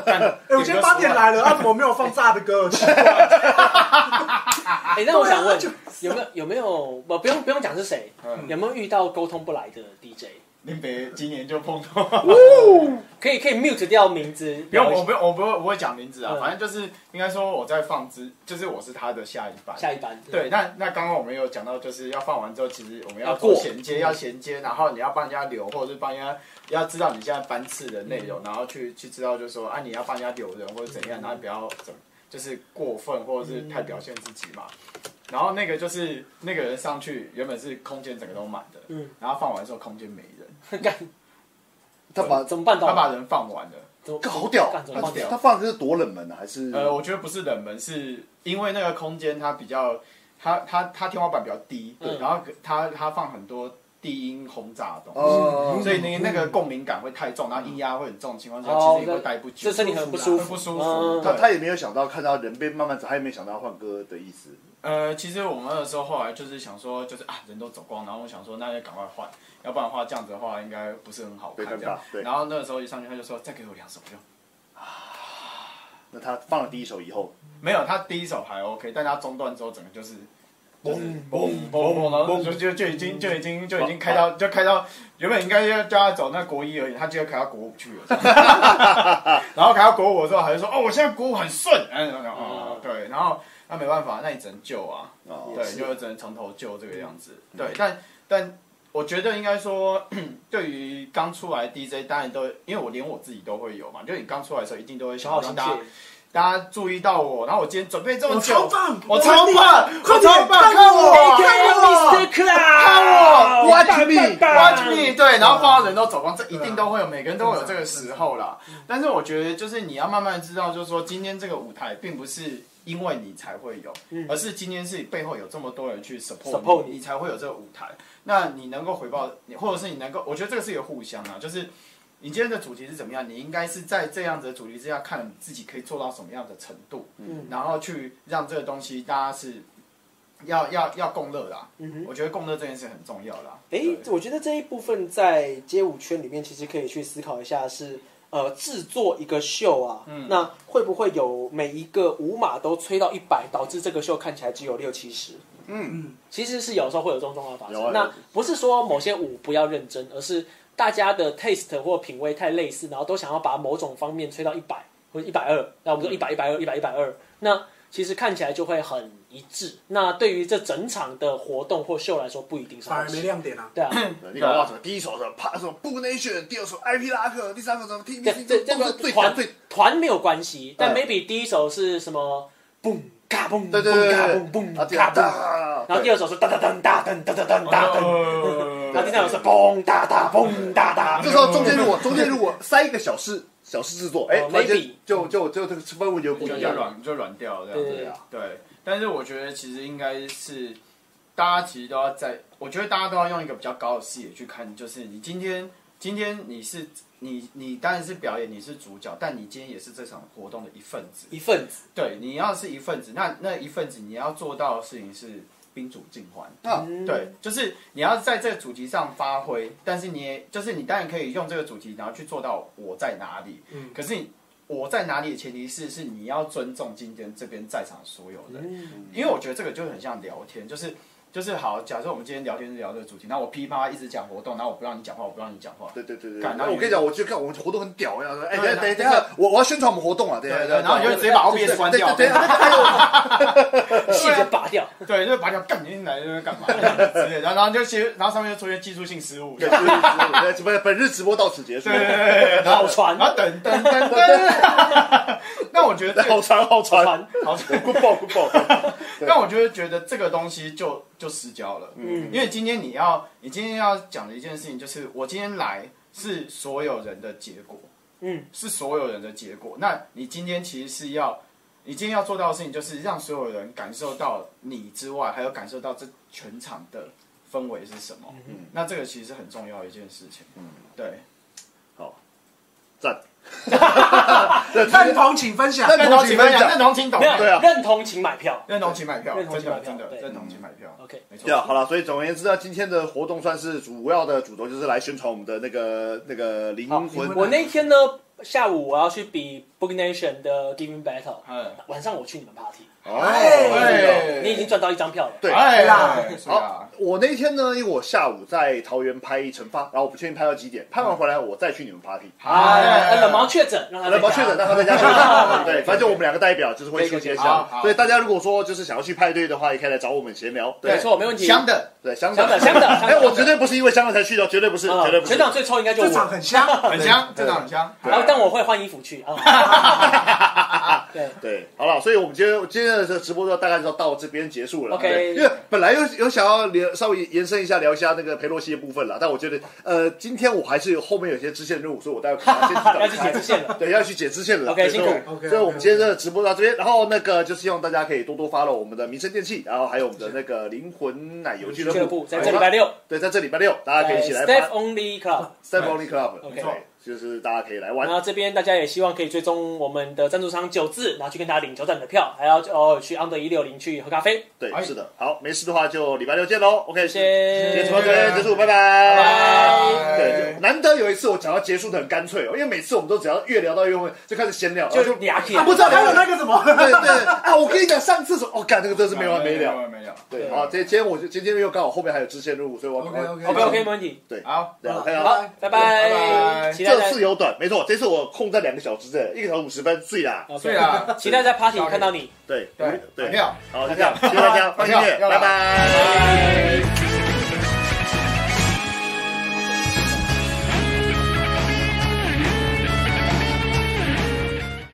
S2: 对啊
S4: 哎，我今天八点来了，他怎么没有放炸的 歌？
S1: 哎，那我想问
S4: 对啊，
S1: 有没有有没有不不用不用讲是谁，
S3: 嗯
S1: 有没有遇到沟通不来的 DJ？
S3: 林北今年就碰到。
S1: 可以可以 mute 掉名字，
S3: 不用，我不用，我不会，我不会讲名字啊
S1: 嗯。
S3: 反正就是应该说我在放之，就是我是他的下一班。
S1: 下一班。
S3: 对，那那刚刚我们有讲到，就是要放完之后，其实我们
S1: 要
S3: 要嗯做
S1: 过
S3: 衔接，要衔接，然后你要帮人家留，或者是帮人家要知道你现在班次的内容，然后去去知道，就是说啊，你要帮人家留人或者怎样，然后不要怎么就是过分或者是太表现自己嘛。然后那个就是那个人上去，原本是空间整个都满的，
S1: 嗯
S3: 然后放完之后空间没人，
S2: 他把
S1: 怎么办
S3: 他
S1: 到？
S3: 把人放完了。
S1: 怎么
S2: 这好屌，
S1: 干怎么
S2: 他
S1: 放掉
S2: 他放歌是多冷门啊，还是
S3: 呃，我觉得不是冷门，是因为那个空间它比较，它它它天花板比较低，
S1: 嗯
S3: 然后它它放很多低音轰炸的东西，
S2: 哦，
S1: 嗯
S3: 所以那那个共鸣感会太重，然后音压会很重的情况下，
S1: 哦
S3: 其实你会待不久
S1: 这，身体很不
S3: 很
S1: 舒服，
S3: 不舒服。
S1: 嗯
S2: 他他
S3: 对，
S2: 也没有想到看到人被慢慢走，他也没想到换歌的意思。
S3: 呃，其实我们那时候后来就是想说，就是啊，人都走光，然后我想说那就赶快换，要不然的话这样子的话应该不是很好
S2: 对
S3: 看
S2: 尴
S3: 这样
S2: 尬。对
S3: 然后那个时候一上去他就说再给我两首就
S2: 那他放了第一首以后，
S3: 没有，他第一首还 OK，但他中段之后整个就是嘣
S4: 嗯
S3: 嘣嘣嘣，然后就就就已经就已经就已经开到就开到原本应该要叫他走那国一而已，他就要开到国五去了。然后开到国五的时候，还是说哦，我现在国五很顺，嗯，然后哦对，然后那没办法，那你只能救啊，
S2: 哦
S3: 对，就只能从头救这个样子。对，但但我觉得应该说，对于刚出来 DJ，当然都因为我连我自己都会有嘛，就你刚出来的时候一定都会
S1: 消
S3: 想要
S1: 耗心
S3: 让
S1: 切
S3: 大家。大家注意到我，然后我今天准备这么
S4: 我
S3: 久，
S4: 超棒，
S3: 我超棒，我
S4: 快
S3: 超
S4: 点
S3: 棒，看我
S1: ，Mr. Cloud，
S2: 我，Watch me，
S3: ，watch me，对，然后放到人都走光，这一定都会有，每个人都会有这个时候啦。但是我觉得，就是你要慢慢知道，就是说今天这个舞台并不是因为你才会有，而是今天是背后有这么多人去
S1: Support
S3: support
S1: 你
S3: 你，你才会有这个舞台。那你能够回报，你或者是你能够，我觉得这个是一个互相啊，就是。你今天的主题是怎么样？你应该是在这样子的主题之下，看你自己可以做到什么样的程度，
S1: 嗯
S3: 然后去让这个东西大家是要要要共乐啦。
S1: 嗯哼
S3: 我觉得共乐这件事很重要啦。
S1: 哎
S3: 对，
S1: 我觉得这一部分在街舞圈里面，其实可以去思考一下是。呃，制作一个秀啊，
S2: 嗯
S1: 那会不会有每一个舞码都吹到一百，导致这个秀看起来只有六七十？
S2: 嗯，
S1: 其实是有时候会有这种状况发
S2: 有啊
S1: 生。
S2: 有啊
S1: 那不是说某些舞不要认真，而是大家的 taste 或品味太类似，然后都想要把某种方面吹到一百或一百二。那我们说一百、一百二、一百、一百二，那其实看起来就会很一致。那对于这整场的活动或秀来说，不一定是
S4: 反
S1: 好
S4: 而没
S1: 事。
S4: 亮点啊。
S1: 对啊，
S2: 对你搞不好什么第一首什么帕什么布内选，第二首 IP 拉克，第三首什么 T B
S1: 这
S2: C，
S1: 这这
S2: 都
S1: 个
S2: 是最
S1: 团
S2: 强最
S1: 团没有关系，但
S2: 嗯
S1: maybe 第一首是什么嘣嘎嘣，
S2: 对对对对
S1: 嘎
S2: 对
S1: 嘣嘣
S2: 啊，第
S1: 嘎
S2: 二
S1: 嘣，
S2: 大，
S1: 然后第
S2: 二
S1: 二首是哒哒噔哒噔哒哒噔哒噔，
S3: 哦
S1: 然后第三首是嘣哒哒嘣哒哒
S2: 这，时候中间如果中间如果塞一个小事小事制作，哎，
S1: 哦
S2: 突然间
S1: maybe
S2: 就就就这个氛围就不
S3: 就
S2: 一
S3: 就
S2: 样了。
S3: 软就软掉了这
S1: 对
S3: 样
S1: 对
S3: 子
S1: 对
S3: 啊。对，但是我觉得其实应该是大家其实都要在，我觉得大家都要用一个比较高的视野去看，就是你今天今天你是你你当然是表演，你是主角，但你今天也是这场活动的一份子。
S1: 一份子，
S3: 对，你要是一份子，那那一份子你要做到的事情是宾主尽欢。
S2: 啊，
S3: 对，就是你要在这个主题上发挥，但是你也就是你当然可以用这个主题，然后去做到我在哪里。
S4: 嗯
S3: 可是你我在哪里的前提是是你要尊重今天这边在场所有人，
S1: 嗯，
S3: 因为我觉得这个就很像聊天，就是就是好，假设我们今天聊天是聊这个主题，那我噼啪一直讲活动，然后我不让你讲话，我不让你讲话。
S2: 对对对对，
S3: 干
S2: 然后我跟你讲，我就看我们活动很屌呀，哎，等
S3: 对
S2: 一下
S3: 然后
S2: 等一下，我我要宣传我们活动啊，对
S3: 对
S2: 对，
S3: 然后你就直接把 OBS 关掉
S2: 对对对对对
S1: 细节拔掉，
S3: 对，就是把你干你来这边干嘛之类的，然后然后就其实然后上面就出现技术性失误，
S2: 对
S3: 对
S2: 对对对，本本日直播到此结束，
S3: 对对，
S1: 好传
S2: 啊
S3: 然后等等等 等，那我觉得这个
S2: 好长好长，
S1: 传，
S3: 好。
S2: good 爆 good 爆，对
S3: 但我就会觉得这个东西就就失焦了，
S1: 嗯
S3: 因为今天你要你今天要讲的一件事情就是，我今天来是所有人的结果，
S1: 嗯，
S3: 是所有人的结果。那你今天其实是要，你今天要做到的事情就是让所有人感受到你之外，还有感受到这全场的氛围是什么。
S2: 嗯，
S3: 那这个其实很重要的一件事情。
S2: 嗯，
S3: 对，
S2: 赞，
S4: 认同请分享。
S2: 认同请分享
S3: 认同请懂，
S1: 没有
S2: 对啊
S1: 认同请买票
S3: 认同请买票，
S1: 认同
S3: 真
S1: 请买
S3: 的
S1: 票
S3: 真的
S1: 对
S3: 认同请买票，
S1: ，OK，
S3: 没错。
S2: 对啊，好了，所以总而言之呢，今天的活动算是主要的主轴，就是来宣传我们的那个那个灵
S1: 好
S2: 魂。
S1: 我那天呢下午我要去比 Book Nation 的 Giving Battle，
S3: 嗯，
S1: 晚上我去你们 party，
S2: 哦
S4: 哎
S1: 你已经赚到一张票了，
S2: 对
S3: 哎呀
S4: 对，
S3: 是啊
S2: 好，，我那天呢，因为我下午在桃园拍一晨发，然后我不确定拍到几点，拍完回来我再去你们 party。
S1: 啊，
S3: 哎
S1: 冷毛确诊，让他
S2: 冷毛确诊，
S1: 的，
S2: 让他在家休 息。对，反正我们两个代表就是会去接
S3: 好
S2: 下。
S3: 好
S2: 所以大家如果说就是想要去派对的话，也可以来找我们闲聊。对
S1: 没错，没问题，
S3: 香的，
S2: 对，香
S1: 香的
S2: 港，
S1: 香的，香
S2: 哎，
S1: 的
S2: 我绝对不是因为香港才去的，绝对不是，绝对
S1: 啊
S2: 不是
S1: 全。场最臭应该就
S4: 这场
S1: 我，
S4: 很香，
S3: 很香，这场很香。
S2: 对
S1: 然后但我会换衣服去啊。 对，
S2: 对，好了，所以我们今天今天的直播就大概就到这边结束了。
S1: OK
S2: 对因为本来有有想要聊稍微延伸一下聊一下那个裴洛西的部分了，但我觉得呃，今天我还是有后面有些支线任务，所以我待会可能要先去找
S1: 要去 解支线了
S2: 对，要去解支线了。
S1: OK，
S2: 对
S1: 辛苦
S2: 所以我
S4: OK，OK，
S2: 所以我们今天的直播到这边，然后那个就希望大家可以多多 follow 我们的民生电器，然后还有我们的那个灵魂奶油俱
S1: 俱乐
S2: 乐
S1: 部
S2: 部，哎
S1: 在这礼拜六，
S2: 对，在这礼拜六大家可以一起来
S1: 在
S2: 玩
S1: Staff Only Club。
S2: Step Only Club，
S1: OK
S2: 没错，就是大家可以来玩
S1: 然。后这边大家也希望可以追踪我们的赞助商九字，然后去跟大家领九展的票，还要偶尔去 Under 一六零去喝咖啡。
S2: 对，
S3: 哎
S2: 是的，好，没事的话就礼拜六见喽。OK，
S1: 谢哎谢
S2: 今天直播到这边结束，拜
S1: 拜
S2: 对，就难得有一次我讲到结束的很干脆哦，因为每次我们都只要越聊到越后面就开始闲聊，
S1: 就
S2: 然后
S1: 俩铁
S2: 啊，不知道
S4: 还
S2: 聊了
S4: 有那个什么，
S2: 对对啊，我跟你讲，上次是哦，干那个真是没
S1: 哎
S2: 完没了。
S3: 没了。
S2: 对，好，今天今天我就今天又刚好后面还有支线任务，所以我要
S4: OK，OK
S1: OK OK 没问题。
S3: 好，
S2: 对，我看到
S1: 好，拜
S3: 拜
S1: 拜，
S3: 拜
S1: 期待
S2: 这
S1: 在
S2: 次有短，没错，这次我控在两个小时之内，一个小时五十分，醉啦。
S1: OK
S3: 对啊，
S1: 期待在 Party 看到你。
S2: 对
S3: 对
S2: 对，
S3: 票，
S2: 好，就这样，谢谢大家，放音乐，拜拜。
S3: 拜。